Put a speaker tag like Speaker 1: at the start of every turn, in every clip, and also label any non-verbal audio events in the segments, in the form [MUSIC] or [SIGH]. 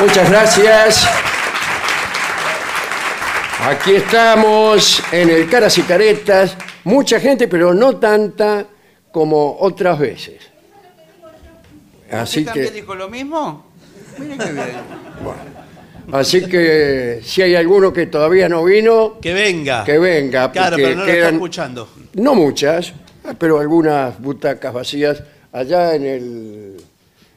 Speaker 1: Muchas gracias. Aquí estamos en el Caras y Caretas. Mucha gente, pero no tanta como otras veces. Así
Speaker 2: ¿Usted también
Speaker 1: que,
Speaker 2: dijo lo mismo? Mire qué bien.
Speaker 1: así que si hay alguno que todavía no vino,
Speaker 3: Que venga.
Speaker 1: que venga.
Speaker 3: Claro,
Speaker 1: porque
Speaker 3: pero no lo está
Speaker 1: quedan-
Speaker 3: escuchando.
Speaker 1: No muchas, pero algunas butacas vacías allá en el,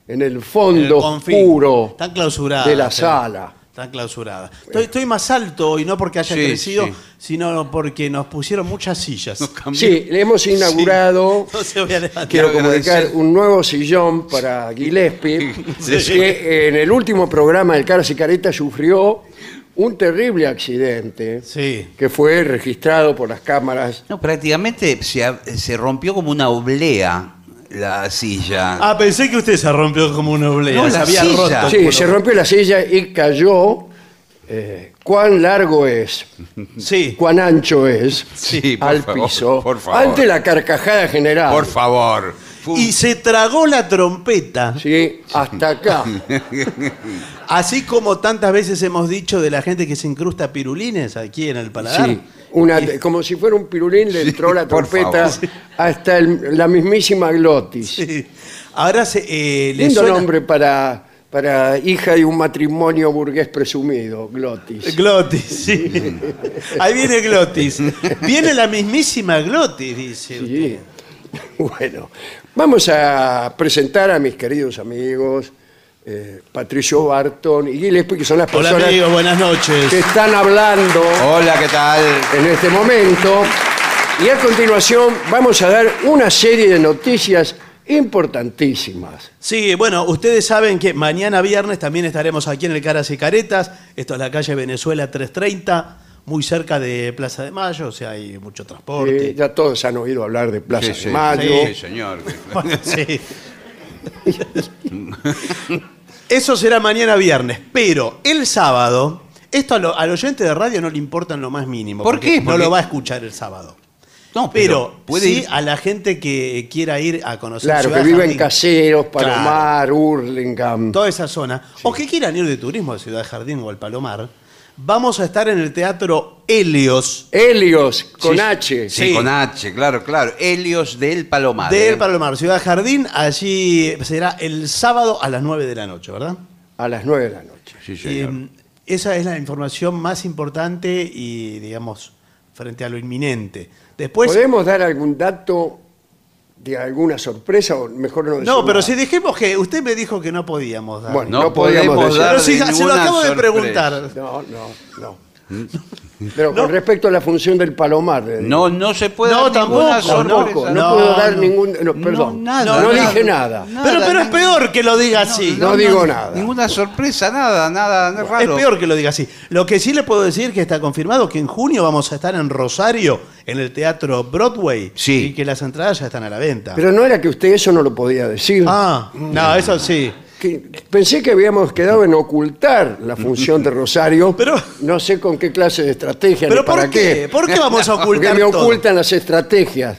Speaker 1: en el
Speaker 3: En el
Speaker 1: fondo
Speaker 3: confín.
Speaker 1: oscuro
Speaker 3: Están clausuradas.
Speaker 1: de la
Speaker 3: sí.
Speaker 1: sala.
Speaker 3: Están clausuradas. Estoy, estoy más alto hoy, no porque haya
Speaker 2: Sí,
Speaker 3: crecido,
Speaker 2: sí.
Speaker 3: sino porque nos pusieron muchas sillas. [LAUGHS]
Speaker 1: Sí, le hemos inaugurado,
Speaker 3: No se voy a levantar.
Speaker 1: quiero comunicar,
Speaker 2: agradecer.
Speaker 1: un nuevo sillón para Gillespie,
Speaker 3: [LAUGHS]
Speaker 1: que eh, en el último programa del Caras y Careta sufrió un terrible accidente
Speaker 3: Sí.
Speaker 1: que fue registrado por las cámaras.
Speaker 2: No, prácticamente se, ab- se rompió como una oblea la silla.
Speaker 3: Ah, pensé que usted se rompió como una oblea.
Speaker 2: No,
Speaker 3: se
Speaker 2: la
Speaker 3: había
Speaker 2: silla.
Speaker 3: roto.
Speaker 1: Sí, se rompió la silla y cayó. Eh, ¿Cuán largo es?
Speaker 3: Sí.
Speaker 1: cuán ancho es
Speaker 4: Sí, por
Speaker 1: al
Speaker 4: favor,
Speaker 1: piso
Speaker 4: por favor.
Speaker 1: ante la carcajada general.
Speaker 4: Por favor. Fu-
Speaker 3: Y se tragó la trompeta.
Speaker 1: Sí, hasta acá.
Speaker 4: [LAUGHS]
Speaker 3: Así como tantas veces hemos dicho de la gente que se incrusta pirulines aquí en el paladar.
Speaker 1: Sí, una- como si fuera un pirulín le entró la
Speaker 4: por
Speaker 1: trompeta hasta el- la mismísima glotis.
Speaker 3: Sí. Ahora se, eh, le
Speaker 1: Lindo
Speaker 3: suena-
Speaker 1: nombre para, para hija de un matrimonio burgués presumido,
Speaker 4: Eh,
Speaker 1: glotis.
Speaker 3: Glotis, sí. Ahí viene Glotis. Viene la mismísima Glotis, dice.
Speaker 1: Sí. [LAUGHS] Bueno, vamos a presentar a mis queridos amigos eh, Patricio Barton y Gillespie, que son las
Speaker 3: Hola,
Speaker 1: personas
Speaker 3: amigo, buenas
Speaker 1: que
Speaker 3: noches.
Speaker 1: están hablando.
Speaker 4: Hola, ¿qué tal?
Speaker 1: en este momento. Y a continuación vamos a dar una serie de noticias importantísimas.
Speaker 3: Sí, bueno, ustedes saben que mañana viernes también estaremos aquí en el Caras y Caretas. Esto es la calle Venezuela 330, muy cerca de Plaza de Mayo, o sea, hay mucho
Speaker 1: Eh,
Speaker 3: transporte.
Speaker 1: ya todos han oído hablar de Plaza
Speaker 4: Sí,
Speaker 1: de
Speaker 4: sí,
Speaker 1: Mayo.
Speaker 4: sí, señor.
Speaker 3: [LAUGHS] Bueno, sí. Eso será mañana viernes, pero el sábado, esto a lo- al oyente de radio no le importa en lo más mínimo.
Speaker 2: ¿Por
Speaker 3: porque
Speaker 2: qué?
Speaker 3: No
Speaker 2: Porque-
Speaker 3: lo va a escuchar el sábado.
Speaker 2: No,
Speaker 3: Pero,
Speaker 2: puede
Speaker 3: sí
Speaker 2: ir.
Speaker 3: a la gente que quiera ir a conocer
Speaker 1: Claro, que
Speaker 3: Ciudad
Speaker 1: viven
Speaker 3: Jardín,
Speaker 1: Caseros, Palomar, Hurlingham.
Speaker 3: toda esa zona, o que quieran ir de turismo a Ciudad Jardín o al Palomar, vamos a estar en el Teatro Helios
Speaker 1: Helios, con
Speaker 3: Sí.
Speaker 1: H.
Speaker 2: Sí,
Speaker 3: Sí.
Speaker 2: con H, claro, claro. Helios del Palomar.
Speaker 3: del
Speaker 2: ¿eh?
Speaker 3: Palomar, Ciudad Jardín. Allí será el sábado a las 9 de la noche, ¿verdad?
Speaker 1: A las 9 de la noche.
Speaker 2: Sí, señor.
Speaker 3: Eh, esa es la información más importante y, digamos, frente a lo inminente. Después.
Speaker 1: ¿Podemos dar algún dato de alguna sorpresa o mejor no decir
Speaker 3: No, pero
Speaker 1: nada?
Speaker 3: si dijimos que usted me dijo que no podíamos dar.
Speaker 1: Bueno,
Speaker 2: no,
Speaker 1: no podíamos
Speaker 2: podemos
Speaker 1: decir.
Speaker 2: dar
Speaker 3: pero si
Speaker 2: ninguna
Speaker 3: se lo acabo de
Speaker 2: sorpresa.
Speaker 3: preguntar.
Speaker 1: No, no, no. Pero con respecto a la función del Palomar. eh,
Speaker 2: No, no se puede
Speaker 3: No,
Speaker 2: dar ninguna
Speaker 3: tampoco,
Speaker 2: sorpresa.
Speaker 1: tampoco, no,
Speaker 3: No,
Speaker 1: puedo dar
Speaker 3: no.
Speaker 1: ningún. no, perdón. No,
Speaker 2: nada,
Speaker 3: nada.
Speaker 1: dije nada.
Speaker 2: No,
Speaker 3: pero
Speaker 2: nada,
Speaker 3: pero es
Speaker 2: ningún-
Speaker 3: peor que lo diga así.
Speaker 1: no, digo nada.
Speaker 2: Ninguna sorpresa, nada, nada, no es
Speaker 3: Es
Speaker 2: raro.
Speaker 3: peor que lo diga así. Lo que sí le puedo decir que está confirmado que en junio vamos a estar en Rosario, en el Teatro Broadway,
Speaker 2: Sí.
Speaker 3: y que las entradas ya están a la venta.
Speaker 1: Pero Mm. no era que usted eso no lo podía decir.
Speaker 3: ah, no, eso sí.
Speaker 1: Que- pensé que habíamos quedado en ocultar la función de Rosario.
Speaker 3: [LAUGHS] Pero-
Speaker 1: no sé con qué clase de estrategia.
Speaker 3: ¿Pero
Speaker 1: ni para
Speaker 3: por qué? ¿Por qué vamos
Speaker 1: [LAUGHS]
Speaker 3: a
Speaker 1: Porque
Speaker 3: ocultar
Speaker 1: me
Speaker 3: todo?
Speaker 1: ocultan las estrategias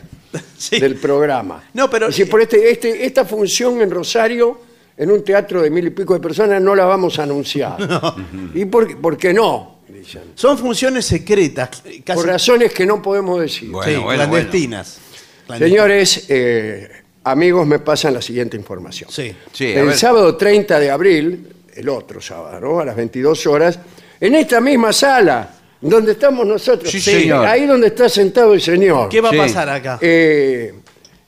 Speaker 3: Sí. [LAUGHS]
Speaker 1: del programa.
Speaker 3: No, pero-
Speaker 1: Es decir, por este, este- esta función en Rosario, en un teatro de mil y pico de personas, no la vamos a
Speaker 3: [LAUGHS]
Speaker 1: anunciar. ¿Y por, por qué no? Dicen.
Speaker 3: Son funciones secretas, casi
Speaker 1: Por razones que no podemos decir.
Speaker 2: Bueno,
Speaker 3: sí,
Speaker 2: bueno, bueno.
Speaker 3: clandestinas. Clandestinas.
Speaker 1: Señores, eh, amigos, me pasan la siguiente información.
Speaker 3: Sí.
Speaker 2: Sí, a
Speaker 1: el
Speaker 2: ver.
Speaker 1: sábado 30 de abril, el otro sábado, ¿no? a las 22 horas, en esta misma sala donde estamos nosotros,
Speaker 2: Sí, señor.
Speaker 1: ahí donde está sentado el señor,
Speaker 3: ¿Qué va
Speaker 2: Sí.
Speaker 3: a pasar acá?
Speaker 1: eh,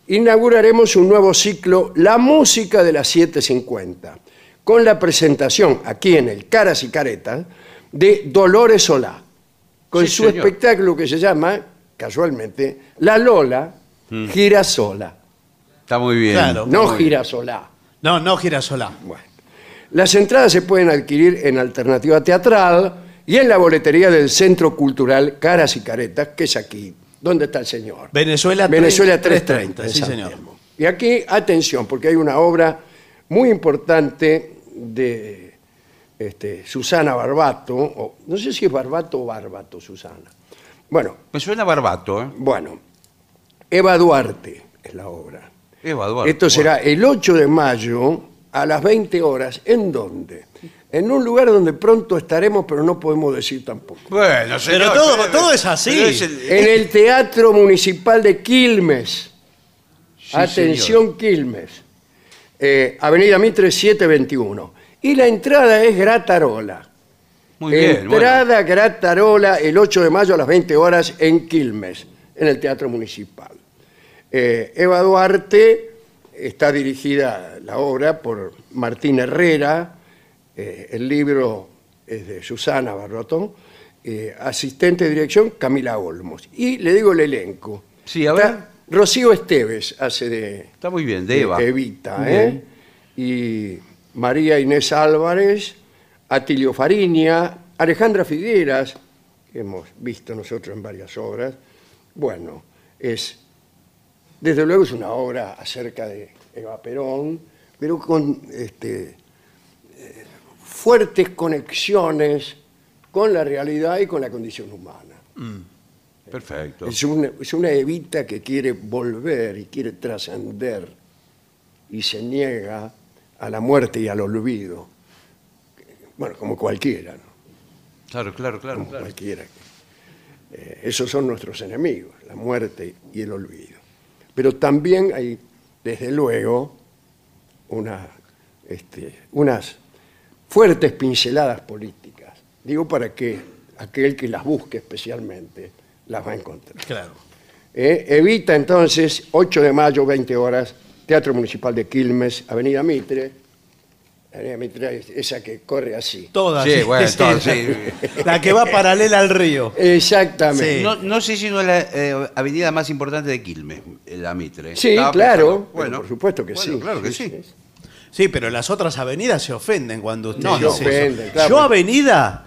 Speaker 1: inauguraremos un nuevo ciclo, La Música de las 7.50, con la presentación aquí en el Caras y Caretas de Dolores Solá, con
Speaker 2: Sí,
Speaker 1: su
Speaker 2: señor.
Speaker 1: espectáculo que se llama, casualmente, La Lola Girasola,
Speaker 2: Está muy bien.
Speaker 3: Claro.
Speaker 1: no
Speaker 2: Mm. Muy bien.
Speaker 1: Girasolá.
Speaker 3: No, no Girasolá.
Speaker 1: Bueno. Las entradas se pueden adquirir en Alternativa Teatral y en la boletería del Centro Cultural Caras y Caretas, que es aquí, donde está el señor.
Speaker 3: Venezuela
Speaker 1: Venezuela
Speaker 3: 330,
Speaker 1: 330.
Speaker 3: sí,
Speaker 1: en San
Speaker 3: señor.
Speaker 1: Telmo. Y aquí, atención, porque hay una obra muy importante de este, Susana Barbato, o- no sé si es Barbato o Barbato, Susana. Bueno,
Speaker 2: Me suena barbato, ¿eh?
Speaker 1: bueno, Eva Duarte es la obra.
Speaker 2: Eva Duarte.
Speaker 1: Esto será el 8 de mayo a las 20 horas. ¿En dónde? En un lugar donde pronto estaremos, pero no podemos decir tampoco.
Speaker 2: Bueno, señor,
Speaker 3: Pero todo-
Speaker 2: pero-
Speaker 3: todo es así.
Speaker 2: pero es el-
Speaker 1: En el Teatro Municipal de Quilmes.
Speaker 2: Sí,
Speaker 1: Atención, Quilmes. Eh, Avenida Mitre 721. Y la entrada es Gratarola.
Speaker 2: Muy bien. bueno.
Speaker 1: entrada Gratarola el 8 de mayo a las 20 horas en Quilmes, en el Teatro Municipal. Eh, Eva Duarte está dirigida la obra por Martín Herrera, eh, el libro es de Susana Barrotón, eh, asistente de dirección Camila Olmos. Y le digo el elenco.
Speaker 2: Sí, a
Speaker 1: Está
Speaker 2: ver.
Speaker 1: Rocío Esteves hace de,
Speaker 2: Está muy bien, de Eva.
Speaker 1: Evita,
Speaker 2: Muy
Speaker 1: ¿eh?
Speaker 2: bien.
Speaker 1: Y María Inés Álvarez, Atilio Fariña, Alejandra Figueras, que hemos visto nosotros en varias obras. Bueno, es. Desde luego es una obra acerca de Eva Perón, pero con este, eh, fuertes conexiones con la realidad y con la condición humana.
Speaker 2: Perfecto.
Speaker 1: Es una, es una evita que quiere volver y quiere trascender y se niega a la muerte y al olvido. Bueno, como cualquiera, ¿no?
Speaker 2: Claro, claro, claro.
Speaker 1: Como
Speaker 2: claro.
Speaker 1: cualquiera. Eh, esos son nuestros enemigos, la muerte y el olvido. Pero también hay, desde luego, una, este, unas fuertes pinceladas políticas. Digo para que aquel que las busque especialmente las va a encontrar.
Speaker 3: Claro.
Speaker 1: Eh, Evita entonces, 8 de mayo, 20 horas, Teatro Municipal de Quilmes, Avenida Mitre. Avenida Mitre es esa que corre así.
Speaker 3: Todas.
Speaker 2: Sí,
Speaker 3: [LAUGHS]
Speaker 2: bueno, todas,
Speaker 3: la-
Speaker 2: sí.
Speaker 3: La que va paralela al río.
Speaker 1: Exactamente.
Speaker 3: Sí.
Speaker 2: No, no sé si no es la eh, avenida más importante de Quilmes, eh, la Mitre.
Speaker 1: Sí,
Speaker 2: Estaba
Speaker 1: claro.
Speaker 2: pensando.
Speaker 1: Bueno, por supuesto que
Speaker 2: Ah, bueno,
Speaker 1: sí.
Speaker 2: Claro que sí.
Speaker 3: Sí, pero las otras avenidas se ofenden cuando usted
Speaker 1: No,
Speaker 3: dice
Speaker 1: no,
Speaker 3: eso.
Speaker 1: ofenden, claro.
Speaker 3: Yo avenida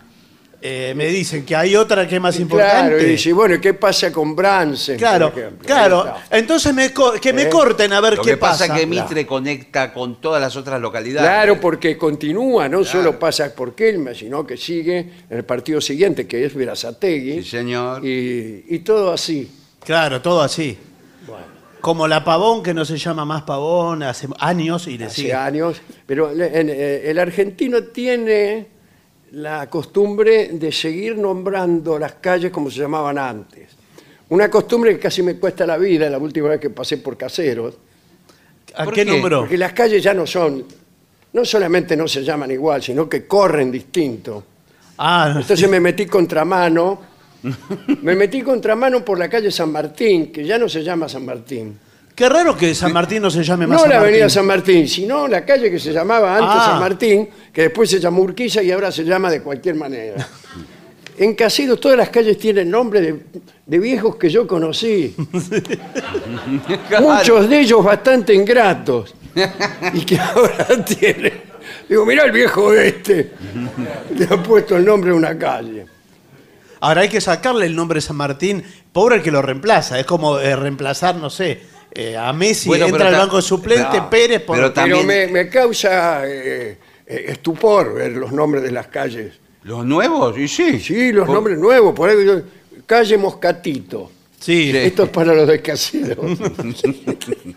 Speaker 3: eh, me dicen que hay otra que es más importante.
Speaker 1: Claro, y dice, bueno, ¿qué pasa con Bransen?
Speaker 3: Claro,
Speaker 1: por ejemplo? Ahí
Speaker 3: claro.
Speaker 2: Eh,
Speaker 1: está.
Speaker 3: Entonces me co- que me
Speaker 1: ¿Eh?
Speaker 3: corten a ver
Speaker 2: Lo
Speaker 3: qué
Speaker 2: que pasa es que
Speaker 3: Claro.
Speaker 2: Mitre conecta con todas las otras localidades.
Speaker 1: Claro, porque continúa, no solo pasa por Quilmes, sino que sigue en el partido siguiente, que es Verazategui.
Speaker 2: Sí, señor.
Speaker 1: Y, y todo así.
Speaker 3: Claro, todo así. Como la pavón que no se llama más pavón hace años y le
Speaker 1: hace
Speaker 3: sigue.
Speaker 1: años, pero le- en- eh, el argentino tiene la costumbre de seguir nombrando las calles como se llamaban antes. Una costumbre que casi me cuesta la vida la última vez que pasé por caseros,
Speaker 3: ¿A
Speaker 2: ¿Por
Speaker 3: qué,
Speaker 2: qué?
Speaker 3: número?
Speaker 1: porque las calles ya no son, no solamente no se llaman igual, sino que corren distinto.
Speaker 3: Ah, no.
Speaker 1: Entonces me metí contramano, me metí contramano por la calle San Martín, que ya no se llama San Martín.
Speaker 3: qué raro que San Martín no se llame
Speaker 1: No
Speaker 3: más San
Speaker 1: la avenida
Speaker 3: Martín.
Speaker 1: San Martín, sino la calle que se llamaba antes
Speaker 3: Ah.
Speaker 1: San Martín, que después se llamó Urquiza y ahora se llama de cualquier
Speaker 2: [LAUGHS]
Speaker 1: manera. En Caseros todas las calles tienen nombre de, de viejos que yo conocí,
Speaker 2: [LAUGHS]
Speaker 1: muchos de ellos bastante ingratos, y que ahora [LAUGHS] tienen... Digo, mirá el viejo este, le ha puesto el nombre a una calle.
Speaker 3: Ahora hay que sacarle el nombre San Martín. Pobre el que lo reemplaza. Es como eh, reemplazar, no sé, eh, a Messi
Speaker 2: Bueno, pero
Speaker 3: entra al
Speaker 2: ta-
Speaker 3: banco de suplente,
Speaker 2: no,
Speaker 3: Pérez por
Speaker 2: pero ta-
Speaker 1: Pero
Speaker 2: También-
Speaker 1: me, me causa eh, eh, estupor ver los nombres de las calles.
Speaker 2: ¿Los nuevos? Y sí.
Speaker 1: Sí, los
Speaker 2: Por-
Speaker 1: nombres nuevos, por ahí yo- calle Moscatito.
Speaker 3: Sí,
Speaker 2: Sí.
Speaker 1: Esto es para los de
Speaker 3: [LAUGHS]
Speaker 1: Casero.
Speaker 3: Moscatito.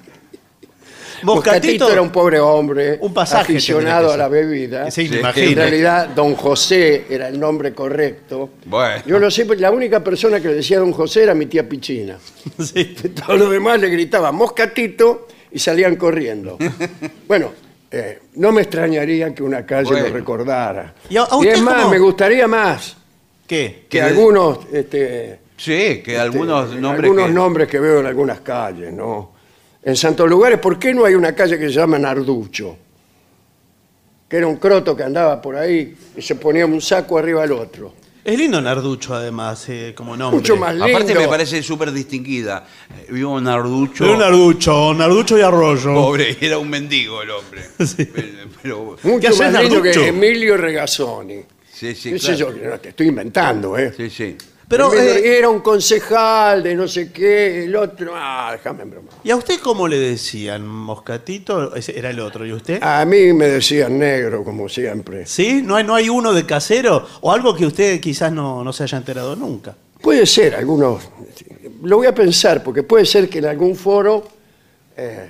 Speaker 1: Moscatito era un pobre hombre,
Speaker 3: Un pasaje
Speaker 1: aficionado a
Speaker 3: tendría
Speaker 1: la
Speaker 3: que ser.
Speaker 1: bebida.
Speaker 3: Sí, me
Speaker 2: Sí.
Speaker 1: En
Speaker 3: imagino.
Speaker 1: realidad, don José era el nombre correcto.
Speaker 2: Bueno.
Speaker 1: Yo lo sé, porque la única persona que le decía don José era mi tía Pichina.
Speaker 3: [LAUGHS] Sí.
Speaker 1: Todos los demás le gritaban moscatito y salían
Speaker 3: [LAUGHS]
Speaker 1: corriendo. Bueno, eh, no me extrañaría que una calle lo
Speaker 2: Bueno.
Speaker 1: recordara.
Speaker 3: ¿Y a- a usted
Speaker 1: es más,
Speaker 3: cómo?
Speaker 1: me gustaría más
Speaker 3: ¿Qué?
Speaker 1: que
Speaker 2: Que le-
Speaker 1: algunos, este,
Speaker 2: Sí, que algunos
Speaker 1: este,
Speaker 2: nombres.
Speaker 1: algunos
Speaker 2: que-
Speaker 1: nombres que veo en algunas calles, ¿no? En Santos Lugares, ¿por qué no hay una calle que se llama Narducho? Que era un croto que andaba por ahí y se ponía un saco arriba del otro.
Speaker 3: Es lindo Narducho, además, eh, como nombre.
Speaker 1: Mucho más lindo.
Speaker 2: Aparte me parece súper distinguida. Eh, Vio un arducho.
Speaker 3: Pero un Narducho, Narducho y Arroyo.
Speaker 2: Pobre, [LAUGHS] era un mendigo el
Speaker 3: [LAUGHS]
Speaker 2: hombre. Pero, pero-
Speaker 3: ¿Qué
Speaker 1: Mucho
Speaker 3: haces,
Speaker 1: más lindo
Speaker 3: Narducho?
Speaker 1: que Emilio Regazzoni.
Speaker 2: sí, sí,
Speaker 1: Qué sé
Speaker 2: claro.
Speaker 1: yo, no, te estoy inventando, ¿eh?
Speaker 2: Sí, sí.
Speaker 3: Pero,
Speaker 1: Emilio-
Speaker 3: eh,
Speaker 1: Era un concejal de no sé qué, el otro... Ah, déjame en broma.
Speaker 3: ¿y a usted cómo le decían? ¿Moscatito? Ese era el otro. ¿Y usted?
Speaker 2: Ah.
Speaker 1: A mí me decían negro, como siempre.
Speaker 3: ¿Sí? ¿No hay, ¿No hay uno de casero? ¿O algo que usted quizás no, no se haya enterado nunca?
Speaker 1: Puede ser, algunos. Lo voy a pensar, porque puede ser que en algún foro eh,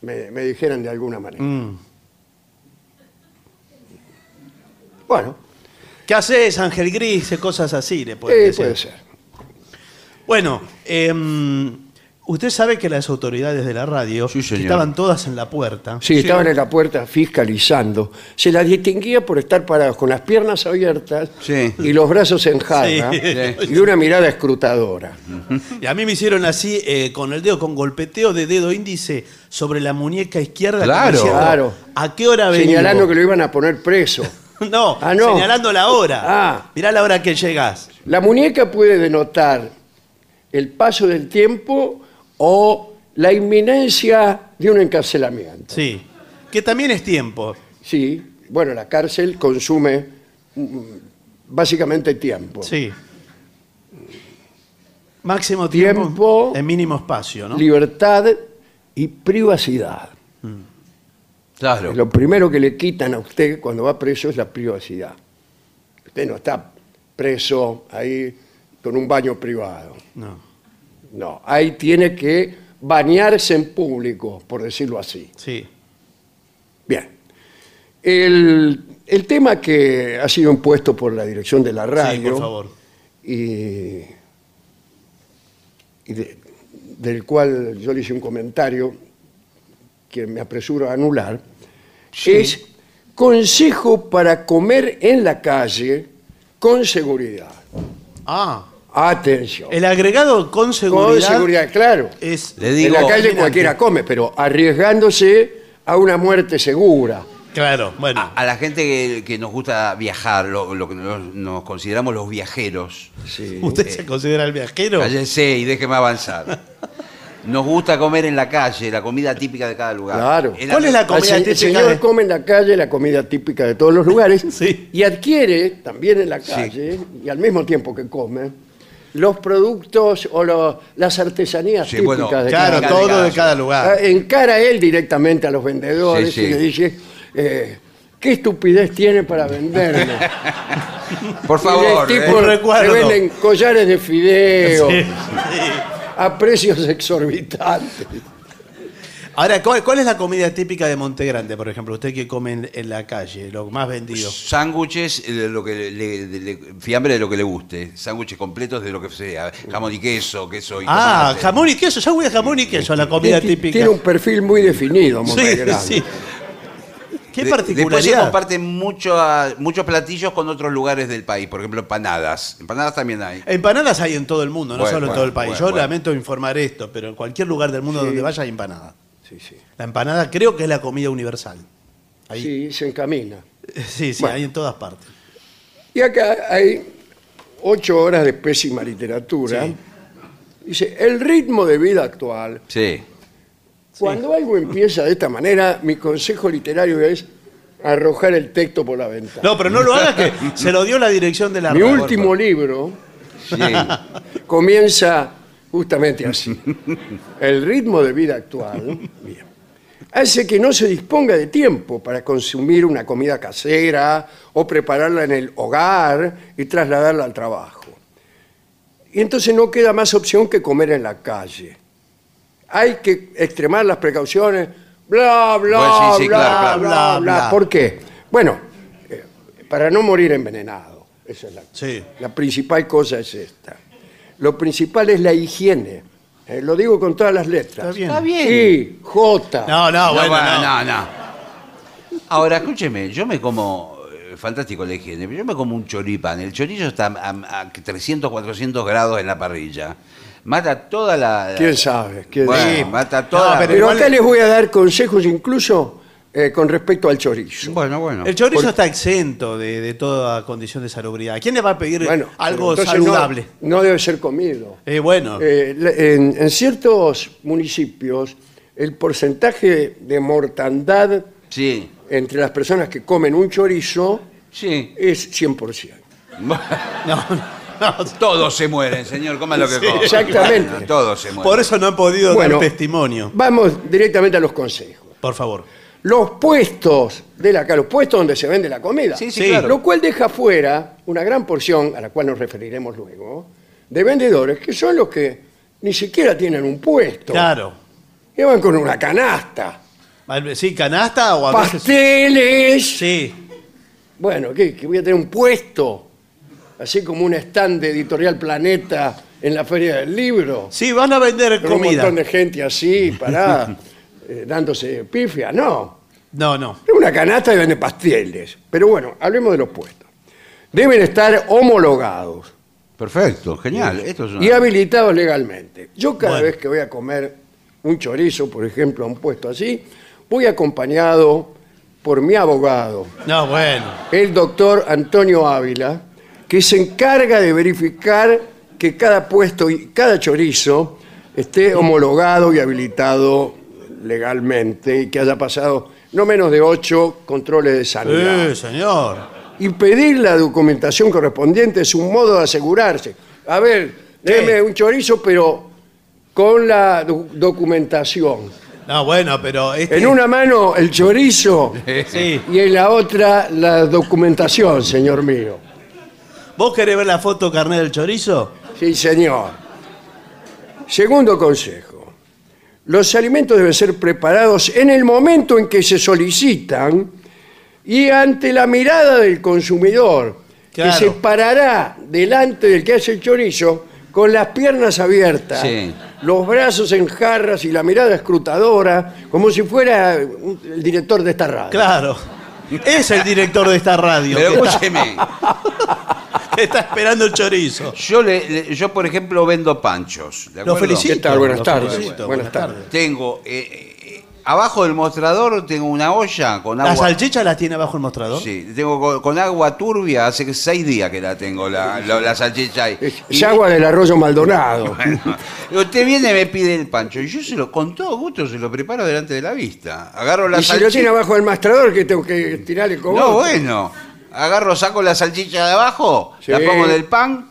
Speaker 1: me, me dijeran de alguna manera.
Speaker 3: Mm.
Speaker 2: Mm.
Speaker 1: Bueno,
Speaker 3: ¿Qué haces, Ángel Gris? Cosas así le pueden
Speaker 1: eh,
Speaker 3: decir.
Speaker 1: puede ser.
Speaker 3: Bueno, em, usted sabe que las autoridades de la radio
Speaker 2: Sí, señor.
Speaker 3: que estaban todas en la puerta.
Speaker 1: Sí, estaban en la puerta fiscalizando. Se la distinguía por estar parados con las piernas abiertas
Speaker 2: Sí.
Speaker 1: y los brazos en jarra
Speaker 3: Sí.
Speaker 1: [LAUGHS] y una mirada escrutadora.
Speaker 3: Y a mí me hicieron así eh, con el dedo, con golpeteo de dedo índice sobre la muñeca izquierda. como
Speaker 2: Claro.
Speaker 3: diciendo,
Speaker 1: Claro.
Speaker 3: ¿A qué hora venimos?
Speaker 1: Señalando
Speaker 3: [LAUGHS]
Speaker 1: que lo iban a poner preso.
Speaker 3: No,
Speaker 1: Ah, no.
Speaker 3: señalando la hora.
Speaker 1: Ah.
Speaker 3: Mirá la hora que llegás.
Speaker 1: La muñeca puede denotar el paso del tiempo o la inminencia de un encarcelamiento.
Speaker 3: Sí. Que también es tiempo.
Speaker 1: Sí, bueno, la cárcel consume mm, básicamente tiempo.
Speaker 3: Sí. Máximo tiempo,
Speaker 1: Tiempo.
Speaker 3: en mínimo espacio, ¿no?
Speaker 1: Libertad y privacidad.
Speaker 2: Claro.
Speaker 1: Lo primero que le quitan a usted cuando va preso es la privacidad. Usted no está preso ahí con un baño privado.
Speaker 3: No.
Speaker 1: No, ahí tiene que bañarse en público, por decirlo así.
Speaker 3: Sí.
Speaker 1: Bien. El, el tema que ha sido impuesto por la dirección de la radio
Speaker 3: Sí, por favor.
Speaker 1: y, y de- del cual yo le hice un comentario que me apresuro a anular, es consejo para comer en la calle con seguridad.
Speaker 3: Ah,
Speaker 1: Atención.
Speaker 3: el agregado con seguridad, Eh,
Speaker 1: Con seguridad, claro.
Speaker 3: es
Speaker 2: Le digo-
Speaker 1: en la calle
Speaker 3: Dominante.
Speaker 1: cualquiera come, pero arriesgándose a una muerte segura.
Speaker 3: Claro, bueno.
Speaker 2: A la gente que, que nos gusta viajar, lo, lo que nos, nos consideramos los viajeros,
Speaker 1: Sí.
Speaker 3: ¿Usted
Speaker 2: eh,
Speaker 3: se considera el viajero?
Speaker 2: cállense y déjeme avanzar. Nos gusta comer en la calle, la comida típica de cada lugar.
Speaker 1: Claro.
Speaker 2: El-
Speaker 3: ¿Cuál es la
Speaker 1: El
Speaker 3: comida
Speaker 1: se-
Speaker 3: típica?
Speaker 1: El señor
Speaker 3: de-
Speaker 1: come en la calle la comida típica de
Speaker 3: [LAUGHS]
Speaker 1: todos los lugares
Speaker 3: Sí.
Speaker 1: y adquiere también en la calle, y al mismo tiempo que come, los productos o lo- las artesanías
Speaker 2: Sí,
Speaker 1: típicas
Speaker 2: bueno,
Speaker 1: de
Speaker 3: Claro,
Speaker 1: cada
Speaker 3: todo
Speaker 2: lugar.
Speaker 3: de cada lugar.
Speaker 1: Ah, Encara él directamente a los vendedores
Speaker 2: Sí, sí.
Speaker 1: y le dice, eh, ¿qué estupidez tiene para venderme?
Speaker 2: [LAUGHS] Por favor,
Speaker 1: Y el
Speaker 2: eh.
Speaker 1: tipo
Speaker 3: Un
Speaker 1: le
Speaker 3: recuerdo.
Speaker 1: venden collares de fideo
Speaker 3: Sí.
Speaker 1: a precios exorbitantes.
Speaker 3: Ahora, ¿cuál, cuál es la comida típica de Monte Grande, por ejemplo? Usted que come en, en la calle, lo más vendido.
Speaker 2: eh, Sándwiches, eh, lo que le- le- le- fiambre de lo que le guste. Sándwiches completos de lo que sea. Jamón y queso, queso y este.
Speaker 3: Ah,
Speaker 2: tomate.
Speaker 3: jamón y queso, ya voy a jamón y queso, a la comida
Speaker 1: Ti-
Speaker 3: típica.
Speaker 1: Tiene un perfil muy definido, Monte
Speaker 3: sí,
Speaker 1: Grande.
Speaker 3: sí.
Speaker 2: De- Después
Speaker 3: Qué
Speaker 2: se
Speaker 3: particularidad.
Speaker 2: comparten mucho a- muchos platillos con otros lugares del país. Por ejemplo, empanadas. Empanadas también hay.
Speaker 3: Empanadas hay en todo el mundo, no
Speaker 2: Bueno,
Speaker 3: solo en
Speaker 2: bueno,
Speaker 3: todo el país.
Speaker 2: bueno,
Speaker 3: Yo
Speaker 2: bueno.
Speaker 3: lamento informar esto, pero en cualquier lugar del mundo
Speaker 1: Sí.
Speaker 3: donde vaya hay empanada.
Speaker 1: Sí, sí.
Speaker 3: La empanada creo que es la comida universal. Ahí.
Speaker 1: Sí, se encamina.
Speaker 3: [LAUGHS] Sí, sí,
Speaker 1: Bueno.
Speaker 3: hay en todas partes.
Speaker 1: Y acá hay ocho horas de pésima literatura.
Speaker 3: Sí.
Speaker 1: Dice, el ritmo de vida actual.
Speaker 2: Sí.
Speaker 1: Cuando algo empieza de esta manera, mi consejo literario es arrojar el texto por la ventana.
Speaker 3: No, pero no lo hagas que
Speaker 1: [LAUGHS]
Speaker 3: se lo dio la dirección de la
Speaker 1: mi
Speaker 3: radio.
Speaker 1: último libro
Speaker 3: [LAUGHS]
Speaker 2: sí.
Speaker 1: comienza justamente así. El ritmo de vida actual bien, hace que no se disponga de tiempo para consumir una comida casera o prepararla en el hogar y trasladarla al trabajo. Y entonces no queda más opción que comer en la calle. Hay que extremar las precauciones, bla, bla,
Speaker 2: Bueno, sí, sí,
Speaker 1: bla,
Speaker 2: claro,
Speaker 3: claro.
Speaker 1: bla,
Speaker 3: Bla,
Speaker 1: bla.
Speaker 3: bla.
Speaker 1: ¿Por qué? Bueno, eh, para no morir envenenado. Esa es la
Speaker 3: Sí.
Speaker 1: la principal cosa es esta. Lo principal es la higiene. Eh, lo digo con todas las letras.
Speaker 3: Está bien.
Speaker 1: I, J.
Speaker 3: No, no, bueno,
Speaker 2: va,
Speaker 3: no.
Speaker 2: no, no. Ahora, escúcheme, yo me como, eh, fantástico la higiene, pero yo me como un choripán. El chorizo está a, a 300, 400 grados en la parrilla. Mata toda la... la-
Speaker 1: ¿Quién sabe? ¿Quién
Speaker 2: Bueno,
Speaker 1: sabe?
Speaker 2: mata toda
Speaker 3: No,
Speaker 2: la-
Speaker 1: Pero,
Speaker 3: igual-
Speaker 1: acá les voy a dar consejos incluso eh, con respecto al chorizo.
Speaker 2: Bueno, bueno.
Speaker 3: El chorizo está exento de, de toda condición de salubridad. ¿Quién le va a pedir
Speaker 1: Bueno,
Speaker 3: algo
Speaker 1: pero entonces no-
Speaker 3: saludable?
Speaker 1: No, debe ser comido.
Speaker 3: Eh, bueno,
Speaker 1: Eh, la- en, en ciertos municipios, el porcentaje de mortandad
Speaker 2: Sí,
Speaker 1: entre las personas que comen un chorizo
Speaker 2: sí. [LAUGHS]
Speaker 1: es 100%.
Speaker 3: [LAUGHS] no, no.
Speaker 2: Todos se mueren, señor, coma lo que coma.
Speaker 1: exactamente.
Speaker 2: Bueno, todos se mueren.
Speaker 3: Por eso no han podido
Speaker 1: Bueno,
Speaker 3: dar testimonio.
Speaker 1: Vamos directamente a los consejos.
Speaker 3: Por favor.
Speaker 1: los puestos de la los puestos donde se vende la comida.
Speaker 2: Sí, sí, Sí. claro.
Speaker 1: Lo cual deja fuera una gran porción, a la cual nos referiremos luego, de vendedores que son los que ni siquiera tienen un puesto.
Speaker 3: Claro.
Speaker 1: Que van con una canasta.
Speaker 3: Sí, canasta o a veces.
Speaker 1: Pasteles.
Speaker 3: Sí.
Speaker 1: Bueno, ¿qué? Que voy a tener un puesto. Así como un stand de Editorial Planeta en la Feria del Libro.
Speaker 3: Sí, van a vender
Speaker 1: Con un
Speaker 3: comida.
Speaker 1: montón de gente así,
Speaker 3: [LAUGHS]
Speaker 1: parada, eh, dándose pifia. No.
Speaker 3: No, no.
Speaker 1: Es una canasta y vende pasteles. Pero bueno, hablemos de los puestos. Deben estar homologados
Speaker 2: Perfecto, genial. Esto es una... [LAUGHS]
Speaker 1: y habilitados legalmente. Yo cada
Speaker 3: Bueno.
Speaker 1: vez que voy a comer un chorizo, por ejemplo, a un puesto así, voy acompañado por mi abogado,
Speaker 3: No, bueno.
Speaker 1: el doctor Antonio Ávila, que se encarga de verificar que cada puesto y cada chorizo esté homologado y habilitado legalmente y que haya pasado no menos de ocho controles de sanidad.
Speaker 3: Eh, señor.
Speaker 1: y pedir la documentación correspondiente es un modo de asegurarse. A ver,
Speaker 3: ¿Qué?
Speaker 1: deme un chorizo, pero con la do- documentación.
Speaker 3: No, bueno, pero este-
Speaker 1: En una mano el chorizo
Speaker 3: Sí.
Speaker 1: y en la otra la documentación, señor mío.
Speaker 3: ¿Vos querés ver la foto carnet del chorizo?
Speaker 1: Sí, señor. Segundo consejo. Los alimentos deben ser preparados en el momento en que se solicitan y ante la mirada del consumidor,
Speaker 3: Claro.
Speaker 1: que se parará delante del que hace el chorizo con las piernas abiertas,
Speaker 2: Sí.
Speaker 1: los brazos en jarras y la mirada escrutadora, como si fuera un- el director de esta radio.
Speaker 3: Claro. Es el director de esta radio.
Speaker 2: Pero
Speaker 3: que está,
Speaker 2: escúcheme,
Speaker 3: que está esperando el chorizo.
Speaker 2: yo, le- le- yo por ejemplo vendo panchos. ¿de
Speaker 3: Lo
Speaker 2: acuerdo?
Speaker 3: felicito.
Speaker 1: ¿Qué tal? Buenas
Speaker 3: lo
Speaker 1: tardes.
Speaker 3: felicito,
Speaker 1: Buenas
Speaker 3: Buenas
Speaker 1: tardes.
Speaker 3: tardes.
Speaker 2: Tengo eh, eh, eh, abajo del mostrador tengo una olla con agua.
Speaker 3: ¿La salchicha la tiene abajo el mostrador?
Speaker 2: Sí, tengo con, con agua turbia, hace que seis días que la tengo la, la- la salchicha ahí.
Speaker 1: Es, es agua del arroyo
Speaker 2: [LAUGHS]
Speaker 1: Maldonado.
Speaker 2: Y Usted viene y me pide el pancho. Y yo se lo, con todo gusto, se lo preparo delante de la vista. Agarro la
Speaker 1: y si lo tiene
Speaker 2: salchicha.
Speaker 1: abajo del mastrador, que tengo que tirar el cogote.
Speaker 2: no, bueno. Agarro, saco la salchicha de abajo,
Speaker 1: Sí.
Speaker 2: la pongo del pan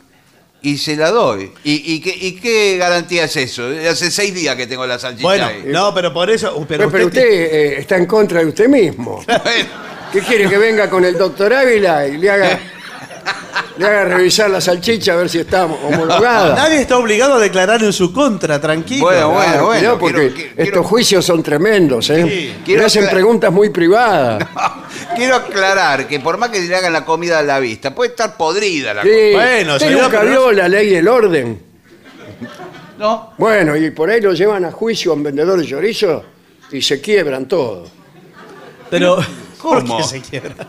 Speaker 2: y se la doy. ¿Y, y qué, y qué garantía es eso? Hace seis días que tengo la salchicha
Speaker 3: Bueno,
Speaker 2: ahí. [LAUGHS]
Speaker 3: no, pero por eso. uh, Pero,
Speaker 1: Pero, pero usted,
Speaker 3: usted,
Speaker 1: eh, está en contra de usted mismo.
Speaker 2: Bueno,
Speaker 1: ¿Qué quiere que venga con el doctor Ávila y le haga le haga revisar la salchicha a ver si está homologada.
Speaker 3: Nadie está obligado a declarar en su contra, tranquilo.
Speaker 2: Bueno, bueno.
Speaker 1: Claro, cuidado, porque
Speaker 2: quiero- quiero-
Speaker 1: estos juicios son tremendos, ¿eh?
Speaker 3: Sí,
Speaker 2: quiero
Speaker 1: Le hacen
Speaker 2: aclar-
Speaker 1: preguntas muy privadas.
Speaker 2: Quiero aclarar que por más que le hagan la comida a la vista, puede estar podrida la
Speaker 1: Sí,
Speaker 3: Bueno,
Speaker 1: usted
Speaker 3: señora,
Speaker 1: nunca
Speaker 3: pero
Speaker 1: vio la ley del orden.
Speaker 2: comida. ¿No?
Speaker 1: Bueno, y por ahí lo llevan a juicio a un vendedor de chorizo y se quiebran todos.
Speaker 3: Pero, ¿por
Speaker 2: ¿Cómo?
Speaker 3: qué se quiebra?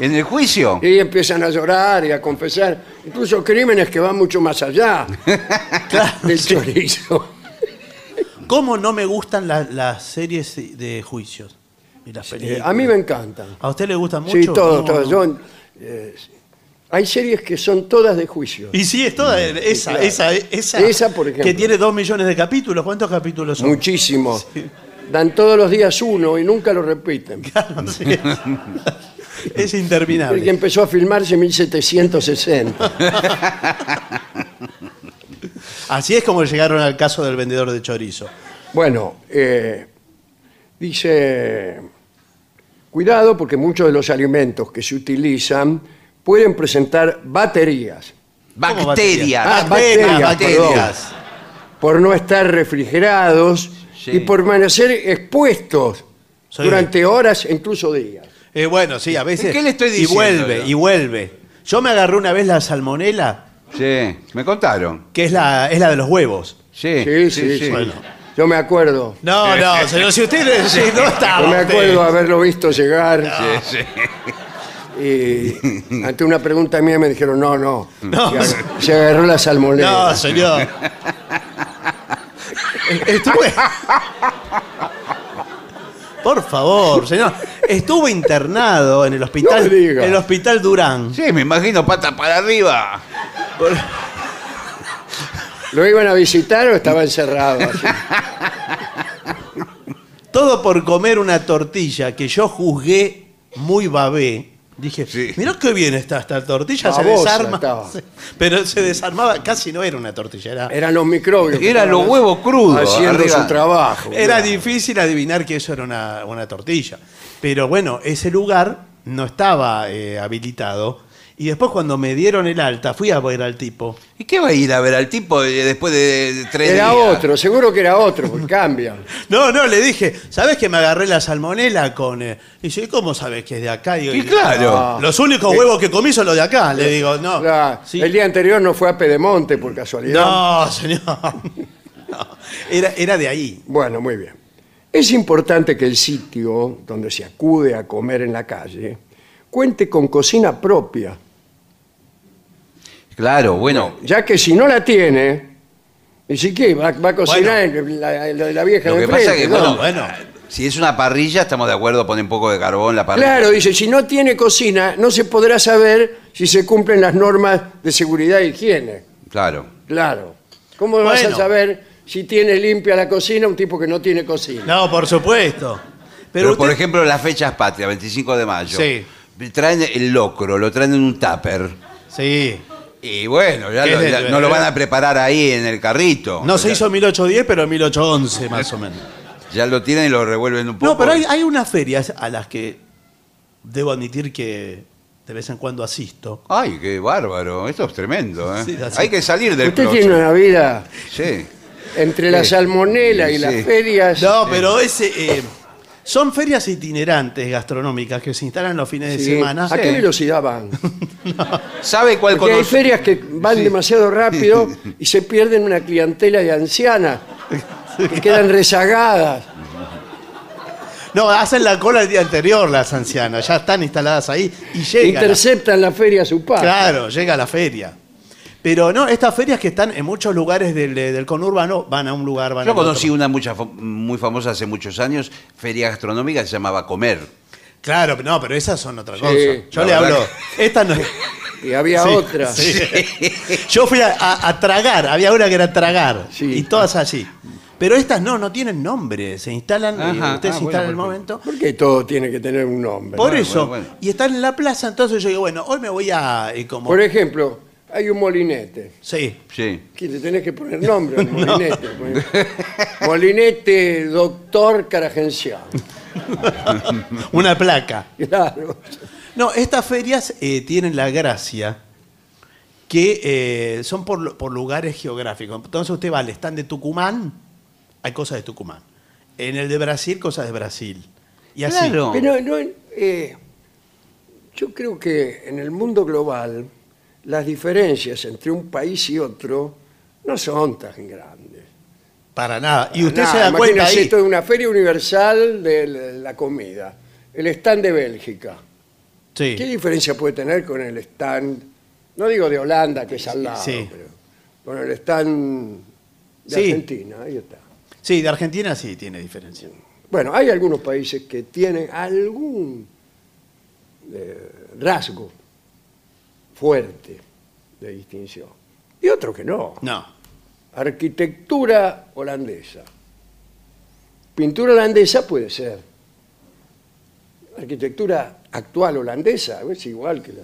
Speaker 2: ¿En el juicio?
Speaker 1: Y empiezan a llorar y a confesar, incluso crímenes que van mucho más allá
Speaker 3: [LAUGHS]
Speaker 1: del chorizo.
Speaker 3: ¿Cómo no me gustan la- las series de juicios? Y las
Speaker 1: Eh,
Speaker 3: películas.
Speaker 1: a mí me encantan.
Speaker 3: ¿A usted le gustan mucho?
Speaker 1: Sí, todo,
Speaker 3: No,
Speaker 1: todo.
Speaker 3: no.
Speaker 1: Yo, eh, hay series que son todas de juicio.
Speaker 3: Y sí, es toda esa,
Speaker 1: claro.
Speaker 3: esa, esa,
Speaker 1: Esa, por ejemplo.
Speaker 3: que tiene dos millones de capítulos. ¿Cuántos capítulos son?
Speaker 1: Muchísimo. Dan todos los días uno y nunca lo repiten.
Speaker 3: [LAUGHS]
Speaker 1: [LAUGHS]
Speaker 3: Claro, sí. es,
Speaker 1: El que
Speaker 3: interminable.
Speaker 1: empezó a filmarse en 1760.
Speaker 3: Así es como llegaron al caso del vendedor de chorizo.
Speaker 1: Bueno, eh, dice, cuidado porque muchos de los alimentos que se utilizan pueden presentar baterías
Speaker 3: ¿Cómo
Speaker 2: Bacteria.
Speaker 1: Ah, bacterias,
Speaker 3: bacterias.
Speaker 1: por no estar refrigerados y por permanecer expuestos
Speaker 3: Sí.
Speaker 1: durante horas e incluso días.
Speaker 3: Eh, bueno, sí, a veces.
Speaker 2: ¿Qué le estoy diciendo
Speaker 3: Y vuelve,
Speaker 2: yo?
Speaker 3: y vuelve. Yo me agarré una vez la salmonela,
Speaker 2: Sí, me contaron.
Speaker 3: que es la, es la de los huevos.
Speaker 2: Sí,
Speaker 1: Sí, sí, sí.
Speaker 3: Bueno.
Speaker 1: Yo me acuerdo.
Speaker 3: No,
Speaker 2: [LAUGHS]
Speaker 3: no, señor, si usted si no estaba.
Speaker 1: Yo me
Speaker 3: usted.
Speaker 1: acuerdo haberlo visto llegar
Speaker 3: Ah.
Speaker 2: sí, sí.
Speaker 1: y ante una pregunta mía me dijeron, no, no, Se ag- se agarró la salmonela.
Speaker 3: No, señor. Eh, [LAUGHS] Estuve. Por favor, señor. Estuve internado en el hospital.
Speaker 1: No me diga.
Speaker 3: En el hospital Durán.
Speaker 2: Sí, me imagino pata para arriba.
Speaker 1: ¿Lo iban a visitar o estaba encerrado? así?
Speaker 3: Todo por comer una tortilla que yo juzgué muy babé. Dije,
Speaker 2: Sí.
Speaker 3: mirá qué bien está esta tortilla, se
Speaker 1: Babosa
Speaker 3: desarma.
Speaker 1: estaba.
Speaker 3: [LAUGHS] Pero se desarmaba, casi no era una tortilla, era,
Speaker 1: Eran los microbios. que
Speaker 2: Eran los
Speaker 1: estaban
Speaker 2: huevos crudos.
Speaker 1: Haciendo
Speaker 2: arriba.
Speaker 1: su trabajo.
Speaker 3: era
Speaker 1: Claro.
Speaker 3: difícil adivinar que eso era una, una tortilla. Pero bueno, ese lugar no estaba eh, habilitado. Y después cuando me dieron el alta, fui a ver al tipo.
Speaker 2: ¿Y qué va a ir a ver al tipo eh, después de de tres
Speaker 1: Era
Speaker 2: días?
Speaker 1: otro, seguro que era otro, porque cambian.
Speaker 3: No, no, le dije, ¿sabés que me agarré la salmonela con... eh?". Y dice, "¿Y ¿cómo sabés que es de acá? Digo,
Speaker 2: Y claro. Eh,
Speaker 3: Los únicos huevos que comí son los de acá. Le digo, no.
Speaker 1: La-
Speaker 3: sí.
Speaker 1: El día anterior no fue a Pedemonte por casualidad.
Speaker 3: No, señor. [LAUGHS] No. Era, era de ahí.
Speaker 1: Bueno, muy bien. Es importante que el sitio donde se acude a comer en la calle cuente con cocina propia,
Speaker 2: Claro, bueno.
Speaker 1: ya que si no la tiene, ni siquiera va, va a cocinar en la, en la de la vieja
Speaker 2: Lo
Speaker 1: de
Speaker 2: que pasa es
Speaker 1: enfrente,
Speaker 2: que,
Speaker 1: ¿no?
Speaker 2: bueno,
Speaker 3: bueno.
Speaker 2: si es una parrilla, estamos de acuerdo, pone un poco de carbón la parrilla.
Speaker 1: Claro, dice, si no tiene cocina, no se podrá saber si se cumplen las normas de seguridad e higiene.
Speaker 2: Claro.
Speaker 1: Claro. ¿Cómo vas a
Speaker 3: Bueno.
Speaker 1: saber si tiene limpia la cocina un tipo que no tiene cocina?
Speaker 3: No, por supuesto.
Speaker 2: Pero,
Speaker 3: Pero, usted-
Speaker 2: por ejemplo, las fechas patrias, 25 de mayo.
Speaker 3: Sí.
Speaker 2: Traen el locro, lo traen en un tupper.
Speaker 3: Sí.
Speaker 2: Y bueno, ya
Speaker 3: ¿Qué
Speaker 2: lo-
Speaker 3: es
Speaker 2: ya
Speaker 3: el-
Speaker 2: no lo van a preparar ahí en el carrito.
Speaker 3: No se
Speaker 2: Ya-
Speaker 3: hizo en 1810, pero en 1811 más o menos.
Speaker 2: Ya lo tienen y lo revuelven un poco.
Speaker 3: No, pero hay, hay unas ferias a las que debo admitir que de vez en cuando asisto.
Speaker 2: Ay, qué bárbaro. Esto es tremendo, ¿eh?
Speaker 3: Sí, así.
Speaker 2: hay que salir del
Speaker 1: Usted
Speaker 2: closet.
Speaker 1: tiene una vida
Speaker 2: Sí.
Speaker 1: entre la salmonela y
Speaker 2: Sí.
Speaker 1: las ferias.
Speaker 3: No, pero ese... eh, son ferias itinerantes gastronómicas que se instalan los fines
Speaker 1: Sí.
Speaker 3: de semana.
Speaker 1: ¿A qué velocidad
Speaker 3: [LAUGHS]
Speaker 1: van?
Speaker 2: ¿Sabe cuál
Speaker 1: Porque hay
Speaker 2: conoce?
Speaker 1: ferias que van demasiado
Speaker 3: [LAUGHS]
Speaker 1: rápido y se pierden una clientela de ancianas que quedan
Speaker 3: [LAUGHS]
Speaker 1: rezagadas.
Speaker 3: No, hacen la cola el día anterior las ancianas, ya están instaladas ahí y llegan.
Speaker 1: Interceptan la feria a su paso.
Speaker 3: Claro, llega la feria. Pero no, estas ferias que están en muchos lugares del, eh, del conurbano van a un lugar, van a
Speaker 2: Yo
Speaker 3: otro.
Speaker 2: conocí una mucha fam- muy famosa hace muchos años, feria gastronómica que se llamaba Comer.
Speaker 3: Claro, pero no, pero esas son otra cosa. Yo
Speaker 2: la
Speaker 3: le
Speaker 2: verdad
Speaker 3: hablo. Esta no es.
Speaker 1: Y había
Speaker 3: Sí,
Speaker 1: otra.
Speaker 3: sí. [LAUGHS] Yo fui a, a- a tragar, había una que era tragar.
Speaker 1: Sí.
Speaker 3: Y todas así. Pero estas no, no tienen nombre. Se instalan, eh,
Speaker 2: Ajá,
Speaker 3: usted
Speaker 2: ah,
Speaker 3: se
Speaker 2: bueno,
Speaker 3: instala en
Speaker 2: perfecto.
Speaker 3: el momento.
Speaker 1: ¿Por qué todo tiene que tener un nombre?
Speaker 3: Por
Speaker 2: bueno,
Speaker 3: eso.
Speaker 2: bueno, bueno.
Speaker 3: Y están en la plaza, entonces yo digo, bueno, hoy me voy a. eh, como,
Speaker 2: e-".
Speaker 1: Por ejemplo, hay un molinete.
Speaker 3: sí.
Speaker 2: Sí.
Speaker 1: Que le tenés que poner nombre
Speaker 3: [LAUGHS]
Speaker 1: al molinete. Poné- Molinete Doctor Caragencial.
Speaker 3: [LAUGHS] Una placa.
Speaker 1: Claro.
Speaker 3: No, estas ferias eh, tienen la gracia que eh, son por, lu- por lugares geográficos. Entonces usted va al stand de Tucumán, hay cosas de Tucumán. En el de Brasil, cosas de Brasil. Y así.
Speaker 2: Claro.
Speaker 1: Pero no, eh, yo creo que en el mundo global las diferencias entre un país y otro no son tan grandes.
Speaker 3: Para nada. Y usted
Speaker 1: Nada,
Speaker 3: se da cuenta
Speaker 1: imagínese,
Speaker 3: ahí.
Speaker 1: Esto es una feria universal de la- la comida. El stand de Bélgica.
Speaker 3: Sí.
Speaker 1: ¿Qué diferencia puede tener con el stand? No digo de Holanda, que es al lado,
Speaker 3: Sí.
Speaker 1: pero con el stand de
Speaker 3: Sí.
Speaker 1: Argentina. Ahí está.
Speaker 3: Sí, de Argentina sí tiene diferencia.
Speaker 1: Bueno, hay algunos países que tienen algún eh, rasgo fuerte de distinción y otros que no.
Speaker 3: No.
Speaker 1: Arquitectura holandesa. Pintura holandesa puede ser. Arquitectura actual holandesa es igual que la...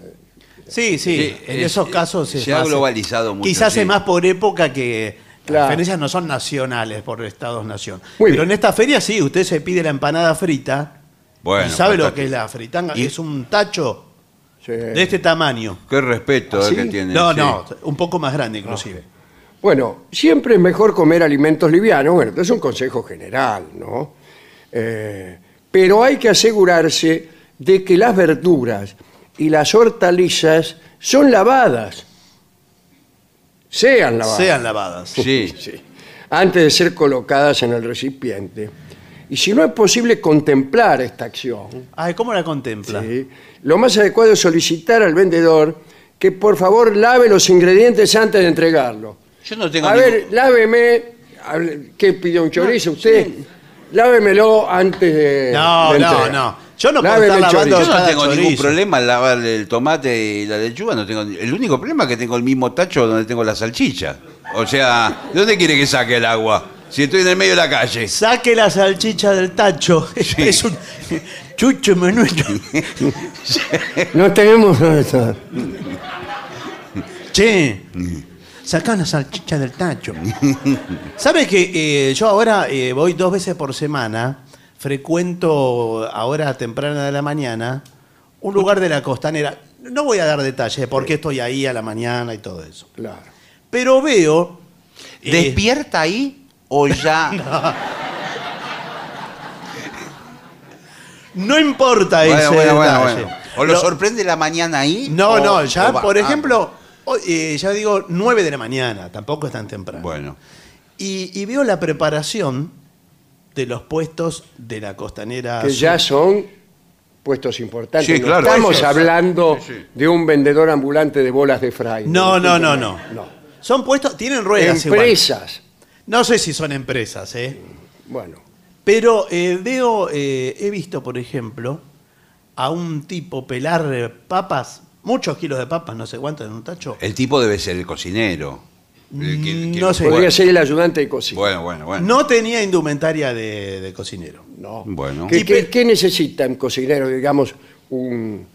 Speaker 3: Sí, sí,
Speaker 2: Sí,
Speaker 3: en
Speaker 2: es-
Speaker 3: esos casos es
Speaker 2: se ha
Speaker 3: más-
Speaker 2: globalizado mucho,
Speaker 3: Quizás
Speaker 2: sí.
Speaker 3: es más por época que
Speaker 1: Claro.
Speaker 3: las diferencias no son nacionales por estados-nación.
Speaker 1: Muy
Speaker 3: Pero
Speaker 1: bien.
Speaker 3: en esta feria sí, usted se pide la empanada frita
Speaker 2: Bueno,
Speaker 3: y sabe lo
Speaker 2: fantástico.
Speaker 3: que es la fritanga.
Speaker 2: Y-
Speaker 3: Es un tacho
Speaker 1: Sí.
Speaker 3: de este tamaño.
Speaker 2: Qué respeto eh,
Speaker 1: ¿Ah, sí?
Speaker 2: que tiene.
Speaker 3: No,
Speaker 2: sí.
Speaker 3: no, un poco más grande inclusive.
Speaker 1: Bueno, siempre es mejor comer alimentos livianos, bueno, es un consejo general, ¿no? Eh, pero hay que asegurarse de que las verduras y las hortalizas son lavadas. Sean Ah, lavadas.
Speaker 3: Sean lavadas.
Speaker 2: Sí.
Speaker 1: Sí. Antes de ser colocadas en el recipiente. Y si no es posible contemplar esta acción,
Speaker 3: Ay, Ah, ¿cómo la contempla?
Speaker 1: ¿sí? lo más adecuado es solicitar al vendedor que por favor lave los ingredientes antes de entregarlo.
Speaker 2: Yo no tengo
Speaker 1: A
Speaker 2: ningún-
Speaker 1: ver, láveme. a ver, ¿Qué pidió un chorizo usted? Lávemelo antes de.
Speaker 3: No,
Speaker 1: de
Speaker 3: no,
Speaker 1: entregar.
Speaker 3: no. Yo no puedo
Speaker 1: Láveme
Speaker 3: estar
Speaker 1: el
Speaker 3: lavando-
Speaker 2: Yo
Speaker 1: chorizo.
Speaker 2: no
Speaker 3: Cada
Speaker 2: tengo ningún
Speaker 3: chorizo.
Speaker 2: problema en lavar el tomate y la lechuga. No tengo, el único problema es que tengo el mismo tacho donde tengo la salchicha. O sea, ¿de dónde quiere que saque el agua? Si estoy en el medio de la calle.
Speaker 3: Saque la salchicha del tacho. [LAUGHS] Es un chucho menudo.
Speaker 2: [LAUGHS]
Speaker 1: No tenemos. [LAUGHS] eso.
Speaker 3: Che,
Speaker 2: Mm.
Speaker 3: sacá la salchicha
Speaker 2: [LAUGHS]
Speaker 3: del tacho. ¿Sabes que eh, yo ahora eh, voy dos veces por semana? Frecuento ahora temprana de la mañana un lugar de la costanera. No voy a dar detalles de por qué estoy ahí a la mañana y todo eso.
Speaker 1: Claro.
Speaker 3: Pero veo. eh,
Speaker 2: ¿Despierta ahí o
Speaker 3: [LAUGHS]
Speaker 2: ya?
Speaker 3: no importa
Speaker 2: Bueno,
Speaker 3: ese
Speaker 2: bueno, bueno,
Speaker 3: detalle.
Speaker 2: bueno. ¿O lo,
Speaker 3: Lo-
Speaker 2: sorprende la mañana ahí?
Speaker 3: No,
Speaker 2: o-
Speaker 3: no,
Speaker 2: o
Speaker 3: ya,
Speaker 2: va-
Speaker 3: por
Speaker 2: ah,
Speaker 3: ejemplo, hoy, eh, ya digo 9 de la mañana, tampoco es tan temprano.
Speaker 2: bueno,
Speaker 3: Y, y veo la preparación de los puestos de la costanera.
Speaker 1: que
Speaker 3: Sur.
Speaker 1: ya son puestos importantes.
Speaker 2: Sí,
Speaker 1: No
Speaker 2: claro,
Speaker 1: estamos
Speaker 2: sí, sí.
Speaker 1: hablando
Speaker 2: Sí, sí.
Speaker 1: de un vendedor ambulante de bolas de fray.
Speaker 3: No, no, no, no. Son puestos, tienen ruedas igual.
Speaker 1: Empresas.
Speaker 3: No sé si son empresas, ¿eh?
Speaker 1: Bueno,
Speaker 3: Pero eh, veo, eh, he visto, por ejemplo, a un tipo pelar eh, papas, muchos kilos de papas, no sé cuánto, en un tacho.
Speaker 1: Eh,
Speaker 2: el tipo debe ser el cocinero. El que- que-
Speaker 3: No sé.
Speaker 1: podría
Speaker 2: Bueno,
Speaker 1: ser el ayudante de cocina.
Speaker 2: bueno, bueno. bueno.
Speaker 3: No tenía indumentaria de, de cocinero.
Speaker 1: No.
Speaker 2: Bueno.
Speaker 1: ¿Qué,
Speaker 3: Y pe-
Speaker 1: qué- qué necesitan cocineros? Digamos, un,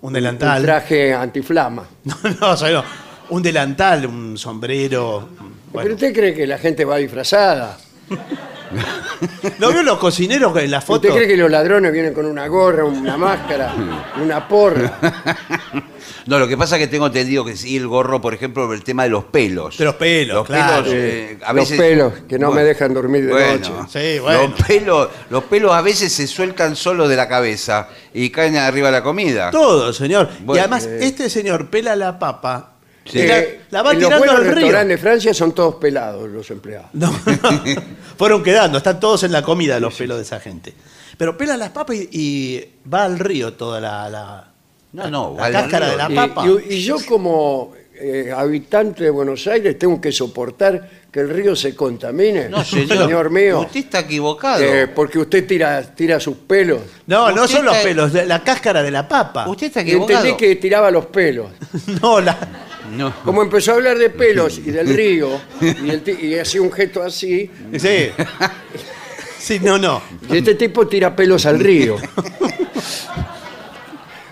Speaker 3: Un delantal.
Speaker 1: un traje antiflama.
Speaker 3: [LAUGHS] No, no, o sea, no. Un delantal,
Speaker 1: [LAUGHS]
Speaker 3: un sombrero.
Speaker 1: ¿Pero
Speaker 3: Bueno.
Speaker 1: usted cree que la gente va disfrazada?
Speaker 3: ¿No vio los cocineros en la foto?
Speaker 1: ¿Usted cree que los ladrones vienen con una gorra, una
Speaker 3: [LAUGHS]
Speaker 1: máscara, una porra?
Speaker 2: No, lo que pasa es que tengo entendido que sí, el gorro, por ejemplo, el tema de los pelos.
Speaker 3: De los pelos,
Speaker 2: Los
Speaker 3: claro.
Speaker 2: pelos, eh, a
Speaker 1: Los
Speaker 2: veces-
Speaker 1: pelos, que no me dejan dormir de
Speaker 2: bueno,
Speaker 1: noche.
Speaker 3: Sí, bueno.
Speaker 2: Los pelos, los pelos a veces se sueltan solos de la cabeza y caen arriba de la comida.
Speaker 3: Todo, señor. y
Speaker 2: Ah. Bueno,
Speaker 3: además,
Speaker 2: eh.
Speaker 3: este señor pela la papa
Speaker 2: Sí.
Speaker 3: y la,
Speaker 1: Eh,
Speaker 3: la va
Speaker 1: en los
Speaker 3: tirando
Speaker 1: buenos
Speaker 3: al río.
Speaker 1: restaurantes de Francia son todos pelados los empleados.
Speaker 3: No, no.
Speaker 2: [LAUGHS]
Speaker 3: [LAUGHS] Fueron quedando, están todos en la comida los pelos de esa gente. Pero pela las papas y, y va al río toda la. la-
Speaker 2: No, no,
Speaker 3: La
Speaker 2: va al
Speaker 3: cáscara
Speaker 2: río.
Speaker 3: de la
Speaker 1: Y-
Speaker 3: papa.
Speaker 1: Y, y yo como eh, habitante de Buenos Aires tengo que soportar que el río se contamine,
Speaker 2: No, señor.
Speaker 1: mío,
Speaker 2: Usted está equivocado.
Speaker 1: eh, porque usted tira, tira sus pelos.
Speaker 3: No, no
Speaker 2: Usted
Speaker 3: son los
Speaker 2: está-
Speaker 3: pelos, la, la cáscara de la papa.
Speaker 2: Usted está
Speaker 1: Y
Speaker 2: equivocado.
Speaker 1: entendí que tiraba los pelos.
Speaker 3: [LAUGHS] No, la.
Speaker 2: No.
Speaker 1: Como empezó a hablar de pelos y del río, y, el ti- y hacía un gesto así,
Speaker 2: [LAUGHS]
Speaker 3: Sí. Sí, no, no.
Speaker 1: y este tipo tira pelos al río.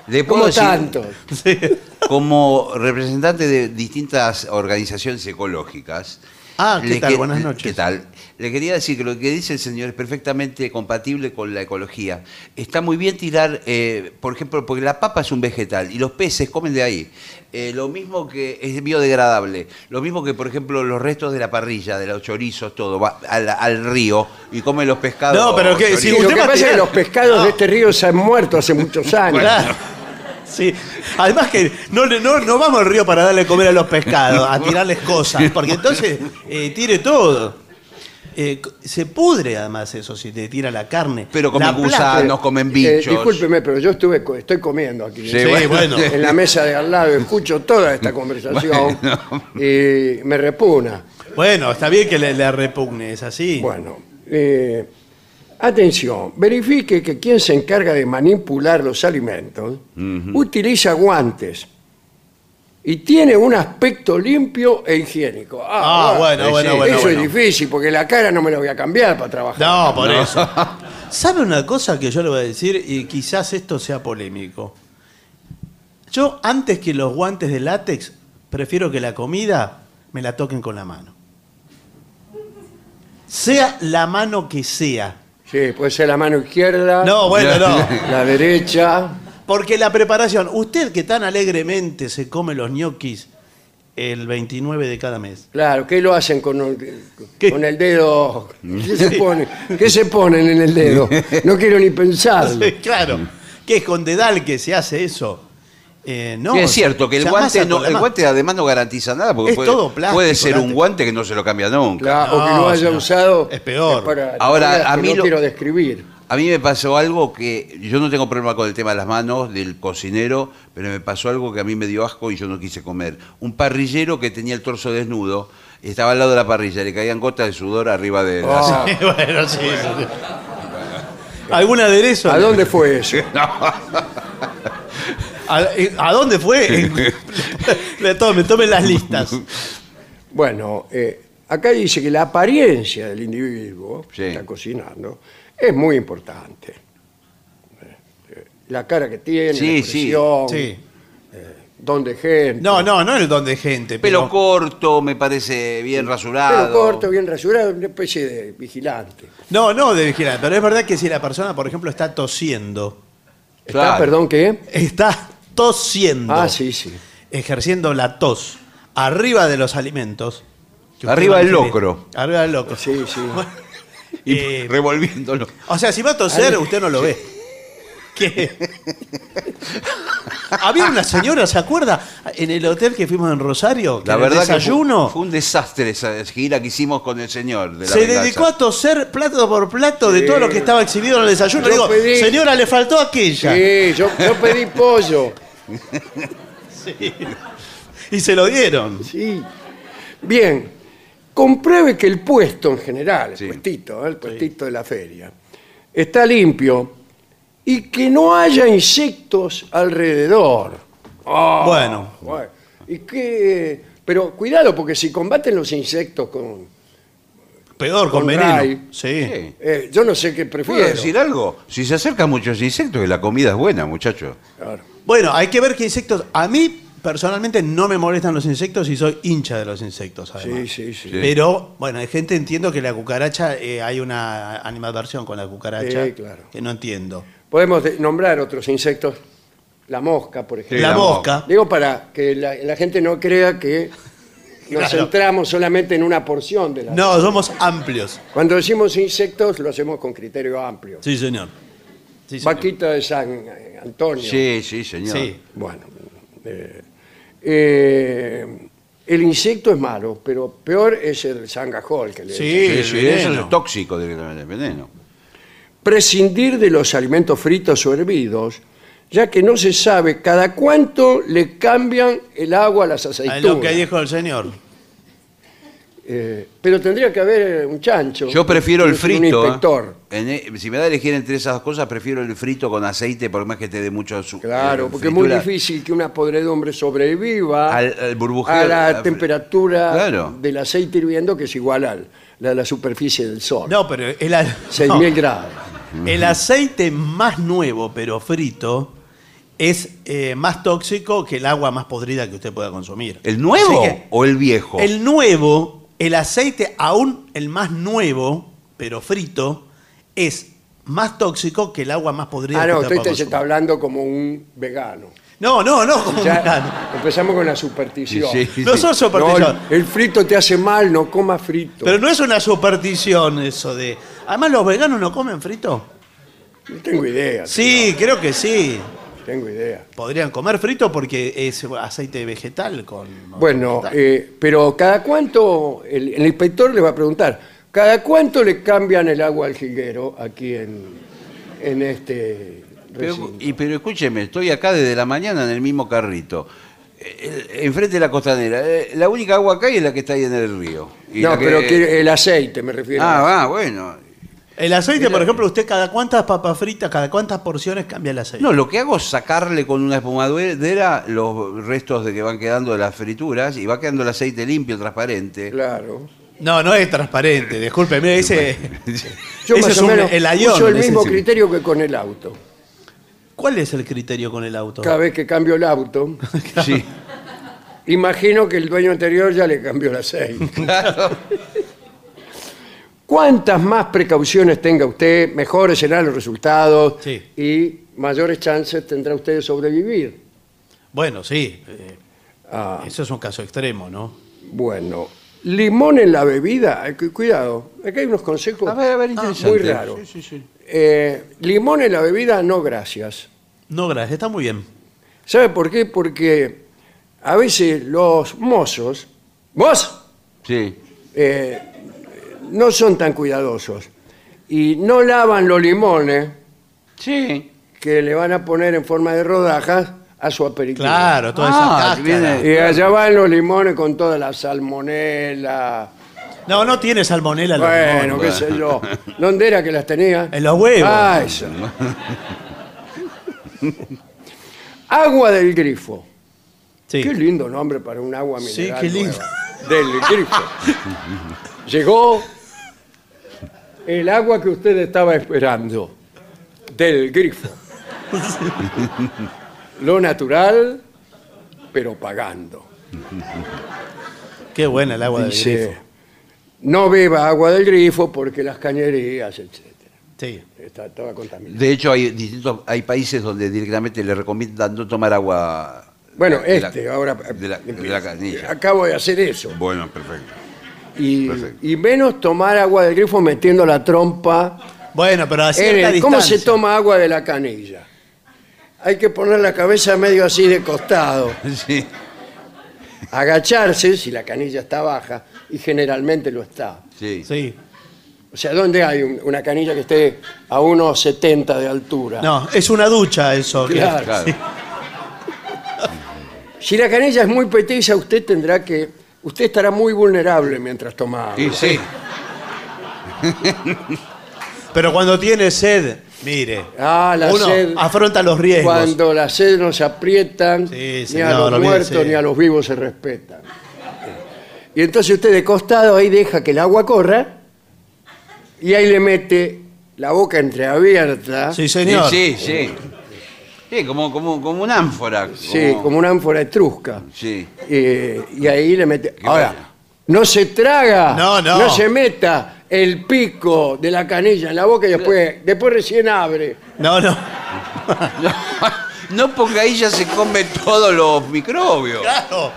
Speaker 2: Le puedo
Speaker 1: Como
Speaker 2: decir,
Speaker 1: tantos.
Speaker 3: Sí.
Speaker 2: como representante de distintas organizaciones ecológicas,
Speaker 3: Ah, ¿qué
Speaker 2: Le
Speaker 3: tal?
Speaker 2: que-
Speaker 3: Buenas noches.
Speaker 2: ¿Qué tal? Le quería decir que lo que dice el señor es perfectamente compatible con la ecología. Está muy bien tirar, eh, por ejemplo, porque la papa es un vegetal y los peces comen de ahí. Eh, lo mismo que es biodegradable, lo mismo que, por ejemplo, los restos de la parrilla, de los chorizos, todo, va al, al río y comen los pescados.
Speaker 3: No, pero que-
Speaker 2: chorizos.
Speaker 3: si
Speaker 1: Y lo
Speaker 3: usted
Speaker 1: que
Speaker 3: va a
Speaker 1: pasa es que
Speaker 3: tirar- ah,
Speaker 1: los pescados
Speaker 3: No.
Speaker 1: de este río se han muerto hace muchos años.
Speaker 3: Claro. Sí. Además que no, le- no, no vamos al río para darle comer a los pescados, a tirarles cosas, porque entonces eh, tire todo. Eh, c- se pudre además eso si te tira la carne.
Speaker 2: Pero
Speaker 3: como
Speaker 2: comen gusanos, comen bichos.
Speaker 1: Eh, discúlpeme, pero yo estuve, co- estoy comiendo aquí. ¿eh? [LAUGHS]
Speaker 2: Sí, bueno.
Speaker 1: En la mesa de al lado escucho toda esta conversación y me repugna.
Speaker 3: Bueno, está bien que le, le repugne, es así.
Speaker 1: Bueno, eh, atención, verifique que quien se encarga de manipular los alimentos utiliza guantes y tiene un aspecto limpio e higiénico.
Speaker 3: Ah, bueno, bueno, bueno,
Speaker 1: Eso
Speaker 3: bueno.
Speaker 1: es difícil porque la cara no me la voy a cambiar para trabajar.
Speaker 3: No, por eso. [LAUGHS] ¿Sabe una cosa que yo le voy a decir? Y quizás esto sea polémico. Yo, antes que los guantes de látex, prefiero que la comida me la toquen con la mano. Sea la mano que sea.
Speaker 1: Sí, puede ser la mano izquierda,
Speaker 3: No, bueno, no.
Speaker 2: [LAUGHS]
Speaker 1: la derecha.
Speaker 3: Porque la preparación, usted que tan alegremente se come los ñoquis el 29 de cada mes.
Speaker 1: Claro, ¿qué lo hacen con, un-
Speaker 3: ¿Qué?
Speaker 1: con el dedo? ¿Qué se, pone? ¿Qué se ponen en el
Speaker 3: [LAUGHS]
Speaker 1: dedo? No quiero ni pensarlo.
Speaker 3: claro.
Speaker 2: Mm.
Speaker 3: ¿Qué es con dedal que se hace eso? Eh, no,
Speaker 2: Que es
Speaker 3: se-
Speaker 2: cierto que el
Speaker 3: se amasa
Speaker 2: guante, no-
Speaker 3: con la
Speaker 2: el
Speaker 3: mano.
Speaker 2: guante además no garantiza nada porque
Speaker 3: Es
Speaker 2: puede,
Speaker 3: todo plástico,
Speaker 2: puede ser un
Speaker 3: látex.
Speaker 2: guante que no se lo cambia nunca.
Speaker 1: Claro, o que
Speaker 3: No,
Speaker 1: lo haya
Speaker 3: señor.
Speaker 1: usado.
Speaker 3: Es peor.
Speaker 1: para-
Speaker 2: Ahora,
Speaker 1: para
Speaker 2: a
Speaker 1: que
Speaker 2: mí
Speaker 1: no
Speaker 2: lo-
Speaker 1: quiero describir.
Speaker 2: A mí me pasó algo que yo no tengo problema con el tema de las manos, del cocinero, pero me pasó algo que a mí me dio asco y yo no quise comer. Un parrillero que tenía el torso desnudo, estaba al lado de la parrilla, le caían gotas de sudor arriba de
Speaker 3: Oh,
Speaker 2: la
Speaker 1: Ah,
Speaker 3: [LAUGHS] bueno, sí. sí. ¿Algún aderezo?
Speaker 1: ¿A dónde fue eso?
Speaker 3: ¿A, eh, a dónde fue? En- [LAUGHS] Le tomen, tomen
Speaker 1: [LAUGHS]
Speaker 3: las listas.
Speaker 1: Bueno, eh, acá dice que la apariencia del individuo
Speaker 2: Sí.
Speaker 1: que está cocinando es muy importante. Eh, La cara que tiene,
Speaker 2: Sí,
Speaker 1: la
Speaker 2: sí.
Speaker 1: expresión,
Speaker 3: Sí.
Speaker 1: dónde gente.
Speaker 3: No, no, no es donde gente.
Speaker 2: Pelo
Speaker 3: Pero,
Speaker 2: corto, me parece bien rasurado.
Speaker 1: Pelo corto, bien rasurado, una especie de vigilante.
Speaker 3: no, no de vigilante. Pero es verdad que si la persona, por ejemplo, está tosiendo,
Speaker 1: ¿Está,
Speaker 2: Claro.
Speaker 1: perdón, qué?
Speaker 3: está tosiendo,
Speaker 1: Ah, sí, sí.
Speaker 3: ejerciendo la tos arriba de los alimentos. que usted
Speaker 2: Arriba del
Speaker 3: mantiene-
Speaker 2: locro.
Speaker 3: Arriba del locro.
Speaker 1: Sí,
Speaker 3: [LAUGHS]
Speaker 1: sí.
Speaker 2: Y
Speaker 3: Eh,
Speaker 2: [LAUGHS] revolviéndolo.
Speaker 3: O sea, si va a toser, usted no lo ve.
Speaker 1: [LAUGHS]
Speaker 3: ¿Qué? [LAUGHS] Había una señora, ¿se acuerda? En el hotel que fuimos en Rosario, que
Speaker 2: La
Speaker 3: en el
Speaker 2: verdad que
Speaker 3: desayuno,
Speaker 2: fue- fue, un desastre esa gira que hicimos con el señor. De la
Speaker 3: se
Speaker 2: venganza.
Speaker 3: dedicó a toser plato por plato de todo lo que estaba exhibido en el desayuno.
Speaker 1: Yo
Speaker 3: Le digo,
Speaker 1: pedí-
Speaker 3: señora, le faltó aquella.
Speaker 1: Sí, yo, yo pedí
Speaker 2: [LAUGHS]
Speaker 1: pollo.
Speaker 3: Y se lo dieron.
Speaker 1: Sí. Bien, compruebe que el puesto en general, el
Speaker 2: Sí.
Speaker 1: puestito, ¿eh? el puestito de la feria, está limpio y que no haya insectos alrededor. Ah,
Speaker 3: Bueno.
Speaker 1: bueno. Y que, pero cuidado, porque si combaten los insectos con...
Speaker 3: Peor, con
Speaker 1: Con Ray.
Speaker 3: veneno. Sí.
Speaker 2: Sí.
Speaker 1: eh, yo no sé qué
Speaker 2: ¿Puedo
Speaker 1: prefiero.
Speaker 2: decir algo? Si se acercan muchos insectos, que la comida es buena, muchachos.
Speaker 1: Claro.
Speaker 3: Bueno, hay que ver qué insectos. A mí, personalmente, no me molestan los insectos y soy hincha de los insectos, además.
Speaker 1: Sí, sí, sí.
Speaker 2: Sí.
Speaker 3: Pero, bueno, hay gente entiendo que la cucaracha, eh, hay una animadversión con la cucaracha
Speaker 1: Sí, claro.
Speaker 3: que no entiendo.
Speaker 1: Podemos de- nombrar otros insectos, la mosca, por ejemplo.
Speaker 2: Sí,
Speaker 3: la,
Speaker 2: la
Speaker 3: mosca.
Speaker 1: Digo para que la, la gente no crea
Speaker 2: [LAUGHS]
Speaker 1: que nos
Speaker 3: Claro.
Speaker 1: centramos solamente en una porción de la...
Speaker 3: No, somos amplios.
Speaker 1: Cuando decimos insectos lo hacemos con criterio amplio.
Speaker 3: Sí, señor. Sí, señor.
Speaker 1: Vaquita de San eh, Antonio.
Speaker 2: Sí, sí, señor.
Speaker 3: Sí.
Speaker 1: Bueno. eh, eh, el insecto es malo, pero peor es el sangajol que le
Speaker 3: Sí.
Speaker 1: dicen.
Speaker 2: Sí, sí, eso
Speaker 3: veneno.
Speaker 2: es tóxico directamente, el veneno.
Speaker 1: Prescindir de los alimentos fritos o hervidos, ya que no se sabe cada cuánto le cambian el agua a las
Speaker 2: Ah,
Speaker 3: A lo que
Speaker 1: aceitunas.
Speaker 3: dijo el señor.
Speaker 1: Eh, pero tendría que haber eh, un chancho.
Speaker 2: Yo prefiero
Speaker 1: un-
Speaker 2: el frito.
Speaker 1: Un
Speaker 2: ¿eh?
Speaker 1: inspector.
Speaker 2: En, eh, si me da a elegir entre esas dos cosas, prefiero el frito con aceite, por más que te dé mucho su
Speaker 1: Claro,
Speaker 2: eh,
Speaker 1: porque es muy
Speaker 2: fritura.
Speaker 1: difícil que una podredumbre sobreviva
Speaker 2: Al- al burbujeo,
Speaker 1: a la
Speaker 2: al-
Speaker 1: temperatura
Speaker 2: Claro.
Speaker 1: del aceite hirviendo, que es igual a la, la superficie del sol.
Speaker 3: No, pero el, a-
Speaker 1: 6.000 grados.
Speaker 3: no. el aceite más nuevo, pero frito, es eh, más tóxico que el agua más podrida que usted pueda consumir.
Speaker 2: ¿El nuevo
Speaker 3: Así que
Speaker 2: o el viejo?
Speaker 3: el nuevo el aceite, aún el más nuevo, pero frito, es más tóxico que el agua más podrida.
Speaker 1: Ah,
Speaker 3: que
Speaker 1: no,
Speaker 3: tapa
Speaker 1: usted te- se
Speaker 3: consumo.
Speaker 1: está hablando como un vegano.
Speaker 3: no, no, no, como
Speaker 1: Ya
Speaker 3: verano.
Speaker 1: empezamos con la superstición.
Speaker 2: Sí, sí.
Speaker 3: No sos superstición.
Speaker 1: No, el, el frito te hace mal, no coma frito.
Speaker 3: Pero no es una superstición eso de. Además, los veganos no comen frito.
Speaker 1: No tengo idea.
Speaker 3: Sí, creo que sí.
Speaker 1: tío, Tengo idea.
Speaker 3: Podrían comer frito porque es aceite vegetal con.
Speaker 1: Bueno,
Speaker 3: vegetal.
Speaker 1: eh, pero cada cuánto, el, el inspector le va a preguntar, ¿cada cuánto le cambian el agua al jilguero aquí en, en este
Speaker 2: Pero,
Speaker 1: recinto?
Speaker 2: y, pero escúcheme, estoy acá desde la mañana en el mismo carrito. Eh, eh, Enfrente de la costanera. Eh, La única agua que hay es la que está ahí en el río. Y
Speaker 1: no,
Speaker 2: la que-
Speaker 1: pero quiere- el aceite me refiero.
Speaker 2: Ah, ah, bueno.
Speaker 3: El aceite, por ejemplo, usted cada cuántas papas fritas, cada cuántas porciones cambia el aceite.
Speaker 2: No, lo que hago es sacarle con una espumadera los restos de que van quedando de las frituras y va quedando el aceite limpio, transparente.
Speaker 1: Claro.
Speaker 3: No, no es transparente, disculpe, mire, [LAUGHS] ese.
Speaker 1: Yo
Speaker 3: ese
Speaker 1: más
Speaker 3: es
Speaker 1: o
Speaker 3: un-
Speaker 1: menos
Speaker 3: el ayón,
Speaker 1: uso el
Speaker 3: ese
Speaker 1: mismo
Speaker 3: sí.
Speaker 1: criterio que con el auto.
Speaker 3: ¿Cuál es el criterio con el auto?
Speaker 1: Cada vez que cambio el auto, [LAUGHS]
Speaker 2: Sí.
Speaker 1: imagino que el dueño anterior ya le cambió el aceite.
Speaker 2: [LAUGHS] Claro.
Speaker 1: Cuantas más precauciones tenga usted, mejores serán los resultados
Speaker 3: Sí.
Speaker 1: y mayores chances tendrá usted de sobrevivir.
Speaker 3: Bueno, sí. eh,
Speaker 1: Ah,
Speaker 3: eso es un caso extremo, ¿no?
Speaker 1: bueno, limón en la bebida, eh, cu- cuidado, acá hay unos consejos
Speaker 2: A ver, a ver,
Speaker 1: Ah, muy
Speaker 2: interesante.
Speaker 1: raros.
Speaker 2: Sí, sí, sí.
Speaker 1: Eh, limón en la bebida, no gracias.
Speaker 3: No, gracias, está muy bien.
Speaker 1: ¿Sabe por qué? Porque a veces los mozos, ¡vos!
Speaker 2: Sí.
Speaker 1: eh, no son tan cuidadosos y no lavan los limones
Speaker 2: Sí.
Speaker 1: que le van a poner en forma de rodajas a su aperitivo.
Speaker 3: Claro, toda
Speaker 2: Ah,
Speaker 3: esa
Speaker 2: que
Speaker 3: cáscara.
Speaker 2: viene-
Speaker 1: Y allá van los limones con toda la salmonela.
Speaker 3: No, no tiene salmonela. en los
Speaker 1: Bueno,
Speaker 3: limones.
Speaker 1: qué sé yo. ¿Dónde era que las tenía?
Speaker 3: En los huevos.
Speaker 1: Ah,
Speaker 3: [LAUGHS]
Speaker 1: eso. Agua del grifo.
Speaker 3: Sí.
Speaker 1: Qué lindo nombre para un agua
Speaker 3: Sí,
Speaker 1: mineral.
Speaker 3: qué lindo.
Speaker 1: nueva. Del grifo.
Speaker 3: [LAUGHS]
Speaker 1: Llegó el agua que usted estaba esperando. Del
Speaker 3: [LAUGHS]
Speaker 1: grifo. Lo natural, pero pagando.
Speaker 3: Qué buena el agua de
Speaker 1: Dice,
Speaker 3: grifo.
Speaker 1: no beba agua del grifo porque las cañerías, etcétera.
Speaker 3: Sí.
Speaker 1: Está, estaba contaminado.
Speaker 2: De hecho, hay distintos, hay países donde directamente le recomiendan no tomar agua.
Speaker 1: Bueno,
Speaker 2: de la-
Speaker 1: este, ahora...
Speaker 2: de la, de la canilla.
Speaker 1: Acabo de hacer eso.
Speaker 2: Bueno, perfecto.
Speaker 1: Y,
Speaker 2: Perfecto.
Speaker 1: y menos tomar agua del grifo metiendo la trompa
Speaker 3: Bueno, pero a
Speaker 1: en
Speaker 3: cierta
Speaker 1: el- ¿Cómo se
Speaker 3: distancia.
Speaker 1: toma agua de la canilla? Hay que poner la cabeza medio así de costado,
Speaker 2: [LAUGHS] Sí.
Speaker 1: agacharse si la canilla está baja, y generalmente lo está.
Speaker 2: Sí.
Speaker 3: Sí.
Speaker 1: O sea, ¿dónde hay un- una canilla que esté a unos 70 de altura?
Speaker 3: No, es una ducha eso. que-
Speaker 1: Claro.
Speaker 2: Claro.
Speaker 1: Si la canilla es muy petiza, usted tendrá que... Usted estará muy vulnerable mientras toma agua.
Speaker 2: Sí, sí.
Speaker 3: Pero cuando tiene sed, mire.
Speaker 1: Ah, la
Speaker 3: uno
Speaker 1: sed.
Speaker 3: afronta los riesgos.
Speaker 1: Cuando las sedes nos aprietan,
Speaker 3: Sí, sí,
Speaker 1: ni a
Speaker 3: no,
Speaker 1: los
Speaker 3: no olvide,
Speaker 1: muertos
Speaker 3: sí.
Speaker 1: ni a los vivos se respetan. Y entonces usted de costado ahí deja que el agua corra y ahí le mete la boca entreabierta,
Speaker 3: Sí, señor.
Speaker 2: Sí, sí. sí. Sí, como, como, como un ánfora.
Speaker 1: sí,
Speaker 3: Oh.
Speaker 1: como una ánfora etrusca.
Speaker 2: Sí.
Speaker 1: Eh, y ahí le mete. Ahora, no se traga,
Speaker 3: No, no.
Speaker 1: se meta el pico de la canilla en la boca y después, después recién abre.
Speaker 3: No, no.
Speaker 2: No, [LAUGHS] no, porque ahí ya se comen todos los microbios.
Speaker 3: Claro.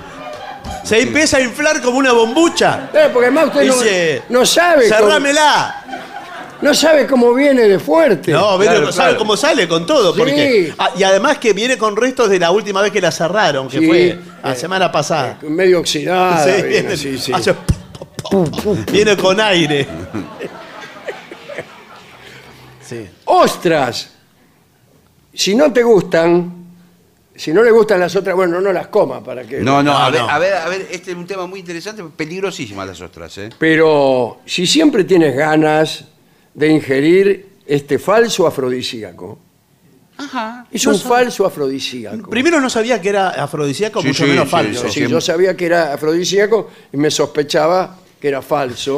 Speaker 3: Se empieza a inflar como una bombucha.
Speaker 1: Eh, porque además usted no-
Speaker 3: Dice,
Speaker 1: no, sabe cómo,
Speaker 3: Cerrámela.
Speaker 1: no sabe cómo viene de fuerte.
Speaker 3: No,
Speaker 2: Claro,
Speaker 3: pero sabe
Speaker 2: claro.
Speaker 3: cómo sale con todo.
Speaker 1: Sí.
Speaker 3: Porque, Ah, y además que viene con restos de la última vez que la cerraron, que
Speaker 1: Sí.
Speaker 3: fue la semana pasada.
Speaker 1: medio oxidada.
Speaker 3: Sí,
Speaker 1: viene
Speaker 3: viene,
Speaker 1: así, sí.
Speaker 3: hace pop, pop, pop. Viene con aire. Sí.
Speaker 1: Ostras. Si no te gustan, si no le gustan las otras, bueno, no las coma para que.
Speaker 2: No, no,
Speaker 3: No,
Speaker 2: a, ver,
Speaker 3: no.
Speaker 2: a ver, a ver, este es un tema muy interesante, peligrosísimas las ostras, ¿eh?
Speaker 1: Pero si siempre tienes ganas de ingerir este falso afrodisíaco. Es un falso afrodisíaco.
Speaker 3: Primero no sabía que era afrodisíaco,
Speaker 2: Sí,
Speaker 3: mucho
Speaker 2: sí,
Speaker 3: menos
Speaker 2: sí,
Speaker 3: falso.
Speaker 1: Sí, yo sabía que era afrodisíaco y me sospechaba que era falso.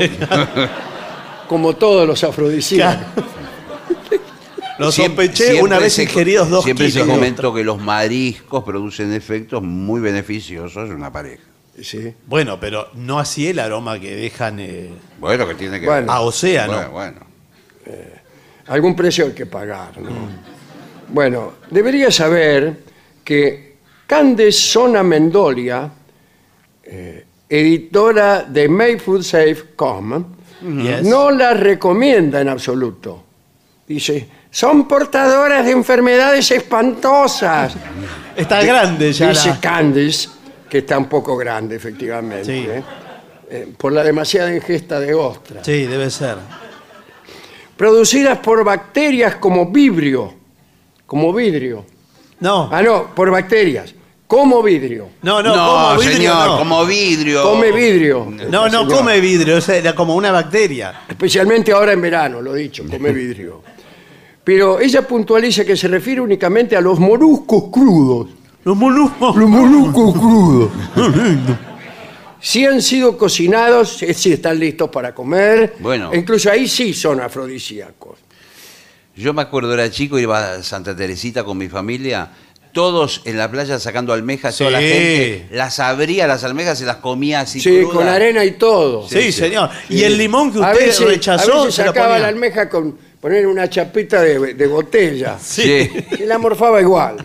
Speaker 1: como todos los afrodisíacos.
Speaker 3: Lo
Speaker 2: Siempre-
Speaker 3: sospeché
Speaker 2: siempre
Speaker 3: una vez
Speaker 2: se-
Speaker 3: ingeridos dos
Speaker 2: Siempre
Speaker 3: kilos.
Speaker 2: se comentó que los mariscos producen efectos muy beneficiosos en una pareja.
Speaker 1: Sí.
Speaker 3: Bueno, pero no así el aroma que dejan eh,
Speaker 4: Bueno, que tiene que
Speaker 1: Bueno.
Speaker 3: a Ah, océano.
Speaker 4: Bueno, bueno.
Speaker 1: algún precio hay que pagar. ¿no? Bueno, debería saber que Candes Sona Mendolia, eh, editora de MakeFoodSafe.com,
Speaker 3: Yes.
Speaker 1: no la recomienda en absoluto. Dice, son portadoras de enfermedades espantosas.
Speaker 3: Está grande ya.
Speaker 1: Dice
Speaker 3: la-
Speaker 1: Candice, que está un poco grande, efectivamente.
Speaker 3: Sí.
Speaker 1: ¿eh? Eh, por la demasiada ingesta de ostras.
Speaker 3: Sí, debe ser.
Speaker 1: producidas por bacterias como vibrio, como vidrio.
Speaker 3: No,
Speaker 1: Ah, no, por bacterias, como vidrio.
Speaker 3: no, no,
Speaker 4: No,
Speaker 3: como vidrio,
Speaker 4: señor,
Speaker 3: no.
Speaker 4: como vidrio.
Speaker 1: Come vidrio.
Speaker 3: No, no
Speaker 1: Señor.
Speaker 3: come vidrio, es era como una bacteria.
Speaker 1: Especialmente ahora en verano, lo he dicho,
Speaker 3: [LAUGHS]
Speaker 1: come vidrio. Pero ella puntualiza que se refiere únicamente a los moluscos crudos.
Speaker 3: Los moluscos.
Speaker 1: Los moluscos crudos. Si han sido cocinados, eh, si están listos para comer.
Speaker 2: Bueno.
Speaker 1: Incluso ahí sí son afrodisíacos.
Speaker 2: Yo me acuerdo, era chico, iba a Santa Teresita con mi familia, todos en la playa sacando almejas, toda la
Speaker 3: Sí.
Speaker 2: gente las abría las almejas y las comía así.
Speaker 1: Sí,
Speaker 2: crudas.
Speaker 1: con arena y todo.
Speaker 3: Sí, señor. Y el limón que
Speaker 1: A
Speaker 3: usted
Speaker 1: veces-
Speaker 3: rechazó
Speaker 1: a veces
Speaker 3: se lo
Speaker 1: sacaba
Speaker 3: ponía.
Speaker 1: la almeja con poner una chapita de, de botella.
Speaker 3: Sí.
Speaker 2: Sí.
Speaker 1: Y la morfaba
Speaker 3: [LAUGHS]
Speaker 1: igual.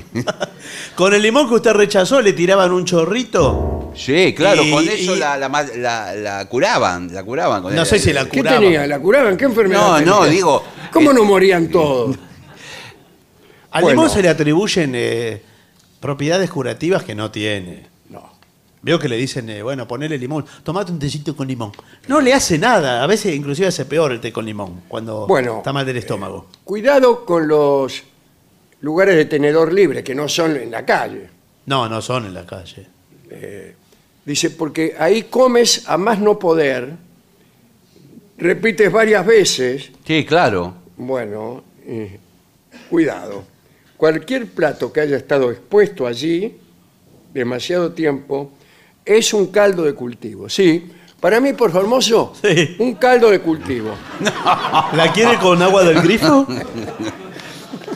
Speaker 3: Con el limón que usted rechazó le tiraban un chorrito.
Speaker 2: Sí, claro,
Speaker 3: Y-
Speaker 2: con eso
Speaker 3: y-
Speaker 2: la, la ma- la- la curaban, la curaban. Con
Speaker 3: No
Speaker 2: el-
Speaker 3: sé si la
Speaker 1: ¿Qué
Speaker 3: curaban.
Speaker 1: tenía? ¿La curaban? ¿Qué enfermedad?
Speaker 2: No, no,
Speaker 1: tenía?
Speaker 2: digo,
Speaker 1: ¿Cómo
Speaker 2: eh,
Speaker 1: no morían
Speaker 3: [LAUGHS]
Speaker 1: todos?
Speaker 3: Al
Speaker 1: Bueno.
Speaker 3: limón se le atribuyen eh, propiedades curativas que no tiene.
Speaker 1: No.
Speaker 3: Veo que le dicen, eh, bueno, ponele limón, tomate un tecito con limón. No le hace nada, a veces inclusive hace peor el té con limón, cuando
Speaker 1: Bueno, eh,
Speaker 3: está mal del estómago.
Speaker 1: Cuidado con los lugares de tenedor libre, que no son en la calle.
Speaker 3: No, no son en la calle. [LAUGHS]
Speaker 1: Dice, porque ahí comes a más no poder, repites varias veces,
Speaker 2: Sí, claro.
Speaker 1: Bueno, eh, cuidado. Cualquier plato que haya estado expuesto allí demasiado tiempo es un caldo de cultivo. Sí, para mí, por Formoso,
Speaker 3: Sí.
Speaker 1: un caldo de cultivo.
Speaker 3: ¿La quiere con agua del grifo? [LAUGHS]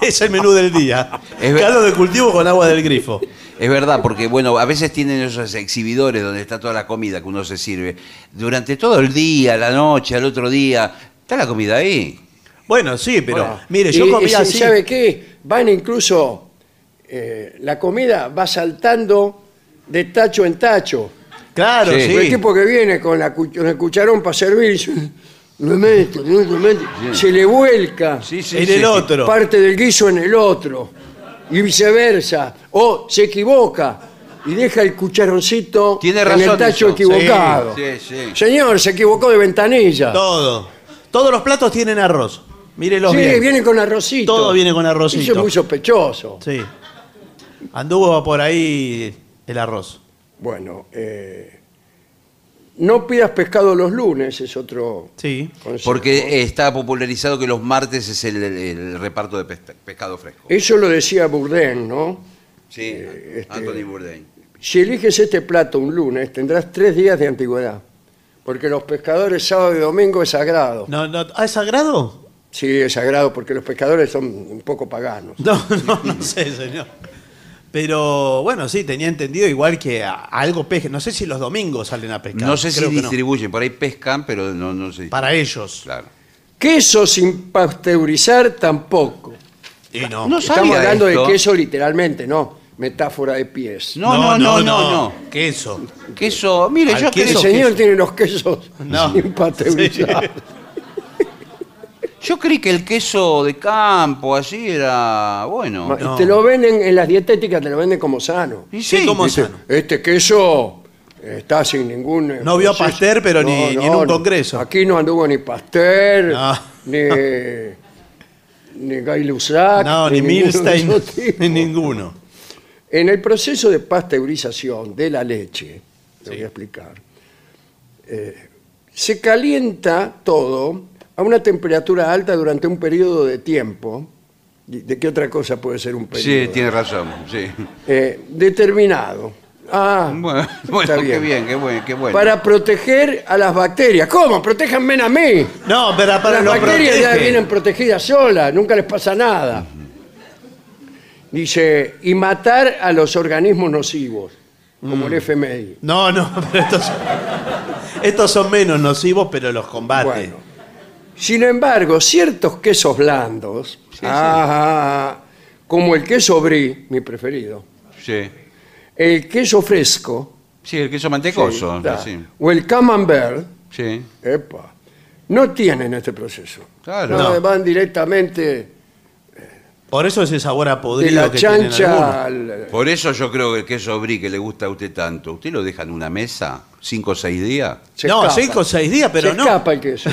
Speaker 3: es el menú del día.
Speaker 2: Es ver-
Speaker 3: Caldo de cultivo con agua del grifo.
Speaker 2: Es verdad, porque bueno, a veces tienen esos exhibidores donde está toda la comida que uno se sirve. Durante todo el día, la noche, al otro día, está la comida ahí.
Speaker 3: Bueno, sí, pero
Speaker 1: Bueno,
Speaker 3: mire,
Speaker 1: y-
Speaker 3: yo
Speaker 1: y
Speaker 3: comía
Speaker 1: si-
Speaker 3: así.
Speaker 1: ¿Sabe qué? Van incluso, eh, la comida va saltando de tacho en tacho.
Speaker 3: Claro,
Speaker 2: Sí.
Speaker 3: sí.
Speaker 1: Porque El tipo que viene con, la, cu- con el cucharón para servir, [LAUGHS] lo mete, lo mete, se le vuelca.
Speaker 3: en el otro.
Speaker 1: parte del guiso en el otro y viceversa o se equivoca y deja el cucharoncito
Speaker 2: Tiene
Speaker 1: en el
Speaker 2: razón
Speaker 1: tacho
Speaker 2: eso.
Speaker 1: equivocado
Speaker 2: Sí, sí.
Speaker 1: señor se equivocó de ventanilla
Speaker 3: Todo. Todos los platos tienen arroz. Mírelos
Speaker 1: sí
Speaker 3: bien.
Speaker 1: viene con arrocito
Speaker 3: Todo viene con arrocito.
Speaker 1: eso es muy sospechoso
Speaker 3: Sí. Anduvo por ahí el arroz.
Speaker 1: bueno eh, no pidas pescado los lunes es otro
Speaker 3: Sí.
Speaker 1: consejo.
Speaker 2: Porque eh, está popularizado que los martes es el, el reparto de pesca- pescado fresco.
Speaker 3: Eh,
Speaker 1: eso lo decía Bourdain no
Speaker 2: Sí,
Speaker 3: este,
Speaker 2: Anthony Bourdain.
Speaker 1: Si eliges este plato un lunes, tendrás tres días de antigüedad. Porque los pescadores sábado y domingo es sagrado.
Speaker 3: No, no. ¿Ah, es sagrado? [LAUGHS]
Speaker 1: Sí, es sagrado porque los pescadores son un poco paganos.
Speaker 3: No, no, no sé, señor. Pero bueno, sí, tenía entendido igual que a- algo pesca. No sé si los domingos salen a pescar.
Speaker 2: No sé si
Speaker 3: Creo que no.
Speaker 2: distribuyen, por ahí pescan, pero no, no sé.
Speaker 3: Para ellos.
Speaker 2: Claro.
Speaker 1: Queso sin pasteurizar tampoco.
Speaker 3: Y no.
Speaker 2: No
Speaker 1: Estamos
Speaker 2: sabía
Speaker 1: hablando
Speaker 2: esto.
Speaker 1: de queso literalmente, no. Metáfora de pies.
Speaker 2: No, no, no, no, no.
Speaker 3: Queso.
Speaker 2: Queso, mire,
Speaker 3: Al
Speaker 2: yo
Speaker 3: queso
Speaker 1: El
Speaker 2: creo,
Speaker 1: señor tiene los quesos
Speaker 3: No.
Speaker 1: sin
Speaker 3: [LAUGHS]
Speaker 1: pasteurizar.
Speaker 2: yo creí que el queso de campo así era bueno.
Speaker 1: Y Te lo venden en las dietéticas, te lo venden como sano.
Speaker 2: Y
Speaker 3: Sí,
Speaker 2: sí,
Speaker 3: como
Speaker 2: dice-
Speaker 3: sano.
Speaker 1: Este queso eh, está sin ningún. eh,
Speaker 3: No vio a
Speaker 1: proceso.
Speaker 3: Pasteur, pero ni- ni en un congreso.
Speaker 1: Aquí no anduvo ni Pasteur,
Speaker 3: No.
Speaker 1: ni. ni Guy Lussac.
Speaker 3: No, ni
Speaker 1: "Ah, ninguno de
Speaker 3: Milstein,
Speaker 1: esos tipos.
Speaker 3: ni [LAUGHS] ninguno.
Speaker 1: En el proceso de pasteurización de la leche, te voy a explicar, eh, se calienta todo a una temperatura alta durante un periodo de tiempo. ¿De de qué otra cosa puede ser un periodo?
Speaker 2: Sí, tiene razón, sí.
Speaker 1: Eh, determinado. Ah,
Speaker 2: [LAUGHS] Bueno,
Speaker 1: está
Speaker 2: bueno, qué bien, qué bueno, qué bueno.
Speaker 1: Para proteger a las bacterias. ¿Cómo? Protéjanme a mí.
Speaker 3: No, pero para
Speaker 1: las
Speaker 3: lo
Speaker 1: bacterias ya
Speaker 3: protege.
Speaker 1: vienen protegidas solas, nunca les pasa nada. Dice, y matar a los organismos nocivos. como el
Speaker 3: Mm.
Speaker 1: FMI.
Speaker 3: No, no, [LAUGHS] pero estos son, estos son menos nocivos, pero los combate.
Speaker 1: Bueno. Sin embargo, ciertos quesos blandos, ah, como el queso brie, mi preferido,
Speaker 2: Sí.
Speaker 1: el queso fresco,
Speaker 2: Sí, el queso mantecoso.
Speaker 1: da,
Speaker 2: Sí.
Speaker 1: o el camembert,
Speaker 2: sí.
Speaker 1: epa, no tienen este proceso.
Speaker 2: Claro.
Speaker 1: No,
Speaker 3: No.
Speaker 1: Van directamente
Speaker 3: Por eso ese sabor a
Speaker 1: de
Speaker 3: podrido
Speaker 1: la
Speaker 3: que tienen
Speaker 1: chancha
Speaker 3: algunos.
Speaker 1: al...
Speaker 2: Por eso yo creo que el queso brie que le gusta a usted tanto, ¿usted lo deja en una mesa cinco o seis días?
Speaker 1: se
Speaker 3: no,
Speaker 1: escapa.
Speaker 3: cinco o seis días, pero
Speaker 1: se
Speaker 3: no.
Speaker 1: escapa el queso.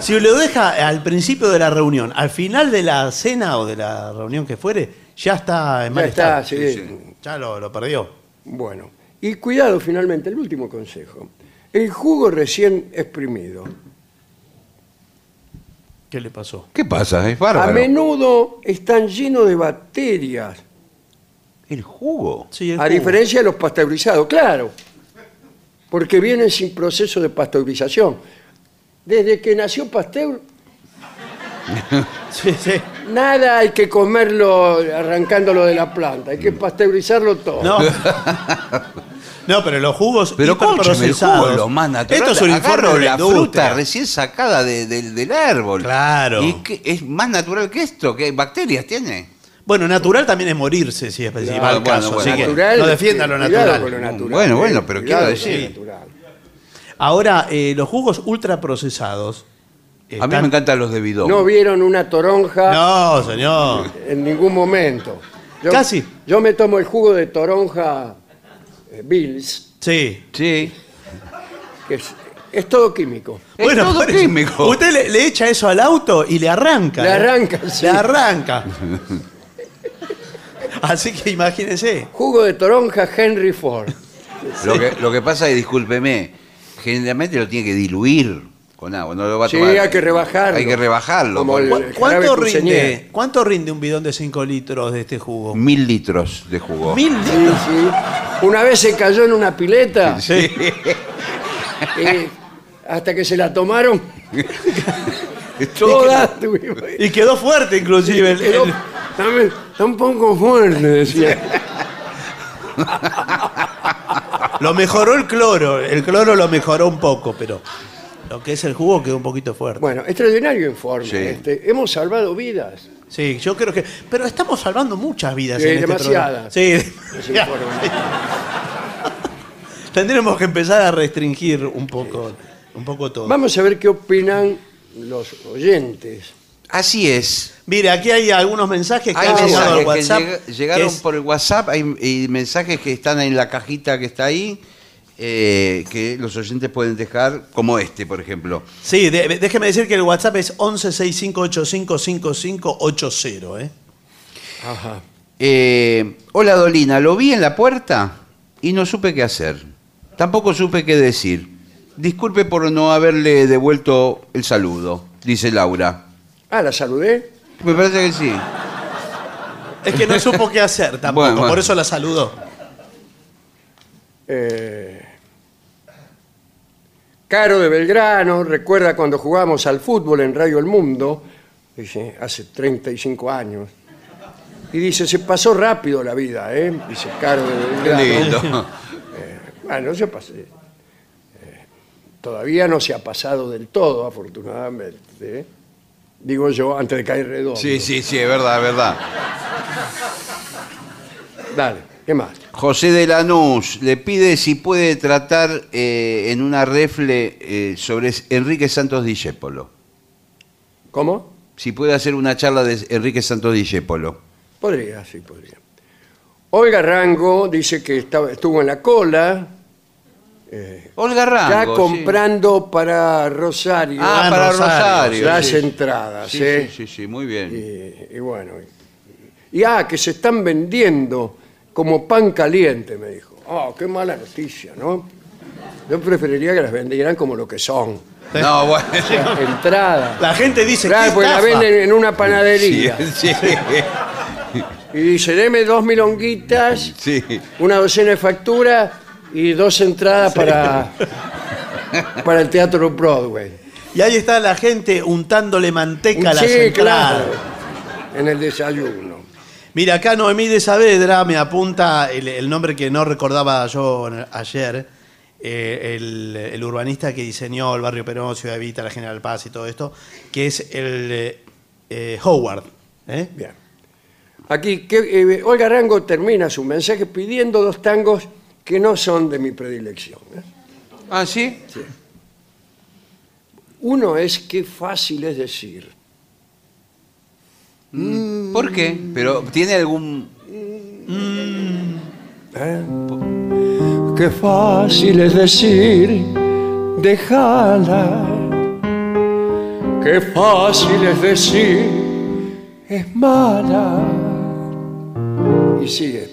Speaker 3: Si lo deja al principio de la reunión, al final de la cena o de la reunión que fuere, ya está en
Speaker 1: Ya
Speaker 3: mal
Speaker 1: está,
Speaker 3: estado.
Speaker 1: sí.
Speaker 3: Ya lo, lo perdió.
Speaker 1: Bueno, y cuidado finalmente, el último consejo. El jugo recién exprimido.
Speaker 3: ¿Qué le pasó?
Speaker 2: ¿Qué pasa? Es
Speaker 1: A
Speaker 2: bárbaro.
Speaker 1: menudo están llenos de bacterias,
Speaker 2: El jugo.
Speaker 3: Sí, el
Speaker 1: a
Speaker 3: jugo.
Speaker 1: diferencia de los pasteurizados, claro, porque vienen sin proceso de pasteurización. Desde que nació Pasteur,
Speaker 3: Sí, sí.
Speaker 1: nada hay que comerlo arrancándolo de la planta, hay
Speaker 2: Mm.
Speaker 1: que pasteurizarlo todo.
Speaker 2: [LAUGHS]
Speaker 3: No. No, pero los jugos
Speaker 2: Pero cóncheme, el
Speaker 3: hiperprocesados.
Speaker 2: jugo es lo más natural.
Speaker 3: Esto es un
Speaker 2: Agarro
Speaker 3: informe de
Speaker 2: la
Speaker 3: la
Speaker 2: fruta
Speaker 3: industria.
Speaker 2: recién sacada de- del- del árbol.
Speaker 3: Claro.
Speaker 2: ¿Y qué- es más natural que esto? ¿Qué bacterias tiene?
Speaker 3: Bueno, natural también es morirse, si es si va
Speaker 2: Claro,
Speaker 3: al caso.
Speaker 2: bueno,
Speaker 3: así que
Speaker 1: Natural,
Speaker 3: no defienda lo
Speaker 1: cuidado
Speaker 3: natural.
Speaker 1: con lo natural,
Speaker 2: Bueno, bueno,
Speaker 1: eh,
Speaker 2: pero
Speaker 1: cuidado
Speaker 2: quiero
Speaker 1: con lo
Speaker 2: decir-
Speaker 1: natural.
Speaker 3: Ahora, eh, los jugos ultraprocesados.
Speaker 2: A
Speaker 3: están-
Speaker 2: mí me encantan los de bidón.
Speaker 1: No vieron una toronja
Speaker 3: No, señor.
Speaker 1: en ningún momento.
Speaker 3: Casi.
Speaker 1: Yo me tomo el jugo de toronja eh, Bills,
Speaker 3: Sí.
Speaker 2: Sí.
Speaker 1: que es, es todo químico.
Speaker 2: Es todo
Speaker 3: por eso,
Speaker 2: químico.
Speaker 3: Usted le, le echa eso al auto y le arranca.
Speaker 1: Le
Speaker 3: ¿eh?
Speaker 1: arranca, sí.
Speaker 2: [LAUGHS]
Speaker 3: Le arranca. Así que imagínese.
Speaker 1: Jugo de toronja Henry Ford.
Speaker 2: Lo, que, lo que pasa es, discúlpeme, generalmente lo tiene que diluir con agua, no lo va a
Speaker 1: Sí,
Speaker 2: tomar.
Speaker 1: hay que rebajarlo.
Speaker 2: Hay que rebajarlo.
Speaker 1: Como
Speaker 2: con-
Speaker 1: el-
Speaker 3: ¿Cu-
Speaker 1: jarabe
Speaker 3: ¿Cuánto
Speaker 1: Tucenier.
Speaker 3: rinde, ¿Cuánto rinde un bidón de 5 litros de este jugo?
Speaker 2: Mil litros de jugo.
Speaker 3: Mil
Speaker 1: Sí,
Speaker 3: litros.
Speaker 1: sí. Una vez se cayó en una pileta
Speaker 3: Sí.
Speaker 1: eh, hasta que se la tomaron
Speaker 2: Toda-
Speaker 1: todas. tuvimos-
Speaker 3: Y quedó fuerte, inclusive. el-
Speaker 1: Quedó-
Speaker 3: el-
Speaker 1: dame- Está un poco fuerte, decía.
Speaker 3: Lo mejoró el cloro. El cloro lo mejoró un poco, pero lo que es el jugo quedó un poquito fuerte.
Speaker 1: Bueno, extraordinario informe.
Speaker 2: Sí.
Speaker 1: este. hemos salvado vidas.
Speaker 3: Sí, yo creo que. Pero estamos salvando muchas vidas
Speaker 1: Sí,
Speaker 3: en este
Speaker 1: demasiadas.
Speaker 3: programa.
Speaker 1: Ese
Speaker 3: [LAUGHS] Sí,
Speaker 1: informe.
Speaker 3: tendremos que empezar a restringir un poco, un poco todo.
Speaker 1: Vamos a ver qué opinan los oyentes.
Speaker 2: Así es.
Speaker 3: Mire, aquí hay algunos mensajes que
Speaker 2: Hay
Speaker 3: han llegado al
Speaker 2: mensajes
Speaker 3: WhatsApp.
Speaker 2: que lleg-
Speaker 3: que
Speaker 2: llegaron
Speaker 3: es-
Speaker 2: por el WhatsApp, hay, hay mensajes que están en la cajita que está ahí, eh, que los oyentes pueden dejar, como este, por ejemplo.
Speaker 3: Sí, de- déjeme decir que el WhatsApp es 1165855580, ¿eh?
Speaker 2: Eh, Hola Dolina, lo vi en la puerta y no supe qué hacer. Tampoco supe qué decir. Disculpe por no haberle devuelto el saludo, dice Laura.
Speaker 1: Ah, la saludé.
Speaker 2: Me parece que sí.
Speaker 3: Es que no supo qué hacer tampoco,
Speaker 2: Bueno, bueno.
Speaker 3: por eso la saludó.
Speaker 1: Eh, Caro de Belgrano, recuerda cuando jugamos al fútbol en Radio El Mundo, dice, hace 35 años. Y dice, se pasó rápido la vida, ¿eh? Dice Caro de
Speaker 2: Qué
Speaker 1: Belgrano.
Speaker 2: [LAUGHS] lindo.
Speaker 1: Bueno, se pasó. eh, todavía no se ha pasado del todo, afortunadamente. ¿eh? Digo yo, antes de caer redondo.
Speaker 2: Sí, sí, sí, es verdad, es verdad.
Speaker 1: Dale, ¿qué más?
Speaker 2: José de Lanús le pide si puede tratar eh, en una refle eh, sobre Enrique Santos Discépolo.
Speaker 1: ¿Cómo?
Speaker 2: Si puede hacer una charla de Enrique Santos Discépolo.
Speaker 1: Podría, sí, podría. Olga Rango dice que estaba- estuvo en la cola,
Speaker 2: Olga Rango.
Speaker 1: ya
Speaker 2: sí.
Speaker 1: comprando para Rosario
Speaker 2: Ah,
Speaker 3: Ah,
Speaker 2: para Rosario.
Speaker 3: Rosario,
Speaker 1: las
Speaker 2: sí.
Speaker 1: entradas.
Speaker 2: Sí,
Speaker 1: ¿eh?
Speaker 2: sí, sí, sí, muy bien.
Speaker 1: Y, y bueno, y, y, ah, que se están vendiendo como pan caliente, me dijo. Oh, qué mala noticia, ¿no? Yo preferiría que las vendieran como lo que son. [LAUGHS]
Speaker 2: No, bueno.
Speaker 1: Entradas.
Speaker 3: La gente dice que
Speaker 1: Claro, pues la venden en una panadería.
Speaker 2: [LAUGHS] Sí,
Speaker 1: Y dice, deme dos milonguitas,
Speaker 2: sí.
Speaker 1: una docena de facturas y dos entradas para, para el Teatro Broadway.
Speaker 3: Y ahí está la gente untándole manteca a las
Speaker 1: Sí,
Speaker 3: entradas.
Speaker 1: claro, en el desayuno.
Speaker 3: Mira, acá Noemí de Saavedra me apunta el, el nombre que no recordaba yo en- ayer, eh, el, el urbanista que diseñó el barrio Perón, Ciudad Evita, la General Paz y todo esto, que es el eh, eh, Howard. ¿eh?
Speaker 1: Bien. Aquí, que, eh, Olga Rango termina su mensaje pidiendo dos tangos que no son de mi predilección. ¿eh?
Speaker 2: Ah, ¿sí?
Speaker 1: Uno es qué fácil es decir.
Speaker 2: ¿Por qué? Pero tiene algún...
Speaker 1: ¿eh? Qué fácil es decir, déjala. Qué fácil es decir, es mala. Y sigue.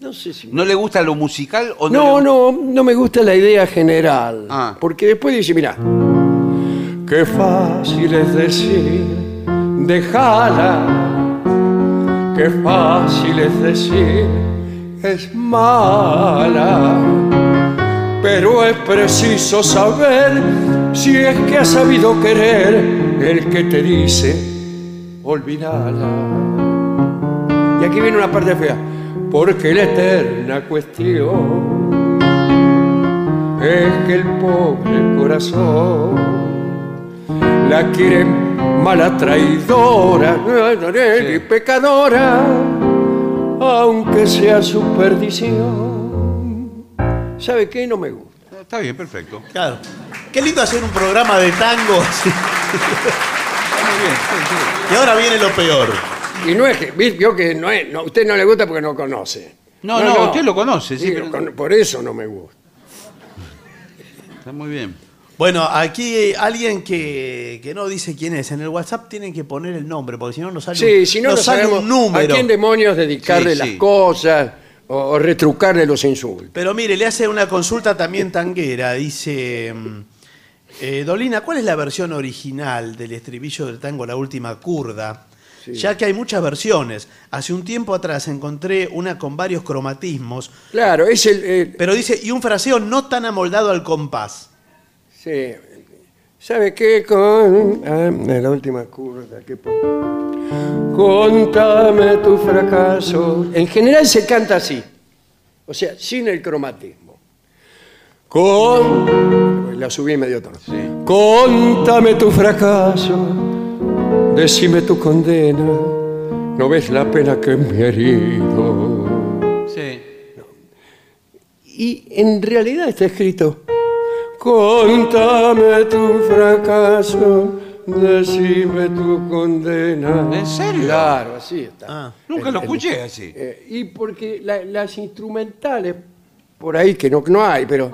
Speaker 1: No sé si
Speaker 2: ¿No le gusta lo musical o
Speaker 1: No,
Speaker 2: no? le-
Speaker 1: no, no me gusta la idea general.
Speaker 2: Ah.
Speaker 1: Porque después dice, mira, qué fácil es decir, déjala. Qué fácil es decir, es mala. Pero es preciso saber si es que has sabido querer el que te dice, olvídala. Y aquí viene una parte fea. Porque la eterna cuestión es que el pobre corazón la quiere mala traidora y pecadora, aunque sea su perdición. ¿Sabe qué? No me gusta.
Speaker 2: Está bien, perfecto.
Speaker 3: Claro. Qué lindo hacer un programa de tango. así. y ahora viene lo peor.
Speaker 1: Y no es que, vi- vio que no es, no, usted no le gusta porque no conoce.
Speaker 2: No, no, usted lo conoce, sí,
Speaker 1: lo
Speaker 2: pero-
Speaker 1: cono- Por eso no me gusta.
Speaker 2: Está muy bien.
Speaker 3: Bueno, aquí eh, alguien que, que no dice quién es. En el WhatsApp tienen que poner el nombre, porque si no nos sale,
Speaker 1: Sí, si no,
Speaker 3: nos
Speaker 1: no
Speaker 3: sale
Speaker 1: sabemos
Speaker 3: un
Speaker 1: a
Speaker 3: número.
Speaker 1: quién demonios dedicarle
Speaker 2: Sí,
Speaker 1: las
Speaker 2: sí.
Speaker 1: cosas o, o retrucarle los insultos.
Speaker 3: Pero mire, le hace una consulta también tanguera. Dice, mm, eh, Dolina, ¿cuál es la versión original del estribillo del tango La Última Curda? Ya que hay muchas versiones. Hace un tiempo atrás encontré una con varios cromatismos,
Speaker 1: Claro, es el... el-
Speaker 3: pero dice, y un fraseo no tan amoldado al compás.
Speaker 1: sí. ¿Sabe qué? Con ah, la última curva. qué po- Contame tu fracaso. En general se canta así. O sea, sin el cromatismo. Con... La subí medio tono. Contame tu fracaso. Decime tu condena. No ves la pena que me ha herido.
Speaker 2: Sí.
Speaker 1: Y en realidad está escrito, contame tu fracaso, decime tu condena.
Speaker 2: ¿En serio?
Speaker 1: Claro, así está.
Speaker 3: Ah.
Speaker 2: Nunca lo escuché así.
Speaker 1: Eh, y porque la- las instrumentales, por ahí que no, no hay, pero...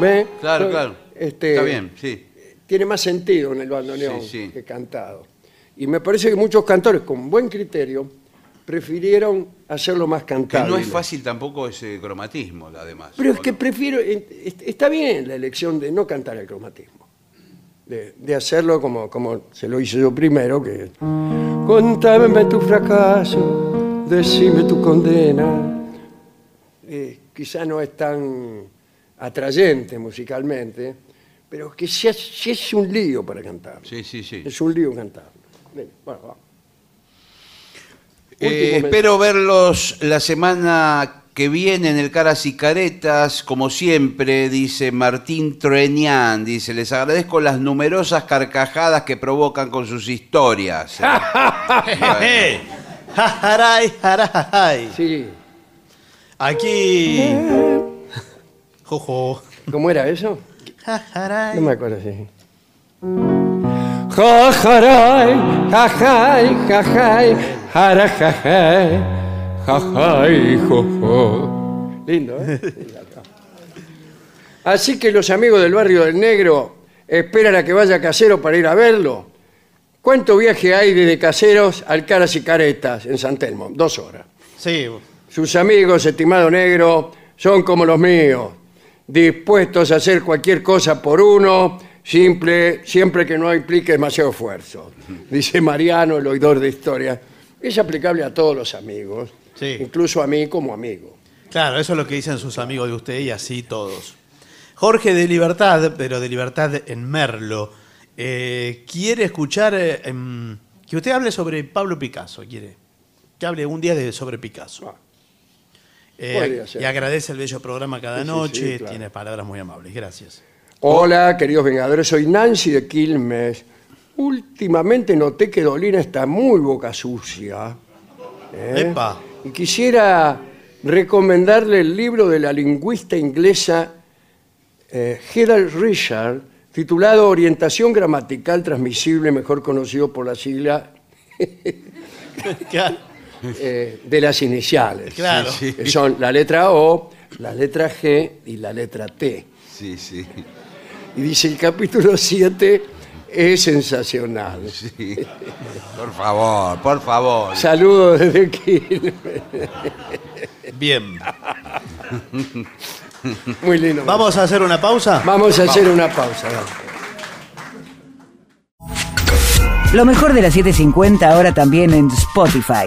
Speaker 1: ¿Ve?
Speaker 2: Claro,
Speaker 1: Son-
Speaker 2: claro.
Speaker 1: este,
Speaker 2: Está bien, sí.
Speaker 1: Tiene más sentido en el bandoneón
Speaker 2: Sí, sí.
Speaker 1: que cantado. Y me parece que muchos cantores con buen criterio prefirieron hacerlo más
Speaker 2: Que
Speaker 1: cantado.
Speaker 2: no es fácil tampoco ese cromatismo, además.
Speaker 1: Pero es
Speaker 2: ¿O
Speaker 1: que
Speaker 2: no?
Speaker 1: prefiero, en- est- está bien la elección de no cantar el cromatismo, de, de hacerlo como, como se lo hice yo primero, que contame tu fracaso, decime tu condena. Eh, quizá no es tan atrayente musicalmente, pero que sí es, sí es un lío para cantar.
Speaker 2: Sí, sí, sí.
Speaker 1: Es un lío cantar. Bueno, vamos.
Speaker 2: Eh,
Speaker 1: Último mes.
Speaker 2: espero verlos la semana que viene en el Caras y Caretas, como siempre, dice Martín Truenian, dice, les agradezco las numerosas carcajadas que provocan con sus [LAUGHS] historias.
Speaker 3: ¡Eh!
Speaker 2: Bueno,
Speaker 3: Jajaray, jarajaray.
Speaker 1: Sí. [LAUGHS]
Speaker 3: Aquí... Jojo.
Speaker 1: ¿Cómo era eso?
Speaker 3: Jajaray.
Speaker 1: No me acuerdo, sí. Jajaray, jajay, jajay, jarajajay, jajay, jojo. Lindo, ¿eh? [LAUGHS] Así que los amigos del barrio del Negro esperan a que vaya Casero para ir a verlo. ¿Cuánto viaje hay desde Caseros al Caras y Caretas en San Telmo? Dos horas.
Speaker 3: Sí.
Speaker 1: Sus amigos, estimado negro, son como los míos, dispuestos a hacer cualquier cosa por uno, simple, siempre que no implique demasiado esfuerzo. Dice Mariano, el oidor de historia. Es aplicable a todos los amigos,
Speaker 3: Sí.
Speaker 1: incluso a mí como amigo.
Speaker 3: Claro, eso es lo que dicen sus amigos de usted y así todos. Jorge de Libertad, pero de Libertad en Merlo, eh, quiere escuchar eh, em, que usted hable sobre Pablo Picasso, quiere. Que hable un día de, sobre Picasso.
Speaker 1: Ah.
Speaker 3: Eh,
Speaker 1: podría ser.
Speaker 3: y agradece el bello programa cada
Speaker 1: Sí, sí,
Speaker 3: noche,
Speaker 1: sí, claro.
Speaker 3: tiene palabras muy amables, gracias.
Speaker 1: Hola, queridos vengadores, soy Nancy de Quilmes. Últimamente noté que Dolina está muy boca sucia. ¿eh?
Speaker 3: Epa. [LAUGHS]
Speaker 1: Y quisiera recomendarle el libro de la lingüista inglesa eh, Gerald Richard, titulado Orientación Gramatical Transmisible, mejor conocido por la sigla
Speaker 3: Claro,
Speaker 1: eh, de las iniciales.
Speaker 3: Claro.
Speaker 1: Que son la letra O, la letra G y la letra T.
Speaker 2: Sí, sí.
Speaker 1: Y dice el capítulo [LAUGHS] 7 es sensacional.
Speaker 2: Por favor, por favor.
Speaker 1: Saludos desde Quilmes.
Speaker 3: Bien,
Speaker 1: Muy lindo.
Speaker 3: vamos a hacer una pausa.
Speaker 1: Vamos a hacer una pausa. vamos.
Speaker 5: Lo mejor de la 750 ahora también en Spotify.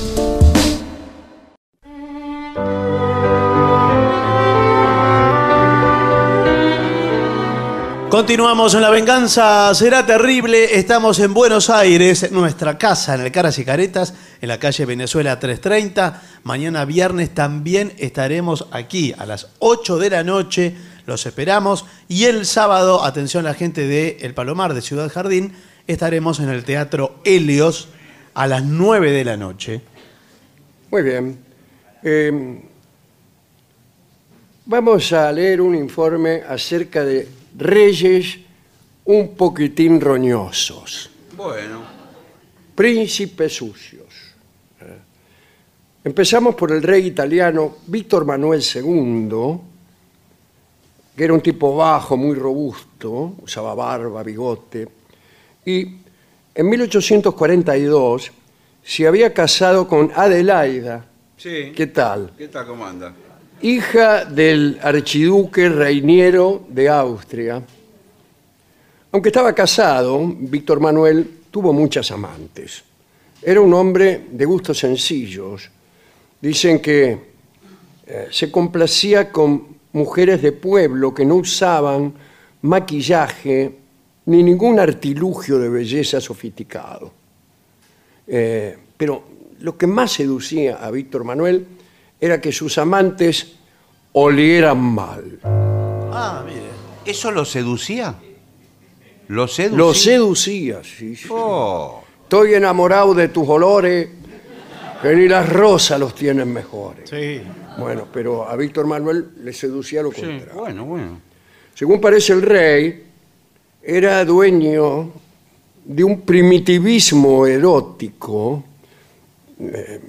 Speaker 3: Continuamos en La Venganza Será Terrible. Estamos en Buenos Aires, en nuestra casa, en el Caras y Caretas, en la calle Venezuela 330. Mañana viernes también estaremos aquí a las 8 de la noche. Los esperamos. Y el sábado, atención la gente de El Palomar, de Ciudad Jardín, estaremos en el Teatro Helios a las 9 de la noche.
Speaker 1: Muy bien. Eh, vamos a leer un informe acerca de reyes un poquitín roñosos.
Speaker 2: Bueno,
Speaker 1: príncipes sucios. ¿Eh? Empezamos por el rey italiano Víctor Manuel II, que era un tipo bajo, muy robusto, usaba barba, bigote, y en 1842 se había casado con Adelaida.
Speaker 2: sí.
Speaker 1: ¿Qué tal?
Speaker 2: ¿Qué tal, cómo anda?
Speaker 1: hija del archiduque Reiniero de Austria. Aunque estaba casado, Víctor Manuel tuvo muchas amantes. Era un hombre de gustos sencillos. Dicen que eh, se complacía con mujeres de pueblo que no usaban maquillaje ni ningún artilugio de belleza sofisticado. Eh, pero lo que más seducía a Víctor Manuel era que sus amantes olieran mal.
Speaker 3: Ah, mire.
Speaker 2: ¿Eso lo seducía? ¿Lo seducía?
Speaker 1: Lo seducía, sí, sí.
Speaker 2: Oh,
Speaker 1: Estoy enamorado de tus olores, que ni las rosas los tienen mejores.
Speaker 3: Sí.
Speaker 1: Bueno, pero a Víctor Manuel le seducía lo contrario.
Speaker 2: bueno, bueno.
Speaker 1: Según parece el rey, era dueño de un primitivismo erótico eh,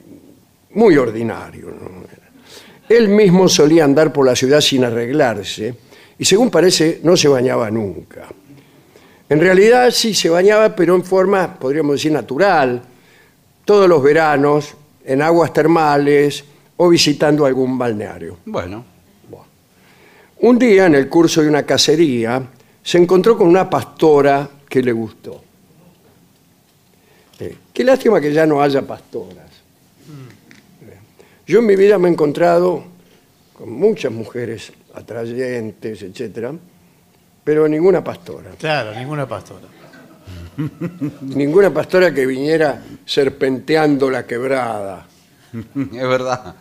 Speaker 1: muy ordinario. ¿no? Él mismo solía andar por la ciudad sin arreglarse y según parece no se bañaba nunca. En realidad sí se bañaba, pero en forma, podríamos decir, natural, todos los veranos, en aguas termales o visitando algún balneario.
Speaker 2: Bueno, [LAUGHS]
Speaker 1: Un día, en el curso de una cacería, se encontró con una pastora que le gustó. Eh, qué lástima que ya no haya pastoras. Eh, Yo en mi vida me he encontrado con muchas mujeres atrayentes, etcétera, pero ninguna pastora.
Speaker 3: Claro, ninguna pastora.
Speaker 1: Ninguna pastora que viniera serpenteando la quebrada
Speaker 2: es verdad.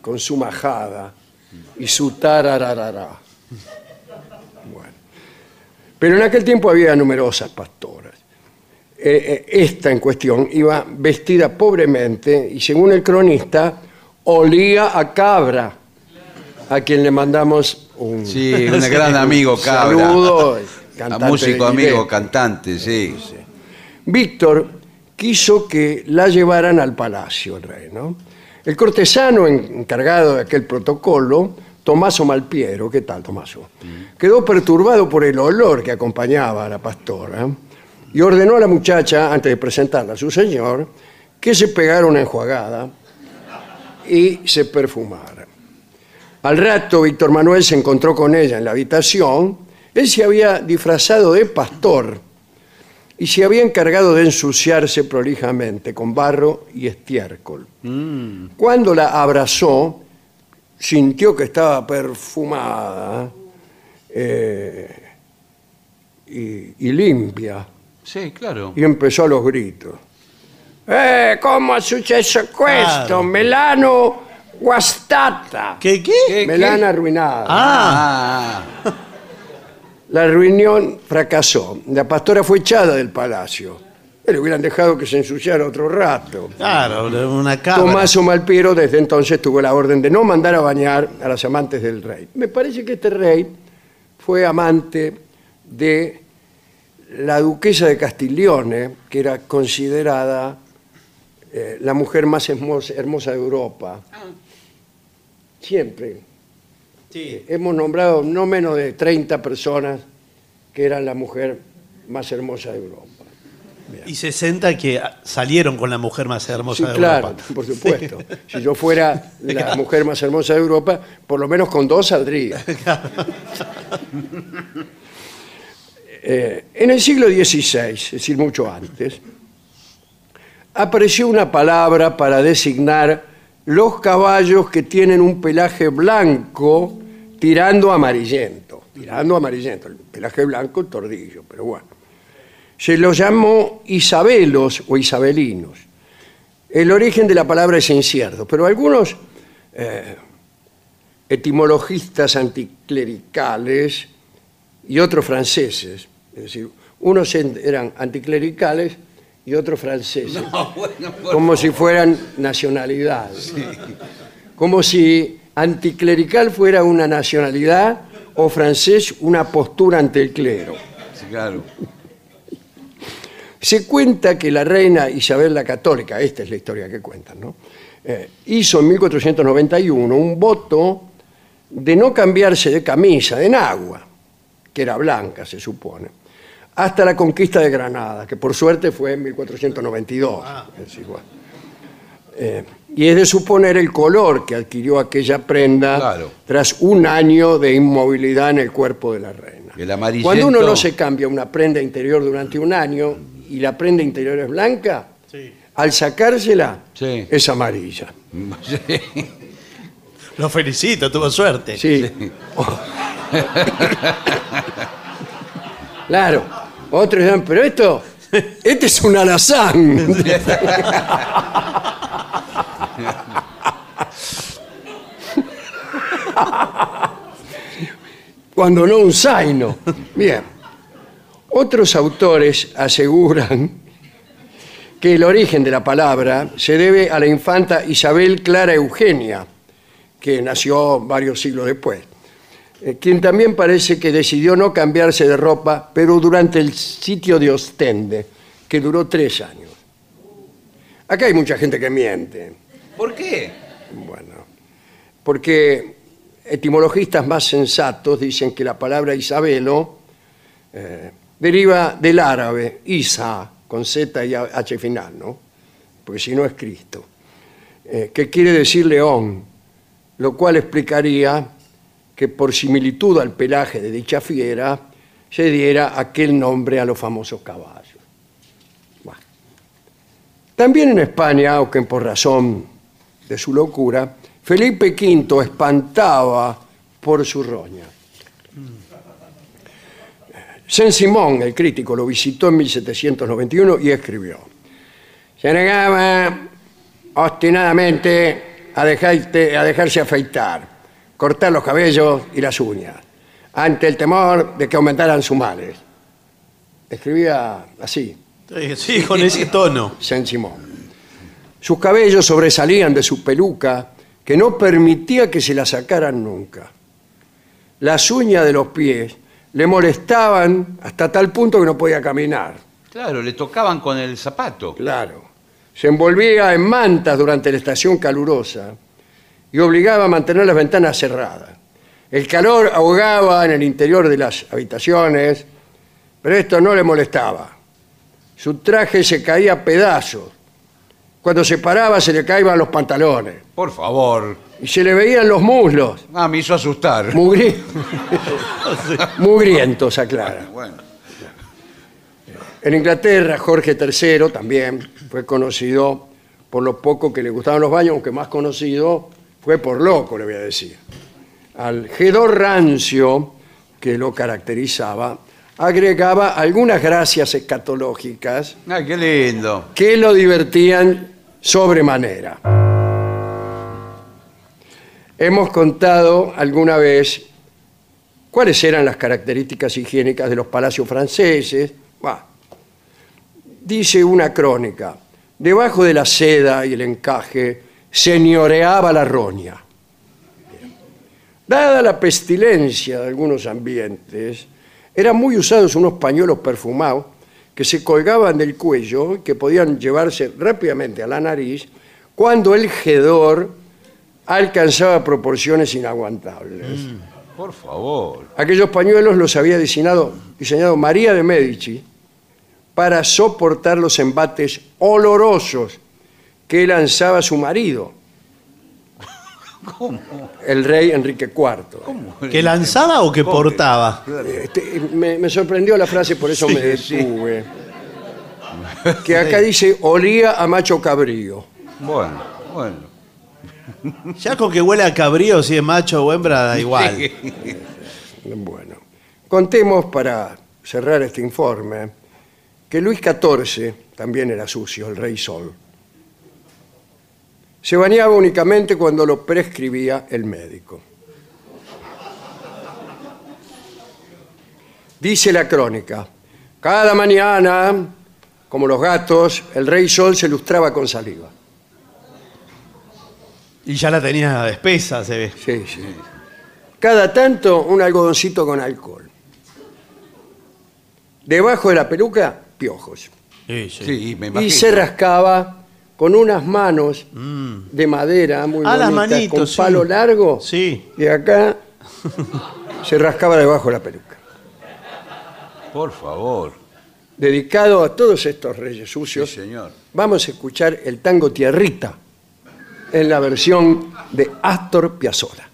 Speaker 1: con su majada y su tarararará. Bueno. Pero en aquel tiempo había numerosas pastoras. Eh, eh, esta en cuestión iba vestida pobremente y según el cronista, olía a cabra, a quien le mandamos un
Speaker 2: [LAUGHS] Sí, un gran amigo, cabra.
Speaker 1: saludo.
Speaker 2: A
Speaker 1: cantante
Speaker 2: músico
Speaker 1: de
Speaker 2: amigo,
Speaker 1: Gillespie.
Speaker 2: cantante, sí.
Speaker 1: Víctor quiso que la llevaran al palacio el rey, ¿no? El cortesano en- encargado de aquel protocolo, Tomaso Malpiero, ¿qué tal Tomaso? Quedó perturbado por el olor que acompañaba a la pastora y ordenó a la muchacha, antes de presentarla a su señor, que se pegara una enjuagada y se perfumara. Al rato, Víctor Manuel se encontró con ella en la habitación. Él se había disfrazado de pastor y se había encargado de ensuciarse prolijamente con barro y estiércol.
Speaker 3: Mm.
Speaker 1: Cuando la abrazó, sintió que estaba perfumada eh, y- y limpia
Speaker 2: Sí, claro.
Speaker 1: y empezó a los gritos. ¡Eh, cómo ha successo questo?
Speaker 3: Claro.
Speaker 1: Melano guastata.
Speaker 3: ¿Qué qué?
Speaker 2: ¿Qué,
Speaker 1: Melana
Speaker 2: qué?
Speaker 1: arruinada.
Speaker 3: Ah,
Speaker 4: [LAUGHS]
Speaker 2: Ah,
Speaker 1: La reunión fracasó. La pastora fue echada del palacio. Eh, Le hubieran dejado que se ensuciara otro rato.
Speaker 3: claro, una cámara.
Speaker 1: Tomás Malpiero desde entonces tuvo la orden de no mandar a bañar a las amantes del rey. Me parece que este rey fue amante de la duquesa de Castiglione, que era considerada eh, la mujer más hermos- hermosa de Europa. Siempre.
Speaker 3: Sí.
Speaker 1: Hemos nombrado no menos de 30 personas que eran la mujer más hermosa de Europa.
Speaker 3: Y 60 que ah, salieron con la mujer más hermosa
Speaker 1: Sí,
Speaker 3: de
Speaker 1: claro,
Speaker 3: Europa.
Speaker 1: por
Speaker 3: [LAUGHS]
Speaker 1: supuesto. Si yo fuera la mujer más hermosa de Europa, por lo menos con dos
Speaker 3: [LAUGHS]
Speaker 1: saldría. Eh, en el siglo XVI, es decir, mucho antes, apareció una palabra para designar los caballos que tienen un pelaje blanco tirando amarillento. Tirando amarillento, el pelaje blanco, tordillo, pero bueno. Se los llamó isabelos o isabelinos. El origen de la palabra es incierto, pero algunos eh, etimologistas anticlericales y otros franceses, es decir, unos en- eran anticlericales y otros franceses,
Speaker 4: Ah,
Speaker 1: como si fueran nacionalidades, como si anticlerical fuera una nacionalidad o francés una postura ante el clero.
Speaker 2: sí, claro.
Speaker 4: [LAUGHS]
Speaker 1: Se cuenta que la reina Isabel la Católica, esta es la historia que cuentan, ¿no? Eh, hizo en 1491 un voto de no cambiarse de camisa en agua, que era blanca, se supone, hasta la conquista de Granada, que por suerte fue en 1492. es decir, bueno. Eh, y es de suponer el color que adquirió aquella prenda
Speaker 2: Claro.
Speaker 1: tras un año de inmovilidad en el cuerpo de la reina.
Speaker 2: El amarillento.
Speaker 1: Cuando uno no se cambia una prenda interior durante un año y la prenda interior es blanca, al sacársela
Speaker 2: Sí.
Speaker 1: es amarilla.
Speaker 3: Lo felicito, tuvo suerte.
Speaker 1: Sí. [LAUGHS] claro. Otros dirán, pero esto, este es un alazán. [LAUGHS] Cuando no un zaino. Bien. Otros autores aseguran que el origen de la palabra se debe a la infanta Isabel Clara Eugenia, que nació varios siglos después, eh, quien también parece que decidió no cambiarse de ropa, pero durante el sitio de Ostende, que duró tres años. Acá hay mucha gente que miente,
Speaker 2: ¿Por qué?
Speaker 1: bueno, porque etimologistas más sensatos dicen que la palabra Isabelo eh, deriva del árabe Isa, con Z y H final, ¿no? Porque si no es Cristo, eh, que quiere decir león, lo cual explicaría que por similitud al pelaje de dicha fiera se diera aquel nombre a los famosos caballos. Bueno. También en España, aunque por razón de su locura, Felipe V espantaba por su roña. Saint Simón, el crítico, lo visitó en 1791 y escribió. Se negaba obstinadamente a, dejarte- a dejarse afeitar, cortar los cabellos y las uñas, ante el temor de que aumentaran sus males. Escribía así,
Speaker 3: Sí, sí, con ese tono.
Speaker 1: Saint Simón. Sus cabellos sobresalían de su peluca, que no permitía que se la sacaran nunca. Las uñas de los pies le molestaban hasta tal punto que no podía caminar.
Speaker 2: Claro, le tocaban con el zapato.
Speaker 1: Claro. Se envolvía en mantas durante la estación calurosa y obligaba a mantener las ventanas cerradas. El calor ahogaba en el interior de las habitaciones, pero esto no le molestaba. Su traje se caía a pedazos. Cuando se paraba se le caían los pantalones
Speaker 4: Por favor.
Speaker 1: y se le veían los muslos.
Speaker 4: Ah, me hizo asustar.
Speaker 1: Mugri- Mugrientos, aclara.
Speaker 4: Bueno.
Speaker 1: En Inglaterra, Jorge III también fue conocido por lo poco que le gustaban los baños, aunque más conocido fue por loco, le voy a decir. Al hedor rancio que lo caracterizaba, agregaba algunas gracias escatológicas
Speaker 4: Ay, qué lindo.
Speaker 1: que lo divertían sobremanera. Hemos contado alguna vez cuáles eran las características higiénicas de los palacios franceses. Bah, dice una crónica, debajo de la seda y el encaje señoreaba la roña. Dada la pestilencia de algunos ambientes, eran muy usados unos pañuelos perfumados que se colgaban del cuello y que podían llevarse rápidamente a la nariz cuando el hedor alcanzaba proporciones inaguantables.
Speaker 4: Por favor.
Speaker 1: Aquellos pañuelos los había diseñado, diseñado María de Medici para soportar los embates olorosos que lanzaba su marido, el rey Enrique IV.
Speaker 3: ¿Que lanzaba o que portaba?
Speaker 1: Este, me, me sorprendió la frase, por eso me detuve. Que acá dice, olía a macho cabrío.
Speaker 4: Bueno, bueno.
Speaker 3: Ya con que huele a cabrío, si es macho o hembra, da igual.
Speaker 1: Bueno, contemos para cerrar este informe que Luis XIV también era sucio, el rey sol. Se bañaba únicamente cuando lo prescribía el médico. Dice la crónica, cada mañana, como los gatos, el rey sol se lustraba con saliva.
Speaker 3: Y ya la tenía espesa, se ve.
Speaker 1: Sí, sí. Cada tanto un algodoncito con alcohol. Debajo de la peluca, piojos.
Speaker 4: Sí, me
Speaker 1: Y
Speaker 4: imagino.
Speaker 1: se rascaba con unas manos de madera muy
Speaker 3: Ah, las
Speaker 1: bonitas,
Speaker 3: manitos,
Speaker 1: con
Speaker 3: sí.
Speaker 1: palo largo.
Speaker 3: Sí.
Speaker 1: Y acá se rascaba debajo de la peluca.
Speaker 4: Por favor.
Speaker 1: Dedicado a todos estos reyes
Speaker 4: Sí,
Speaker 1: sucios,
Speaker 4: señor.
Speaker 1: vamos a escuchar el tango Tierrita en la versión de Astor Piazzolla.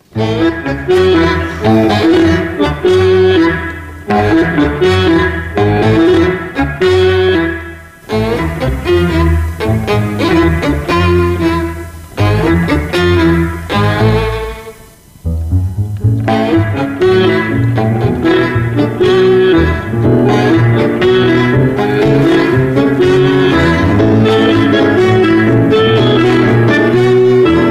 Speaker 6: Thank you.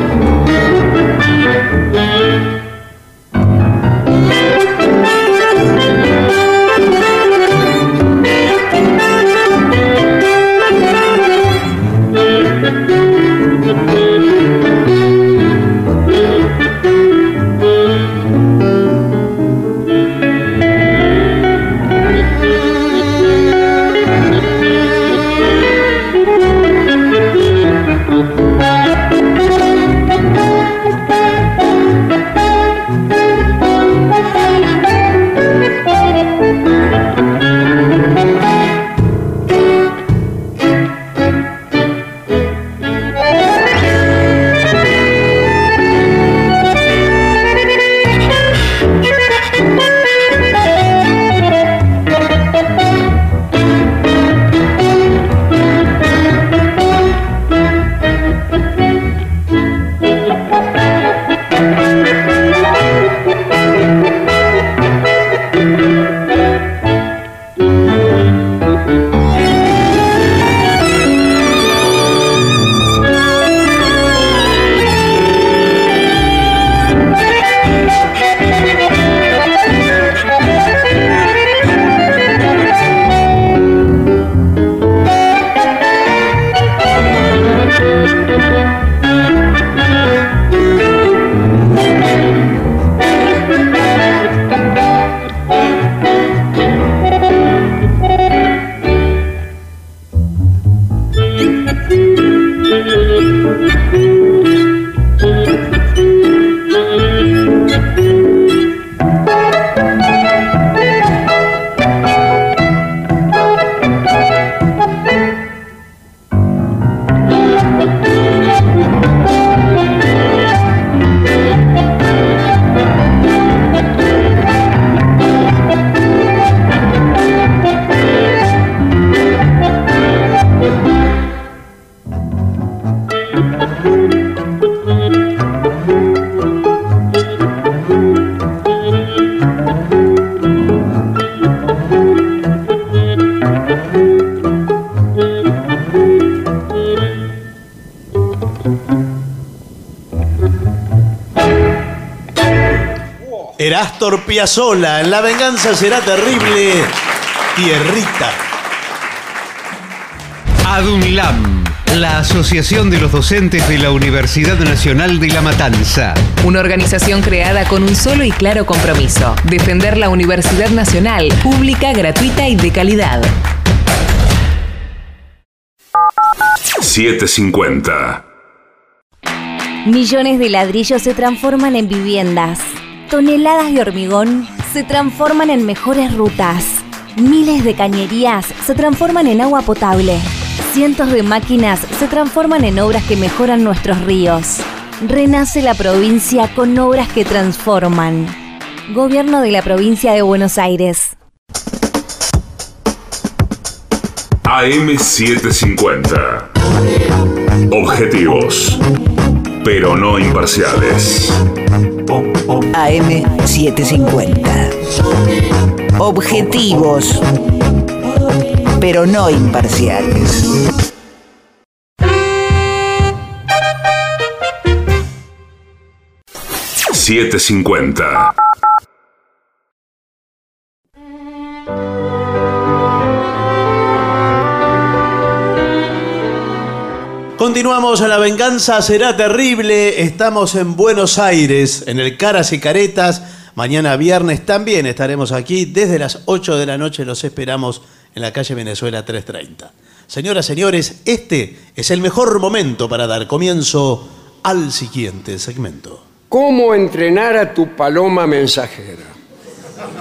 Speaker 3: Astor Piazzolla. En La venganza será terrible, tierrita.
Speaker 6: ADUNLAM, la Asociación de los Docentes de la Universidad Nacional de La Matanza.
Speaker 7: Una organización creada con un solo y claro compromiso, defender la Universidad Nacional, pública, gratuita y de calidad.
Speaker 8: 750.
Speaker 9: Millones de ladrillos se transforman en viviendas. Toneladas de hormigón se transforman en mejores rutas. Miles de cañerías se transforman en agua potable. Cientos de máquinas se transforman en obras que mejoran nuestros ríos. Renace la provincia con obras que transforman. Gobierno de la provincia de Buenos Aires.
Speaker 8: AM750. Objetivos, pero no imparciales.
Speaker 5: AM750. Objetivos, pero no imparciales.
Speaker 8: Siete cincuenta.
Speaker 3: Continuamos, la venganza será terrible. Estamos en Buenos Aires, en el Caras y Caretas. Mañana viernes también estaremos aquí. Desde las 8 de la noche los esperamos en la calle Venezuela 330. Señoras, señores, este es el mejor momento para dar comienzo al siguiente segmento.
Speaker 1: ¿Cómo entrenar a tu paloma mensajera?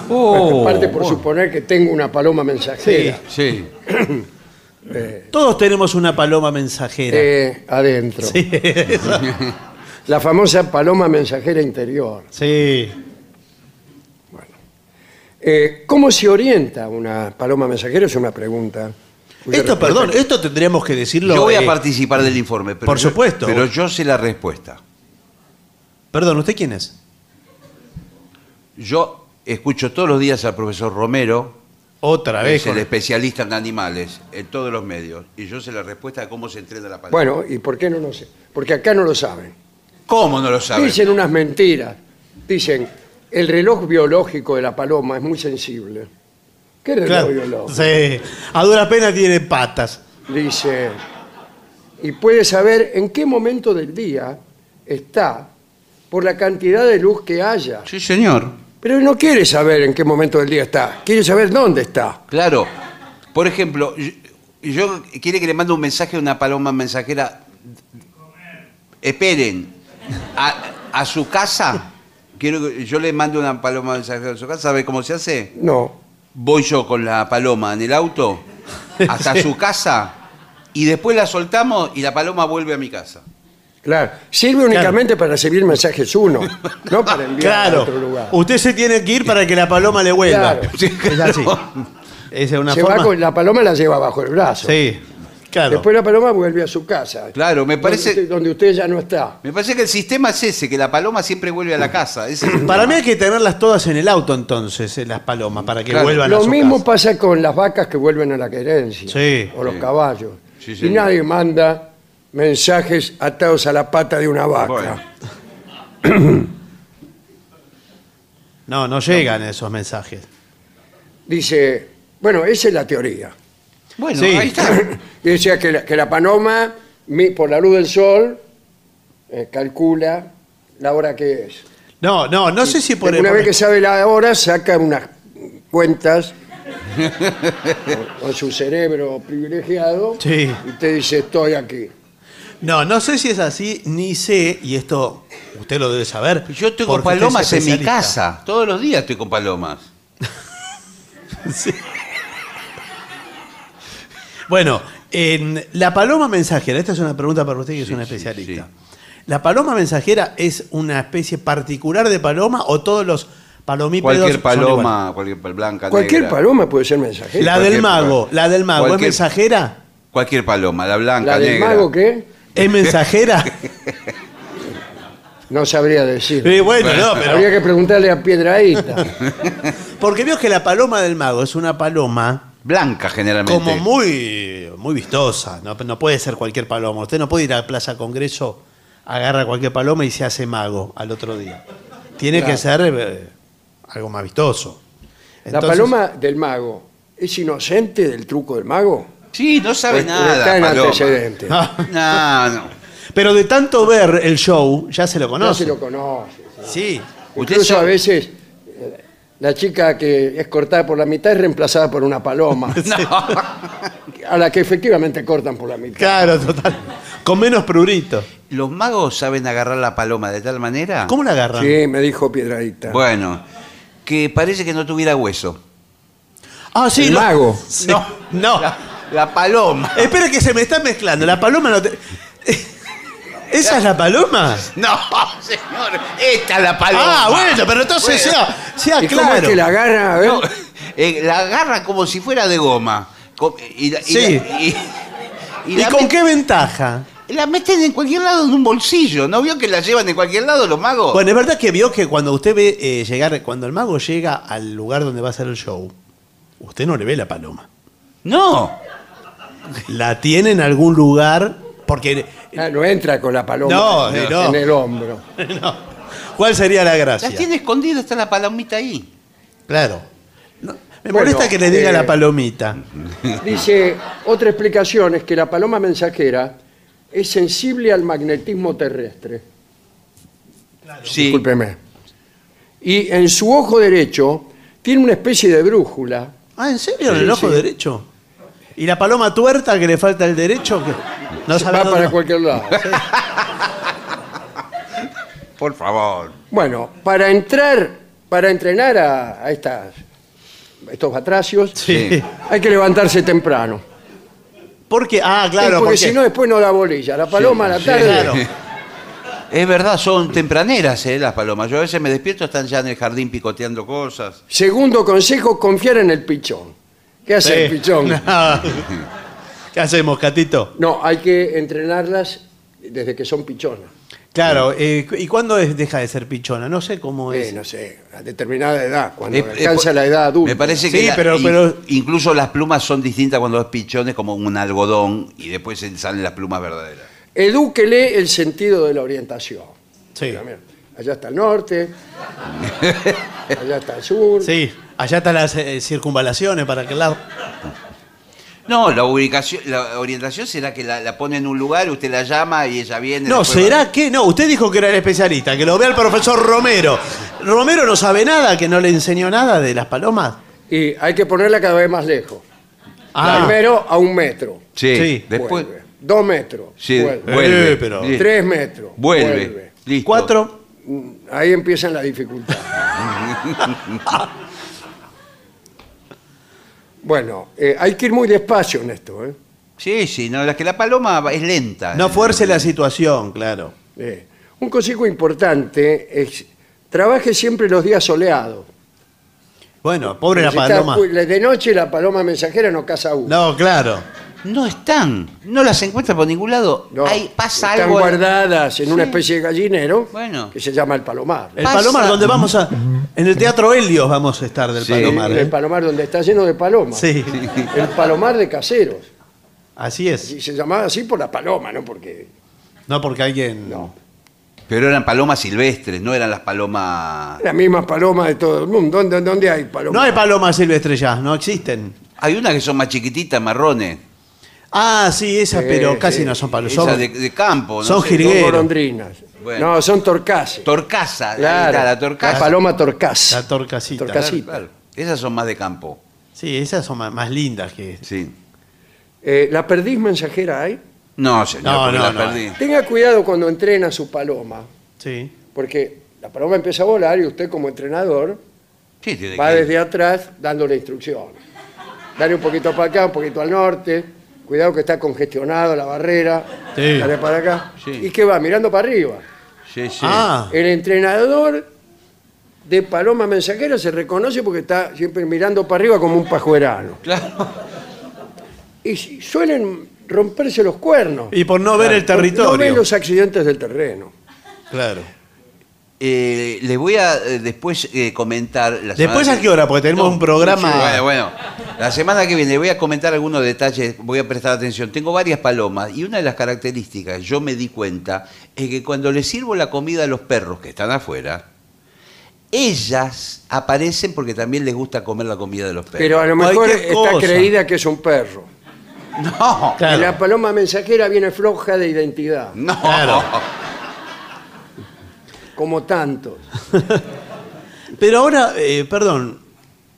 Speaker 4: Oh.
Speaker 1: Aparte
Speaker 3: Oh.
Speaker 1: por suponer que tengo una paloma mensajera.
Speaker 4: Sí.
Speaker 3: Todos tenemos una paloma mensajera.
Speaker 1: Eh, adentro.
Speaker 3: [LAUGHS] Sí, esa.
Speaker 1: La famosa paloma mensajera interior.
Speaker 3: Sí.
Speaker 1: Eh, ¿Cómo se orienta una paloma mensajera? Es una pregunta. cuya
Speaker 3: Esto,
Speaker 1: respuesta-
Speaker 3: perdón, esto tendríamos que decirlo.
Speaker 2: Yo voy a
Speaker 3: eh,
Speaker 2: participar del informe. Pero
Speaker 3: por
Speaker 2: yo-
Speaker 3: supuesto.
Speaker 2: Pero yo sé la respuesta.
Speaker 3: Perdón, ¿usted quién es?
Speaker 2: Yo escucho todos los días al profesor Romero,
Speaker 3: Otra
Speaker 2: que
Speaker 3: vez.
Speaker 2: es el
Speaker 3: con-
Speaker 2: especialista en animales, en todos los medios. Y yo sé la respuesta de cómo se entrena la paloma.
Speaker 1: Bueno, ¿y por qué no lo sé? Porque acá no lo saben.
Speaker 2: ¿cómo no lo saben?
Speaker 1: Dicen unas mentiras. Dicen, el reloj biológico de la paloma es muy sensible. ¿Qué [LAUGHS] reloj
Speaker 3: Claro,
Speaker 1: biológico?
Speaker 3: sí. A duras penas tiene patas.
Speaker 1: Dice, y puede saber en qué momento del día está por la cantidad de luz que haya.
Speaker 2: Sí, señor.
Speaker 1: Pero no quiere saber en qué momento del día está, quiere saber dónde está.
Speaker 2: Claro. Por ejemplo, yo, yo- quiere que le mande un mensaje a una paloma mensajera. Esperen. A, a su casa. Quiero que yo le mando una paloma mensajera a su casa. ¿Sabe cómo se hace?
Speaker 1: No,
Speaker 2: Voy yo con la paloma en el auto hasta
Speaker 1: [LAUGHS]
Speaker 2: su casa y después la soltamos y la paloma vuelve a mi casa.
Speaker 1: claro. Sirve únicamente para recibir mensajes uno, no para enviar a
Speaker 3: Claro.
Speaker 1: otro lugar.
Speaker 3: Usted se tiene que ir para que la paloma le vuelva. [LAUGHS]
Speaker 1: Claro.
Speaker 3: Es así. Esa es una
Speaker 1: Se va
Speaker 3: forma.
Speaker 1: con- la paloma la lleva bajo el brazo.
Speaker 3: Sí. Claro.
Speaker 1: Después la paloma vuelve a su casa.
Speaker 2: Claro, me parece-
Speaker 1: Donde usted, donde usted ya no está.
Speaker 2: Me parece que el sistema es ese, que la paloma siempre vuelve a la casa. Ese es el-
Speaker 3: Para mí hay que tenerlas todas en el auto entonces, eh, las palomas, para que
Speaker 2: Claro.
Speaker 3: vuelvan a
Speaker 1: Lo
Speaker 3: su
Speaker 1: mismo
Speaker 3: casa.
Speaker 1: pasa con las vacas que vuelven a la querencia.
Speaker 3: Sí.
Speaker 1: O los caballos.
Speaker 2: Sí,
Speaker 1: y
Speaker 2: señor.
Speaker 1: nadie manda mensajes atados a la pata de una vaca.
Speaker 2: Bueno.
Speaker 3: No, no llegan esos mensajes.
Speaker 1: Dice, bueno, esa es la teoría.
Speaker 2: Bueno,
Speaker 3: Sí.
Speaker 1: [COUGHS]
Speaker 2: ahí está.
Speaker 1: Y decía que la, que la paloma, mi- por la luz del sol, eh, calcula la hora que es.
Speaker 3: No, no, no sé si por
Speaker 1: Una
Speaker 3: por-
Speaker 1: vez que sabe la hora, saca unas cuentas con su cerebro privilegiado
Speaker 3: Sí.
Speaker 1: y te dice, estoy aquí.
Speaker 3: No, no sé si es así, ni sé, y esto usted lo debe saber.
Speaker 2: Yo estoy con
Speaker 3: porque usted es
Speaker 2: palomas en mi
Speaker 3: especialista.
Speaker 2: casa. Todos los días estoy con palomas.
Speaker 3: Bueno, en la paloma mensajera, esta es una pregunta para usted que es un especialista. ¿La paloma mensajera es una especie particular de paloma o todos los palomípedos
Speaker 2: Cualquier
Speaker 3: son iguales?
Speaker 2: paloma, cualquier pal- blanca,
Speaker 1: Cualquier
Speaker 2: negra.
Speaker 1: paloma puede ser mensajero.
Speaker 3: La
Speaker 2: Cualquier
Speaker 3: del mago,
Speaker 2: paloma.
Speaker 3: la del mago, ¿es
Speaker 2: Cualquier-
Speaker 3: mensajera?
Speaker 2: Cualquier paloma, la blanca,
Speaker 1: La del
Speaker 2: negra.
Speaker 1: mago, ¿qué?
Speaker 2: [LAUGHS]
Speaker 3: ¿Es mensajera?
Speaker 1: No sabría decir.
Speaker 3: Eh, bueno, no, pero...
Speaker 1: Habría que preguntarle a Piedraíta.
Speaker 3: Porque veo que la paloma del mago es una paloma
Speaker 2: Blanca generalmente.
Speaker 3: como muy, muy vistosa, no, no puede ser cualquier paloma. Usted no puede ir a Plaza Congreso, agarra cualquier paloma y se hace mago al otro día. Tiene que ser eh, algo más vistoso.
Speaker 1: La
Speaker 3: Entonces- [LAUGHS]
Speaker 1: paloma del mago, ¿es inocente del truco del mago?
Speaker 2: Sí, no sabe
Speaker 1: Pues,
Speaker 2: nada.
Speaker 1: está en
Speaker 2: Paloma.
Speaker 1: antecedentes.
Speaker 2: No, no.
Speaker 3: Ah, Pero de tanto ver el show, ya se lo
Speaker 1: No
Speaker 3: conoce.
Speaker 1: se lo conoce.
Speaker 3: Sí.
Speaker 1: Incluso a veces eh, la chica que es cortada por la mitad es reemplazada por una
Speaker 3: [LAUGHS]
Speaker 1: paloma.
Speaker 2: [LAUGHS]
Speaker 1: A la que efectivamente cortan por la mitad.
Speaker 3: Claro, total. Con menos prurito.
Speaker 2: Los magos saben agarrar la paloma de tal manera.
Speaker 3: ¿Cómo la agarran?
Speaker 1: Ah. Sí, me dijo Piedradita.
Speaker 2: Bueno, que parece que no tuviera hueso.
Speaker 3: Ah, sí.
Speaker 1: El
Speaker 3: lo-
Speaker 1: mago.
Speaker 3: Sí. [LAUGHS] No, no.
Speaker 1: [LAUGHS]
Speaker 2: La paloma.
Speaker 3: Espera que se me está mezclando. La paloma no te... [LAUGHS] ¿Esa es la paloma?
Speaker 2: [LAUGHS] No, señor, esta es la paloma.
Speaker 3: Ah, bueno, pero entonces
Speaker 2: Bueno.
Speaker 3: sea, sea
Speaker 1: ¿Y cómo
Speaker 3: claro.
Speaker 1: es que la agarra? A ver.
Speaker 2: No, eh, la agarra como si fuera de goma. Co- Y, la- y la-
Speaker 3: Sí.
Speaker 2: y- y
Speaker 3: ¿Y
Speaker 2: la
Speaker 3: con
Speaker 2: met-
Speaker 3: qué ventaja?
Speaker 2: La meten en cualquier lado en un bolsillo. ¿No vio que la llevan en cualquier lado los
Speaker 1: Oh.
Speaker 2: magos?
Speaker 3: Bueno, es verdad que vio que cuando usted ve eh, llegar, cuando el mago llega al lugar donde va a hacer el show, usted no le ve la paloma.
Speaker 2: no.
Speaker 3: La tiene en algún lugar porque... [LAUGHS]
Speaker 1: Ah, no entra con la paloma
Speaker 3: No,
Speaker 1: en,
Speaker 3: no.
Speaker 1: en el
Speaker 3: [LAUGHS]
Speaker 1: hombro.
Speaker 3: no. ¿Cuál sería la
Speaker 2: La
Speaker 3: gracia?
Speaker 2: tiene escondida, está la palomita ahí.
Speaker 3: Claro. No, me
Speaker 1: Bueno,
Speaker 3: molesta que le diga
Speaker 1: eh,
Speaker 3: la palomita.
Speaker 1: Dice, otra explicación es que la paloma mensajera es sensible al magnetismo terrestre.
Speaker 2: Sí.
Speaker 1: Discúlpeme. Y en su ojo derecho tiene una especie de brújula.
Speaker 3: Ah, ¿en serio?
Speaker 1: Sí,
Speaker 3: ¿El ojo
Speaker 1: sí.
Speaker 3: derecho? ¿Y la paloma tuerta que le falta el derecho? Que no sabe
Speaker 1: va
Speaker 3: dónde
Speaker 1: para
Speaker 3: va?
Speaker 1: cualquier lado.
Speaker 2: Por favor.
Speaker 1: Bueno, para entrar, para entrenar a, a estas, a estos batracios,
Speaker 3: Sí.
Speaker 1: hay que levantarse temprano.
Speaker 3: Porque, ah,
Speaker 1: Sí,
Speaker 3: claro,
Speaker 1: porque
Speaker 3: porque,
Speaker 1: si no, eh, después no da bolilla. La paloma a la
Speaker 3: sí,
Speaker 1: tarde.
Speaker 3: claro.
Speaker 2: Es verdad, son tempraneras eh, las palomas. Yo a veces me despierto, están ya en el jardín picoteando cosas.
Speaker 1: Segundo consejo, confiar en el pichón. ¿Qué hace el
Speaker 3: Sí.
Speaker 1: pichón? No.
Speaker 3: [LAUGHS] No. ¿Qué hacemos, Catito?
Speaker 1: hay que entrenarlas desde que son pichonas.
Speaker 3: Claro, eh, ¿y cuándo es- deja de ser pichona? No sé cómo es.
Speaker 1: Eh, no sé, a determinada edad, cuando
Speaker 2: Eh, eh,
Speaker 1: alcanza
Speaker 2: po-
Speaker 1: la edad adulta.
Speaker 2: Me parece que
Speaker 3: Sí,
Speaker 2: la-
Speaker 3: pero-
Speaker 2: in-
Speaker 3: pero-
Speaker 2: incluso las plumas son distintas cuando es pichones, como un algodón, y después se salen las plumas verdaderas.
Speaker 1: Edúquele el sentido de la orientación.
Speaker 3: Sí.
Speaker 1: También. Allá está el
Speaker 3: [LAUGHS]
Speaker 1: norte, allá está el sur.
Speaker 3: Sí, allá están las eh, circunvalaciones para aquel lado.
Speaker 2: No, la ubicación, la orientación será que la, la pone en un lugar, usted la llama y ella viene.
Speaker 3: No,
Speaker 2: después
Speaker 3: ¿será
Speaker 2: va-
Speaker 3: que? No, usted dijo que era el especialista, que lo vea el profesor Romero. ¿Romero no sabe nada, que no le enseñó nada de las palomas?
Speaker 1: Y hay que ponerla cada vez más lejos.
Speaker 3: Ah,
Speaker 1: Primero a un metro.
Speaker 2: Sí,
Speaker 3: Sí.
Speaker 2: después.
Speaker 1: Vuelve. Dos metros.
Speaker 2: Sí,
Speaker 1: vuelve.
Speaker 2: vuelve.
Speaker 3: Eh, pero-
Speaker 2: Sí.
Speaker 1: Tres metros.
Speaker 2: Vuelve.
Speaker 1: vuelve.
Speaker 2: Listo.
Speaker 3: cuatro.
Speaker 1: Ahí empiezan las dificultades. [LAUGHS] bueno, eh, hay que ir muy despacio en esto. ¿eh?
Speaker 2: [LAUGHS] Sí, sí, no, la que la paloma va- es
Speaker 1: Ah,
Speaker 2: lenta.
Speaker 3: No fuerce la situación, claro.
Speaker 1: Eh, un consejo importante es trabaje siempre los días soleados.
Speaker 3: Bueno, pobre la
Speaker 1: Si está
Speaker 3: paloma.
Speaker 1: oscuro- de noche la paloma mensajera no caza uno.
Speaker 3: No, claro.
Speaker 2: No están, no las encuentra por ningún lado.
Speaker 1: No,
Speaker 2: Ahí pasa
Speaker 1: están
Speaker 2: algo.
Speaker 1: guardadas en una
Speaker 2: Sí.
Speaker 1: especie de gallinero
Speaker 2: Bueno.
Speaker 1: que se llama el palomar.
Speaker 3: El
Speaker 2: Pasa.
Speaker 3: palomar, donde vamos a. En el Teatro Helios vamos a estar del
Speaker 2: Sí.
Speaker 3: palomar.
Speaker 1: El
Speaker 3: ¿eh?
Speaker 1: palomar donde está lleno de palomas.
Speaker 3: Sí,
Speaker 1: El palomar de caseros.
Speaker 3: así es.
Speaker 1: Y se llamaba así por la paloma, ¿no? Porque.
Speaker 3: No porque alguien.
Speaker 1: No.
Speaker 2: Pero eran palomas silvestres, no eran las palomas.
Speaker 1: La misma paloma de todo el mundo. ¿Dónde, dónde hay palomas?
Speaker 3: No hay palomas silvestres ya, no existen.
Speaker 2: Hay unas que son más chiquititas, marrones.
Speaker 3: Ah, sí, esas,
Speaker 1: Sí,
Speaker 3: pero casi
Speaker 1: sí.
Speaker 3: no son palomas.
Speaker 2: Esas
Speaker 3: Son,
Speaker 2: de, de campo. ¿no?
Speaker 3: son
Speaker 2: sé.
Speaker 3: jilgueros.
Speaker 1: Son golondrinas.
Speaker 2: Bueno.
Speaker 1: No, son torcaces.
Speaker 2: Torcaza, ahí
Speaker 1: Claro.
Speaker 2: está, la
Speaker 1: La
Speaker 2: torcaza.
Speaker 1: paloma torcaz.
Speaker 3: La torcasita.
Speaker 1: Torcasita.
Speaker 2: Claro, esas son más de campo.
Speaker 3: Sí, esas son más, más lindas que.
Speaker 2: Sí.
Speaker 1: Eh, ¿La perdiz mensajera hay?
Speaker 2: No, señor,
Speaker 3: No,
Speaker 2: porque
Speaker 3: no,
Speaker 2: las
Speaker 3: no.
Speaker 2: perdí.
Speaker 1: Tenga cuidado cuando entrena su paloma,
Speaker 3: Sí.
Speaker 1: porque la paloma empieza a volar y usted como entrenador
Speaker 2: Sí, tiene
Speaker 1: va
Speaker 2: que-
Speaker 1: desde atrás dándole instrucciones. Dale un poquito para acá, un poquito al norte. Cuidado que está congestionado la barrera.
Speaker 3: Sí.
Speaker 1: Dale para acá.
Speaker 2: Sí.
Speaker 1: ¿Y qué va? Mirando para arriba.
Speaker 2: Sí, sí.
Speaker 3: Ah,
Speaker 1: El entrenador de Paloma Mensajera se reconoce porque está siempre mirando para arriba como un pajuerano.
Speaker 2: Claro.
Speaker 1: Y si- suelen romperse los cuernos.
Speaker 3: y por no ver el
Speaker 1: No ven
Speaker 3: territorio.
Speaker 1: los accidentes del terreno.
Speaker 3: Claro.
Speaker 2: Eh, les voy a eh, después eh, comentar. La
Speaker 3: Después
Speaker 2: semana
Speaker 3: a qué hora, porque tenemos un programa.
Speaker 2: Bueno, bueno. La semana que viene voy a comentar algunos detalles, voy a prestar atención. Tengo varias palomas y una de las características, yo me di cuenta, es que cuando les sirvo la comida a los perros que están afuera, ellas aparecen porque también les gusta comer la comida de los perros.
Speaker 1: Pero a lo mejor
Speaker 2: Cualquier
Speaker 1: está
Speaker 2: cosa.
Speaker 1: creída que es un perro.
Speaker 2: No,
Speaker 1: Y la paloma mensajera viene floja de identidad,
Speaker 2: no.
Speaker 3: Claro.
Speaker 1: como tantos.
Speaker 3: Pero ahora, eh, perdón,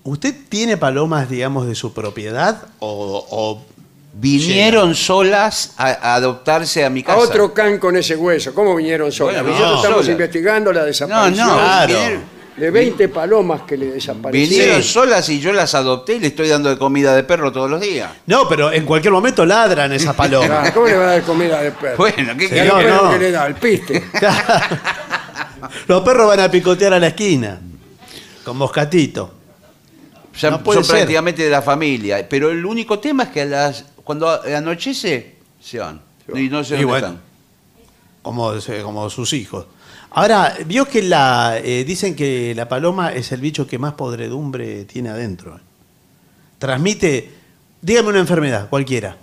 Speaker 3: ¿usted tiene palomas, digamos, de su propiedad? O, o-
Speaker 2: Vinieron solas a, a adoptarse a mi
Speaker 1: A
Speaker 2: casa.
Speaker 1: otro can con ese hueso. ¿Cómo vinieron solas?
Speaker 2: Bueno,
Speaker 1: Nosotros
Speaker 2: no.
Speaker 1: estamos
Speaker 2: Solas.
Speaker 1: investigando la
Speaker 2: No,
Speaker 1: desaparición
Speaker 2: no,
Speaker 3: Claro.
Speaker 2: vinieron,
Speaker 1: de 20 palomas que le desaparecieron.
Speaker 2: vinieron
Speaker 3: Sí.
Speaker 2: solas y yo las adopté y le estoy dando de comida de perro todos los días.
Speaker 3: No, pero en cualquier momento ladran esas palomas.
Speaker 1: Claro, Ah, ¿Cómo le va a dar comida de perro?
Speaker 2: Bueno, ¿qué
Speaker 1: ¿Y
Speaker 2: querés?
Speaker 1: al
Speaker 3: no,
Speaker 1: perro
Speaker 3: no.
Speaker 1: que le da? El piste.
Speaker 3: [LAUGHS] Los perros van a picotear a la esquina. Con moscatito.
Speaker 2: Ya
Speaker 3: No puede
Speaker 2: son
Speaker 3: ser.
Speaker 2: prácticamente de la familia. Pero el único tema es que a las, cuando anochece se van. Y no sé
Speaker 3: Y
Speaker 2: dónde
Speaker 3: bueno.
Speaker 2: están.
Speaker 3: Como, eh, como sus hijos. Ahora, vio que la eh, dicen que la paloma es el bicho que más podredumbre tiene adentro. Transmite, dígame una enfermedad, cualquiera.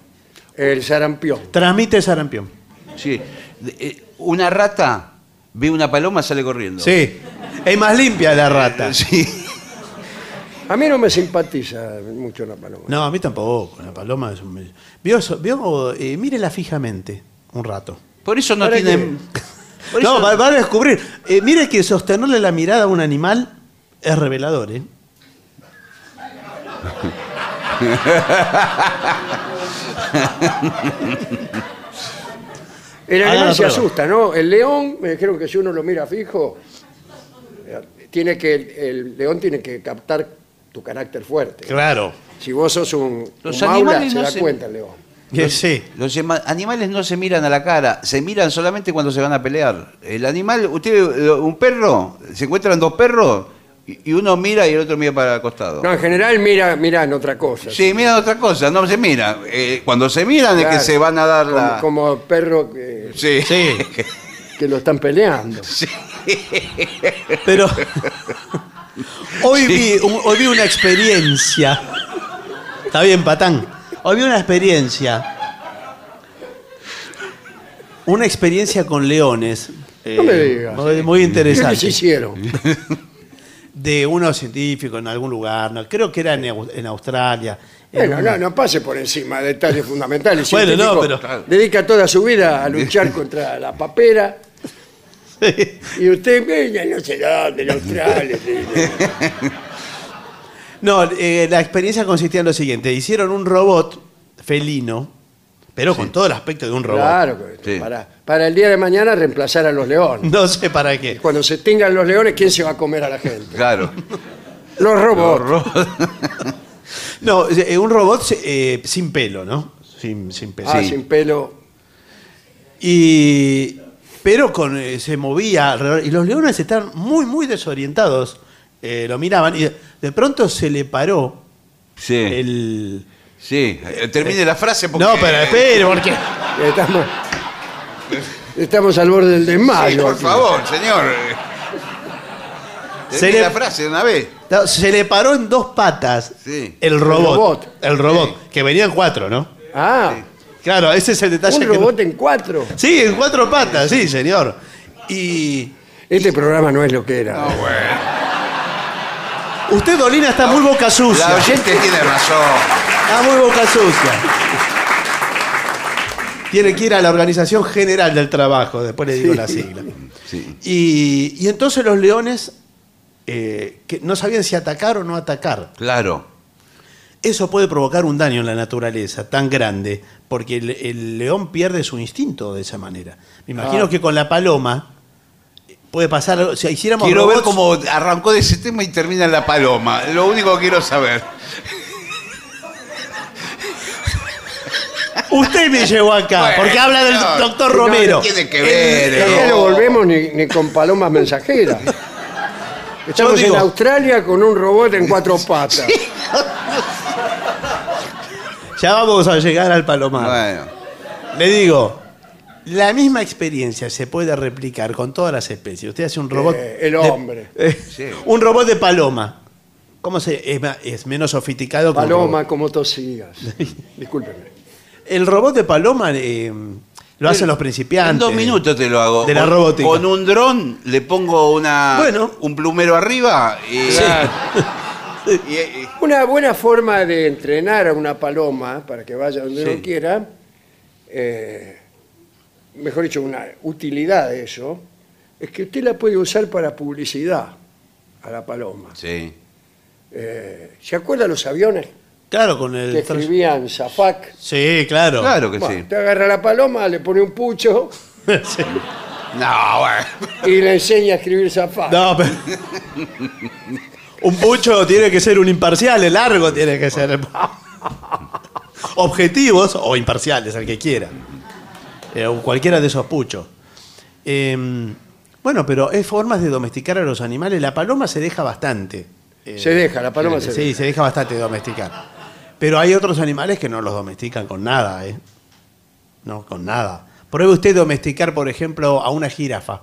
Speaker 1: El sarampión.
Speaker 3: Transmite sarampión.
Speaker 2: Sí. De- eh, Una rata ve una paloma, sale corriendo.
Speaker 3: Sí. Es más limpia la rata.
Speaker 2: [LAUGHS] Sí.
Speaker 1: A mí no me simpatiza mucho la paloma.
Speaker 3: No, a mí tampoco. La paloma es un... Vio, eso? vio eh, mírela fijamente un rato.
Speaker 2: Por eso no
Speaker 1: ¿Para
Speaker 2: tienen. por
Speaker 3: No,
Speaker 2: eso-
Speaker 3: va, va a descubrir. Eh, mire que sostenerle la mirada a un animal es revelador, ¿eh?
Speaker 1: El
Speaker 3: Haga
Speaker 1: animal
Speaker 3: la
Speaker 1: se
Speaker 3: prueba.
Speaker 1: asusta, ¿no? El león, me dijeron que si uno lo mira fijo, eh, tiene que, el, el león tiene que captar tu carácter fuerte.
Speaker 3: Claro.
Speaker 1: Si vos sos un,
Speaker 2: Los
Speaker 1: un maula,
Speaker 2: animales
Speaker 1: se
Speaker 2: no
Speaker 1: da
Speaker 2: se-
Speaker 1: cuenta el león.
Speaker 3: sí.
Speaker 2: Los ema- animales no se miran a la cara, se miran solamente cuando se van a pelear. El animal, usted, eh, un perro, se encuentran dos perros y y uno mira y el otro mira para el costado.
Speaker 1: No, en general mira, mira en otra cosa.
Speaker 2: Sí, miran otra cosa, no se miran. Eh, cuando se miran
Speaker 1: Claro.
Speaker 2: es que se van a dar la.
Speaker 1: Como, como perro que,
Speaker 2: Sí.
Speaker 3: Sí.
Speaker 1: que lo están peleando. [LAUGHS]
Speaker 3: Pero hoy, vi, un- hoy vi una experiencia. Está bien, Patán. Hoy vi una experiencia. Una experiencia con leones. Eh,
Speaker 1: No me digas.
Speaker 3: Muy, muy
Speaker 1: ¿Qué les
Speaker 3: interesante.
Speaker 1: hicieron?
Speaker 3: De unos científicos en algún lugar. no, creo que era en, Au- en Australia. en
Speaker 1: Bueno,
Speaker 3: una-
Speaker 1: no, no pase por encima de detalles fundamentales.
Speaker 3: Bueno, no,
Speaker 1: Científico
Speaker 3: pero-
Speaker 1: Dedica toda su vida a luchar contra la papera. Y usted, venga, no sé dónde, en Australia.
Speaker 3: [LAUGHS] No, eh, la experiencia consistía en lo siguiente. Hicieron un robot felino, pero con todo el aspecto de un [LAUGHS] robot.
Speaker 1: Claro, pues,
Speaker 2: Sí.
Speaker 1: para, para el día de mañana reemplazar a los leones.
Speaker 3: No sé para qué.
Speaker 1: Cuando se extingan los leones, ¿quién se va a comer a la gente?
Speaker 2: [LAUGHS] Claro.
Speaker 1: Los robots.
Speaker 3: No, eh, un robot eh, sin pelo, ¿no? Sin, sin pelo.
Speaker 1: Ah,
Speaker 2: Sí.
Speaker 1: sin pelo.
Speaker 3: Y, pero con, eh, se movía alrededor. Y los leones estaban muy, muy desorientados. Eh, lo miraban y de pronto se le paró
Speaker 2: Sí.
Speaker 3: el...
Speaker 2: Sí. Eh, Termine la frase porque.
Speaker 3: No, pero espere, porque...
Speaker 1: Estamos, estamos al borde del desmayo.
Speaker 2: Sí, por
Speaker 1: aquí.
Speaker 2: favor, señor.
Speaker 3: Se
Speaker 2: Termine
Speaker 3: le-
Speaker 2: la frase de una vez.
Speaker 3: No, Se le paró en dos patas
Speaker 2: Sí.
Speaker 3: el robot. El
Speaker 1: robot.
Speaker 3: robot. que venía en cuatro, ¿no?
Speaker 1: Ah,
Speaker 3: Claro, ese es el detalle.
Speaker 1: un
Speaker 3: que no-
Speaker 1: robot en cuatro.
Speaker 3: Sí, en cuatro patas, sí, señor. Y
Speaker 1: Este programa no es lo que era.
Speaker 3: usted, Dolina, está muy boca sucia.
Speaker 2: La oyente tiene razón.
Speaker 3: Está muy boca sucia. Tiene que ir a la Organización General del Trabajo, después le digo la sigla.
Speaker 2: Sí.
Speaker 3: Y, y entonces los leones eh, que no sabían si atacar o no atacar.
Speaker 2: Claro.
Speaker 3: Eso puede provocar un daño en la naturaleza tan grande, porque el, el león pierde su instinto de esa manera. Me imagino
Speaker 1: Ah.
Speaker 3: que con la paloma puede pasar, algo- si hiciéramos
Speaker 2: Quiero ver
Speaker 3: robots-
Speaker 2: cómo arrancó de ese tema y termina en la paloma. Lo único que quiero saber.
Speaker 3: Usted me llevó acá,
Speaker 2: Bueno,
Speaker 3: porque habla del
Speaker 2: no,
Speaker 3: doctor
Speaker 2: no,
Speaker 3: Romero.
Speaker 2: No tiene que ver.
Speaker 1: Y acá
Speaker 2: eh.
Speaker 1: no volvemos ni, ni con palomas
Speaker 3: [LAUGHS]
Speaker 1: mensajeras. Estamos
Speaker 3: Yo digo-
Speaker 1: en Australia con un robot en cuatro
Speaker 3: [LAUGHS]
Speaker 1: patas.
Speaker 3: Ya vamos a llegar al palomar.
Speaker 2: Bueno,
Speaker 3: Le digo, la misma experiencia se puede replicar con todas las especies. Usted hace un robot.
Speaker 1: Eh, el
Speaker 3: de-
Speaker 1: hombre.
Speaker 3: [LAUGHS] eh, Un robot de paloma. ¿Cómo se.? Es, ma- es menos sofisticado que un
Speaker 1: Paloma,
Speaker 3: [LAUGHS] robot.
Speaker 1: como tosías. Discúlpeme.
Speaker 3: El robot de paloma eh, Lo hacen los principiantes.
Speaker 2: En dos minutos te lo hago.
Speaker 3: De la
Speaker 2: Con-
Speaker 3: robótica.
Speaker 2: Con un dron le pongo una, un plumero arriba y.
Speaker 3: [LAUGHS]
Speaker 1: Una buena forma de entrenar a una paloma para que vaya donde
Speaker 2: Sí.
Speaker 1: uno quiera, eh, mejor dicho, una utilidad de eso, es que usted la puede usar para publicidad a la paloma.
Speaker 2: Sí.
Speaker 1: Eh, ¿Se acuerdan los aviones
Speaker 3: Claro, con
Speaker 1: que
Speaker 3: el.
Speaker 1: escribían Zafac?
Speaker 3: Sí, claro.
Speaker 2: Claro que
Speaker 1: Bueno, Te agarra la paloma, le pone un pucho
Speaker 3: sí.
Speaker 2: No,
Speaker 1: y le enseña a escribir Zafac.
Speaker 3: No, pero. Un pucho tiene que ser un imparcial, el largo tiene que ser. [LAUGHS] Objetivos o imparciales, el que quiera. Eh, o cualquiera de esos puchos. Eh, bueno, pero es formas de domesticar a los animales. La paloma se deja bastante. Eh,
Speaker 1: Se deja, la paloma se
Speaker 3: sí,
Speaker 1: deja.
Speaker 3: se deja bastante domesticar. Pero hay otros animales que no los domestican con nada, ¿eh? No, con nada. Pruebe usted domesticar, por ejemplo, a una jirafa.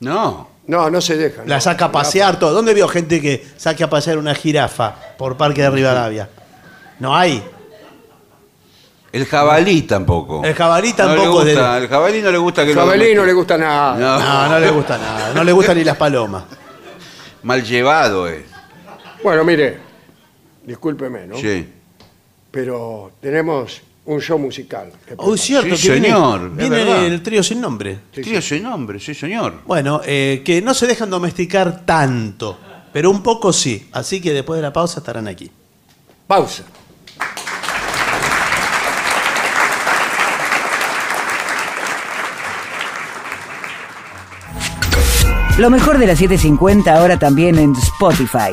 Speaker 2: No.
Speaker 1: No, no se deja.
Speaker 3: La
Speaker 1: no.
Speaker 3: saca a pasear todo. ¿Dónde vio gente que saque a pasear una jirafa por Parque de Rivadavia? No hay.
Speaker 2: El jabalí tampoco.
Speaker 3: El jabalí
Speaker 2: No
Speaker 3: tampoco
Speaker 2: le
Speaker 3: es
Speaker 2: gusta,
Speaker 3: de-
Speaker 2: El jabalí no le gusta que
Speaker 1: El jabalí no
Speaker 2: lo
Speaker 1: le gusta nada.
Speaker 2: No.
Speaker 3: No, no le gusta nada. No le gustan ni las palomas.
Speaker 2: Mal llevado es.
Speaker 1: Bueno, mire, discúlpeme, ¿no?
Speaker 2: Sí.
Speaker 1: Pero tenemos un show musical.
Speaker 3: Oh, es cierto,
Speaker 2: Sí,
Speaker 3: que viene-
Speaker 2: señor, es
Speaker 3: Viene,
Speaker 2: verdad.
Speaker 3: el trío sin nombre.
Speaker 2: Tío, ese nombre, sí, señor.
Speaker 3: Bueno, eh, que no se dejan domesticar tanto, pero un poco sí. Así que después de la pausa estarán aquí.
Speaker 1: Pausa.
Speaker 5: Lo mejor de la 750 ahora también en Spotify.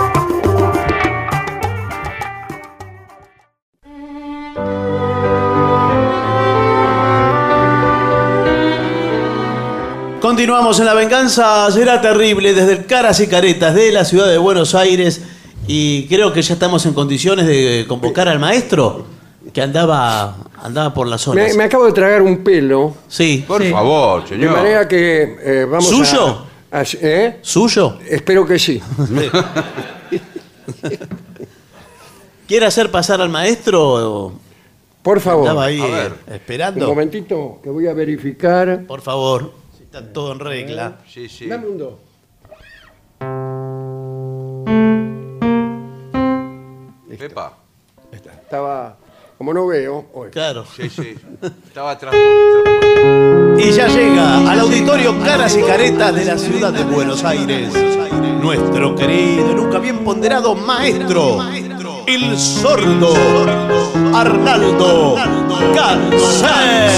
Speaker 3: Continuamos en La Venganza Será Terrible desde el Caras y Caretas de la ciudad de Buenos Aires y creo que ya estamos en condiciones de convocar al maestro que andaba andaba por las
Speaker 1: Me,
Speaker 3: zonas.
Speaker 1: me acabo de tragar un pelo,
Speaker 3: Sí.
Speaker 2: Por favor,
Speaker 1: de
Speaker 2: señor.
Speaker 1: manera que eh, vamos a-
Speaker 3: ¿Suyo?
Speaker 1: a- ¿eh?
Speaker 3: ¿Suyo?
Speaker 1: Espero que sí.
Speaker 3: ¿Quiere hacer pasar al maestro?
Speaker 1: Por favor.
Speaker 3: Andaba ahí
Speaker 4: A ver.
Speaker 3: eh,
Speaker 1: Un
Speaker 3: esperando.
Speaker 1: momentito, que voy a verificar.
Speaker 3: Por favor. si Está todo en regla.
Speaker 4: Eh, Sí, sí.
Speaker 1: Dame un dos.
Speaker 4: Pepa.
Speaker 1: Estaba, como no veo, hoy.
Speaker 3: Claro.
Speaker 4: Sí, sí.
Speaker 3: [LAUGHS]
Speaker 4: Estaba atrás. atrás.
Speaker 3: Y ya llega al auditorio Caras y Caretas de la ciudad de Buenos Aires. Nuestro querido, y nunca bien ponderado maestro, el sordo Arnaldo Cansé.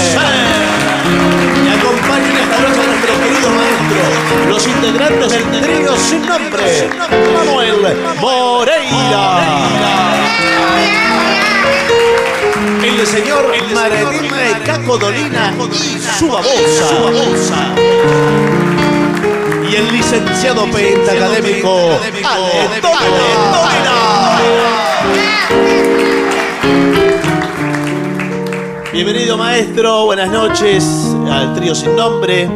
Speaker 3: Y acompañan esta noche a nuestros queridos maestros, los integrantes del trío sin nombre, Manuel Moreira. El señor Maredina y Caco Dolina y su babosa. Y el licenciado pentacadémico Ale Dolina. Bienvenido maestro, buenas noches al trío sin nombre.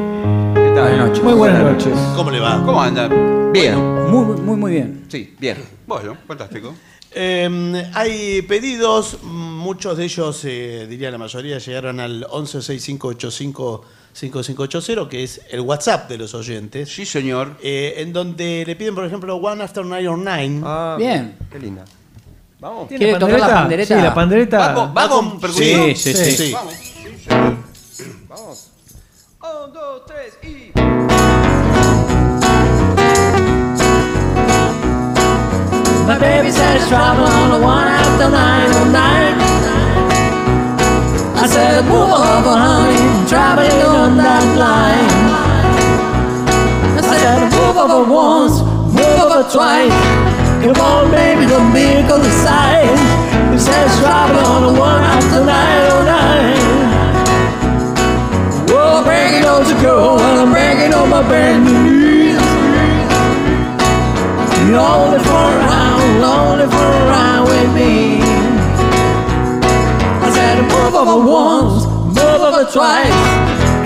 Speaker 4: ¿Qué tal?
Speaker 10: Muy buenas noches.
Speaker 3: ¿Cómo le va?
Speaker 4: ¿Cómo anda? Bien.
Speaker 10: Muy, muy, muy bien.
Speaker 4: Sí, bien. Bueno, fantástico.
Speaker 3: Eh, hay pedidos, muchos de ellos, eh, diría la mayoría, llegaron al 1165855580, que es el WhatsApp de los oyentes,
Speaker 2: Sí, señor.
Speaker 3: eh, en donde le piden, por ejemplo, One After Nine or Nine.
Speaker 10: Bien.
Speaker 4: Qué linda. Vamos.
Speaker 10: ¿Quiere tocar la pandereta? Sí, la pandereta.
Speaker 2: ¿Va, va con percusión?
Speaker 10: Sí, sí, sí.
Speaker 4: Vamos. Vamos. Un, dos, tres y.
Speaker 10: My baby says travel on the one after nine oh nine. I said move over, honey, traveling on that line. I said move over once, move over twice. Come on, baby, don't be on the side. He says travel on the one after nine oh nine. Oh, I'm breaking on the girl, and I'm breaking on my brand new knees. Lonely for a round, lonely for a round with me. I said, move over once, move over twice.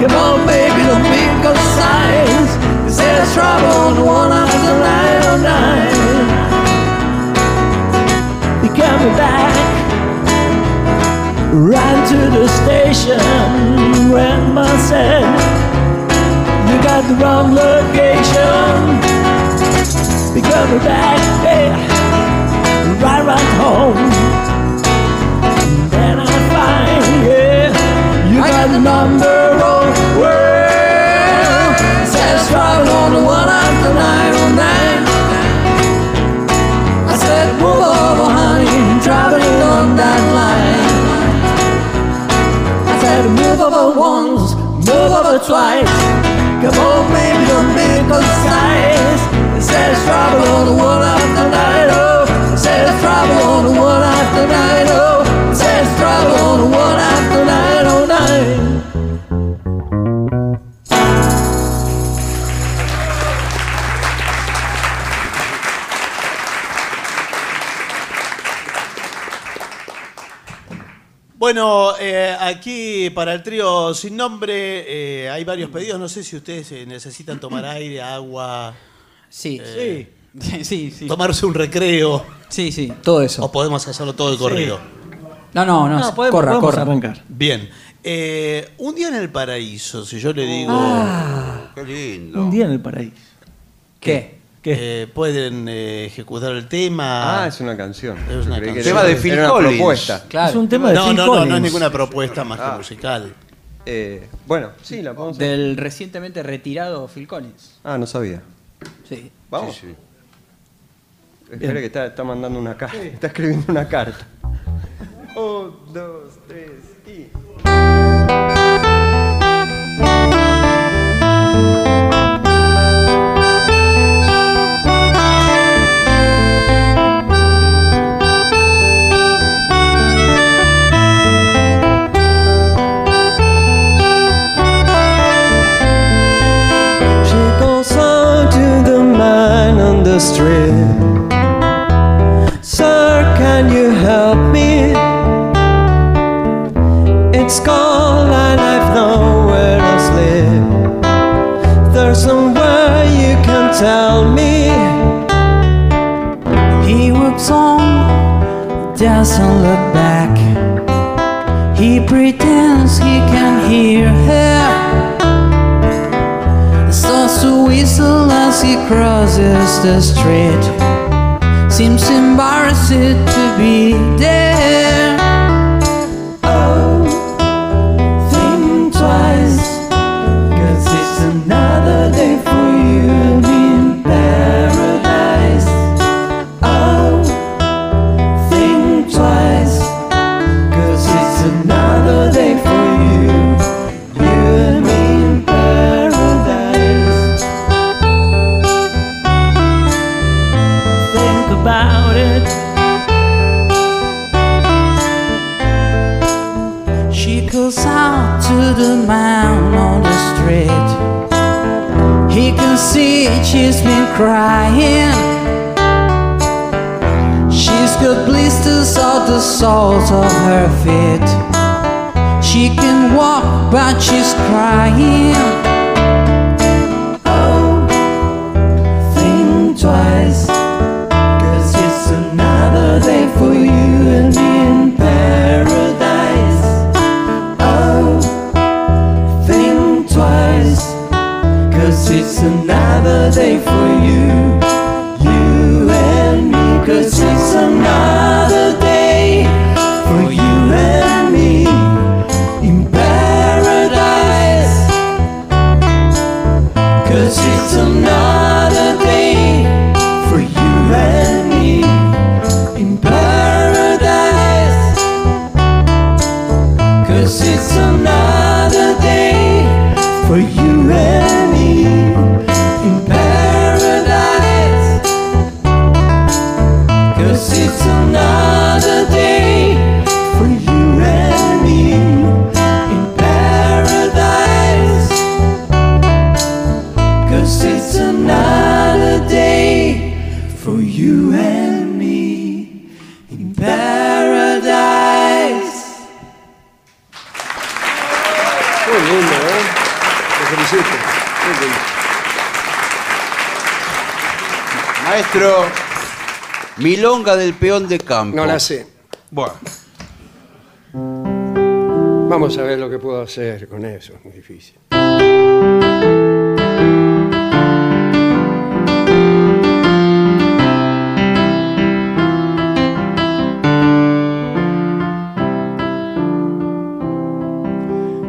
Speaker 10: Come on, baby, don't be concise. You said it's trouble, the one I was alive or die. You got me back, ran to the station. Grandma said, you got the wrong location. We coming back, yeah, right, right home. And Then I find, yeah, you got the number of world. Says driving on the one after nine oh nine. I said, move over, honey, driving along that line. I said, move over once, move over twice. Come on, baby, don't make a size. It says trouble on the one after night, oh. It says trouble on the one after night, oh. It says trouble on the one after night, oh, night.
Speaker 3: Bueno, eh, aquí para el trío sin nombre eh, hay varios pedidos. No sé si ustedes eh, necesitan tomar aire, agua.
Speaker 11: Sí.
Speaker 3: sí. Tomarse un recreo.
Speaker 11: Sí, sí, Eh, todo eso.
Speaker 3: O podemos hacerlo todo de corrido.
Speaker 11: No, no, no.
Speaker 3: Oh. No, podemos-
Speaker 11: corra,
Speaker 3: podemos
Speaker 11: corra.
Speaker 3: arrancar. Bien. Eh, un día en el paraíso, si yo le digo.
Speaker 2: Qué lindo.
Speaker 12: Un día en el paraíso.
Speaker 3: ¿Qué? Eh, ¿Pueden eh, ejecutar el tema?
Speaker 12: Ah, es una canción.
Speaker 3: Es una
Speaker 12: Creí que
Speaker 3: canción.
Speaker 12: era- era una propuesta.
Speaker 3: Claro.
Speaker 12: Es un tema de Ah.
Speaker 3: no,
Speaker 12: Phil
Speaker 3: no, No, no es
Speaker 12: Collins.
Speaker 3: ninguna propuesta más que musical.
Speaker 12: Eh, bueno, sí, la vamos a-
Speaker 11: Del recientemente retirado Phil Collins.
Speaker 12: Ah, no sabía.
Speaker 11: Sí.
Speaker 12: Vamos. Espera que está, está mandando una carta. Está escribiendo una carta. Un, dos, tres y.
Speaker 10: She goes on to the man on the street. Sir, can you help me? It's cold and I've nowhere to sleep. There's somewhere you can tell me. He walks on, doesn't look back. He pretends he can hear her. Starts to whistle as he crosses the street. Seems embarrassed to be there. Oh, think twice, cause it's another day for you and me in paradise. Oh, think twice, cause it's another day for you, you and me in paradise. Think about it. She calls out to the man on the street. He can see she's been crying. She's got blisters on the soles of her feet. She can walk, but she's crying. Oh, think twice. Cause it's another day for you and me in paradise. Oh, think twice. Cause it's another day for you, you and me. Cause it's another day for you and me in paradise. Cause it's another day for you and me in paradise. Cause it's another day for you and me in paradise. Cause it's another day for you and me in paradise. Cause it's another day for
Speaker 11: ¿eh?
Speaker 1: felicito. Muy bien.
Speaker 2: Maestro, Milonga del Peón de Campo.
Speaker 1: No la sé.
Speaker 2: Bueno.
Speaker 1: Vamos a ver lo que puedo hacer con eso, es muy difícil.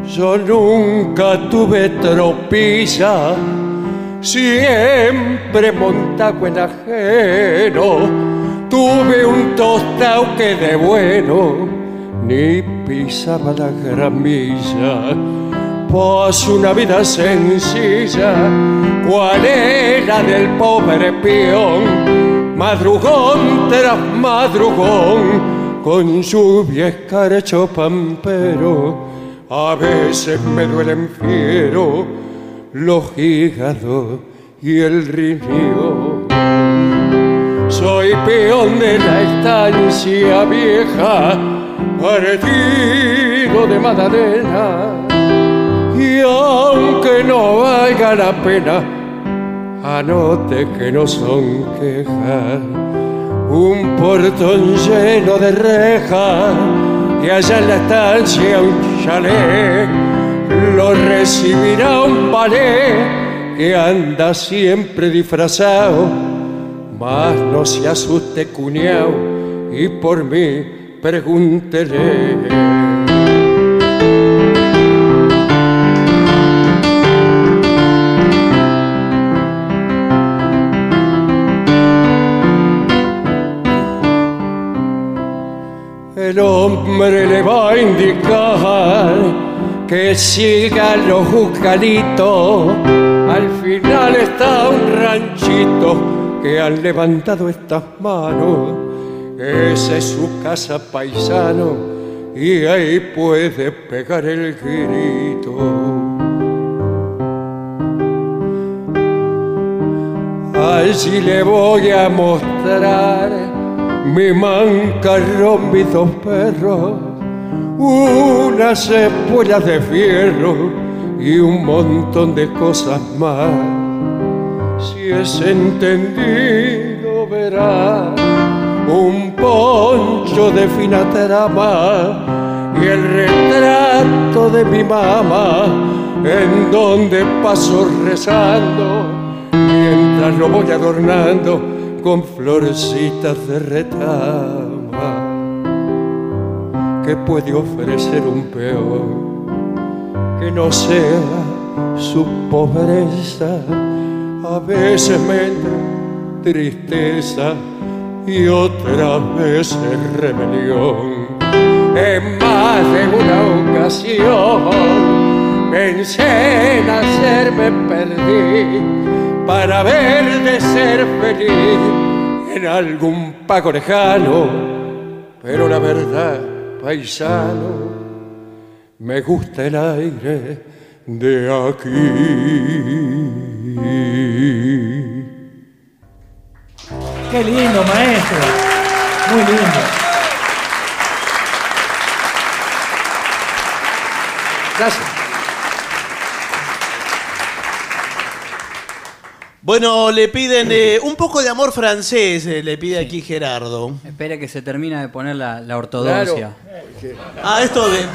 Speaker 10: Yo nunca tuve tropiza,
Speaker 1: Siempre montago en ajeno, tuve un tostao que de bueno ni pisaba la gramilla. Pues una vida sencilla, cual era del pobre peón, madrugón tras madrugón, con lluvia escarcho pampero, a veces me duelen fiero los hígados y el riñón. Soy peón de la estancia vieja, partido de Madalena. Y aunque no valga la pena, anote que no son quejas. Un portón lleno de rejas, y allá en la estancia un chalet, lo recibirá un ballet que anda siempre disfrazado. Mas no se asuste, cuñao, y por mí pregúntele. El hombre le va a indicar que sigan los juzgaditos. Al final está un ranchito que han levantado estas manos. Esa es su casa paisano y ahí puede pegar el grito. Allí le voy a mostrar mi mancarrón, mis dos perros, unas espuelas de fierro y un montón de cosas más. Si es entendido, verá un poncho de fina trama y el retrato de mi mamá, en donde paso rezando mientras lo voy adornando con florcitas de retama. ¿Qué puede ofrecer un peón que no sea su pobreza? A veces me entra tristeza y otras veces rebelión. En más de una ocasión pensé en hacerme perder para ver de ser feliz en algún pago lejano. Pero la verdad, paisano, me gusta el aire de aquí.
Speaker 13: Qué lindo, maestro. Muy lindo.
Speaker 1: Gracias.
Speaker 3: Bueno, le piden eh, un poco de amor francés, eh, le pide aquí Gerardo.
Speaker 11: Espera que se termina de poner la, la ortodoncia.
Speaker 3: Ah, esto de...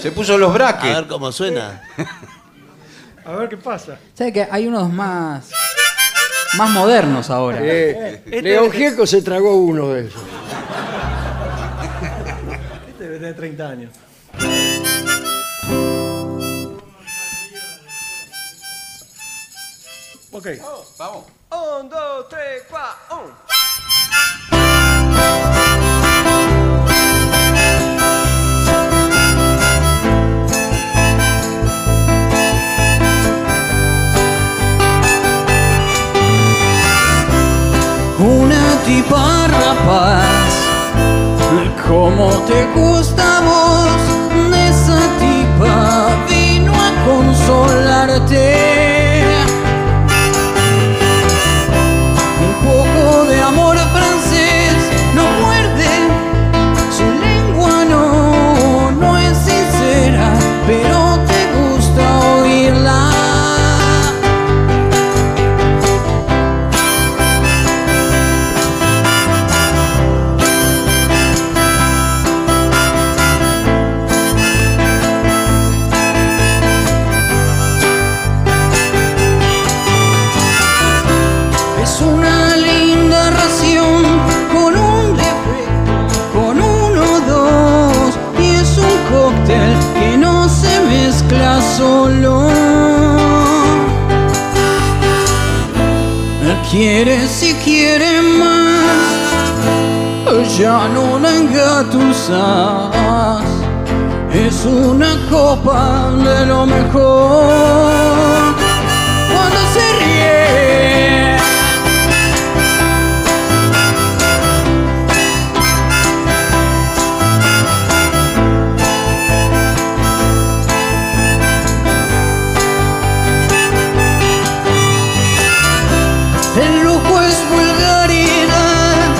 Speaker 3: [LAUGHS]
Speaker 2: Se puso los braques.
Speaker 3: A ver cómo suena.
Speaker 13: A ver qué pasa.
Speaker 11: ¿Sabes que hay unos más más modernos ahora?
Speaker 1: Eh, León Gieco se tragó uno de esos.
Speaker 13: Este debe tener 30 años.
Speaker 4: Ok. vamos. Un, dos, tres, cuatro. un.
Speaker 10: una tipa rapaz. Como te gusta a vos, de esa tipa vino a consolarte. Un poco de amor francés no muerde, su lengua no, no es sincera, pero te gusta. quiere, si quiere más, ya no la engatusas. Es una copa de lo mejor. Cuando se ríe, el lujo es vulgaridad,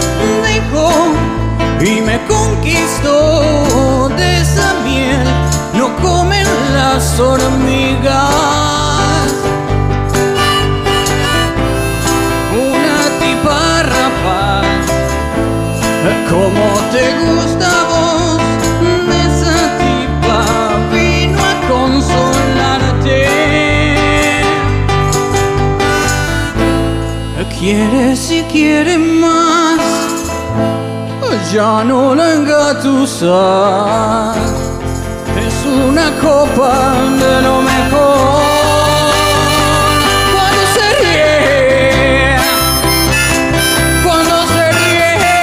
Speaker 10: dijo, y me conquistó de esa miel. No comen las hormigas. Una tipa rapaz, como te gusta a vos, de esa tipa vino a consolarte. Quiere si quiere más, ya no la engatusas. Es una copa de lo mejor. Cuando se ríe, cuando se ríe.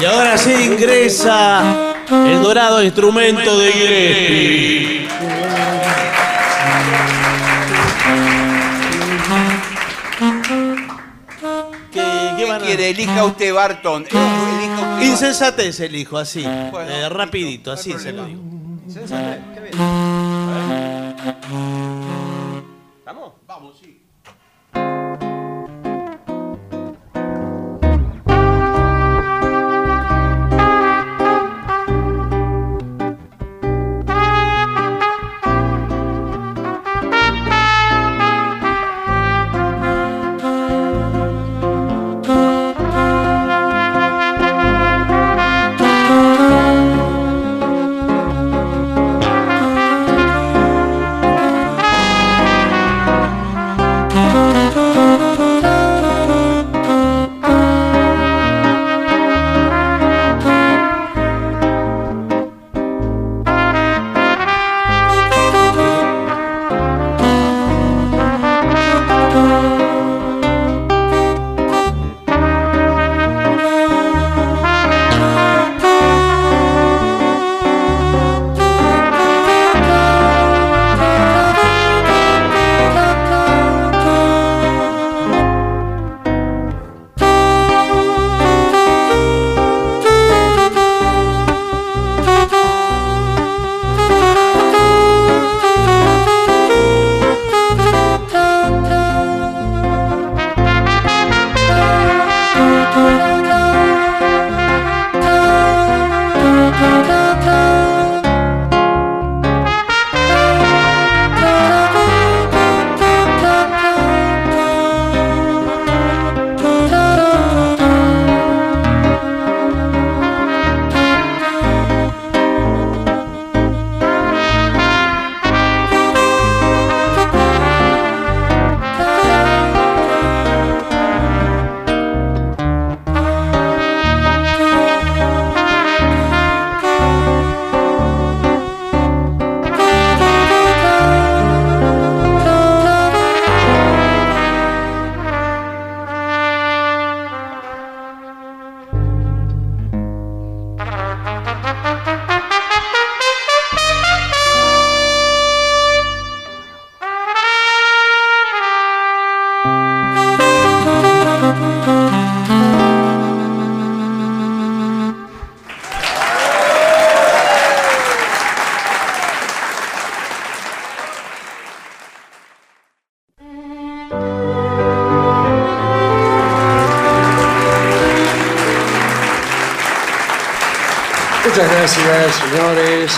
Speaker 3: Y ahora sí ingresa el dorado instrumento de Gillespie.
Speaker 2: ¿Qué quiere? Elija usted, Barton. Elija usted.
Speaker 3: Insensatez el hijo, así. eh, rapidito, así se lo digo.
Speaker 12: ¿Vamos? Vamos, sí.
Speaker 1: Muchas gracias, señores.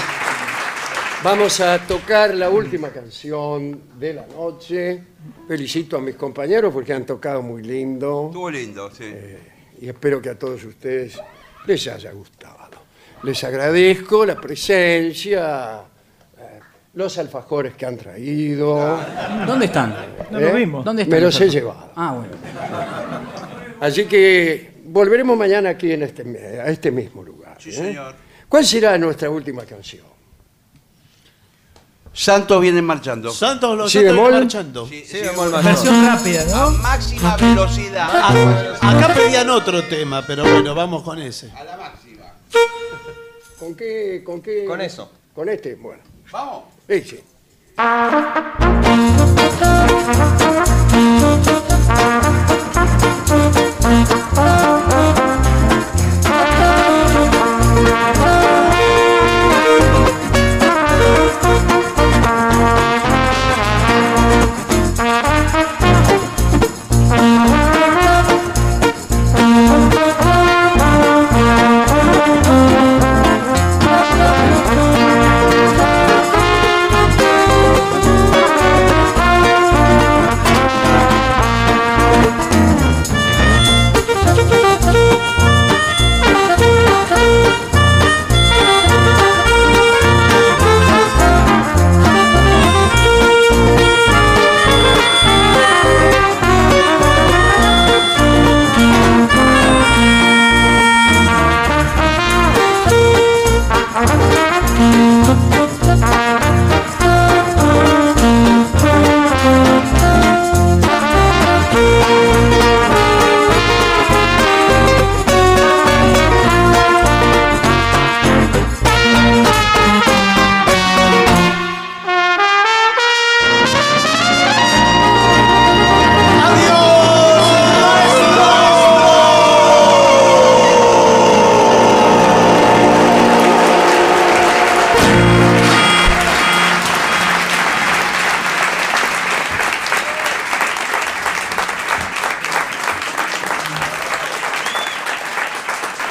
Speaker 1: Vamos a tocar la última canción de la noche. Felicito a mis compañeros porque han tocado muy lindo
Speaker 2: Estuvo lindo, sí.
Speaker 1: y espero que a todos ustedes les haya gustado. Les agradezco la presencia, eh, los alfajores que han traído.
Speaker 11: ¿Dónde están?
Speaker 13: No los vimos.
Speaker 11: ¿Dónde están
Speaker 1: ¿Eh? Me los he
Speaker 11: alfajores?
Speaker 1: llevado.
Speaker 11: Ah, bueno.
Speaker 1: Así que volveremos mañana aquí en este, a este mismo lugar. Sí, señor. ¿Cuál será nuestra última canción?
Speaker 2: Santos vienen marchando.
Speaker 3: Santos
Speaker 1: los- ¿Si Santos bemol? vienen
Speaker 3: marchando.
Speaker 2: Sí,
Speaker 3: Si
Speaker 2: sí,
Speaker 3: bemol
Speaker 2: bemol.
Speaker 3: Versión
Speaker 13: rápida,
Speaker 2: A máxima velocidad.
Speaker 3: Acá pedían otro tema, pero bueno, vamos con ese.
Speaker 1: ¿Con qué? ¿Con qué? Con eso. Con este, bueno.
Speaker 2: Vamos.
Speaker 1: Eche.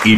Speaker 8: Y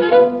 Speaker 10: Thank you.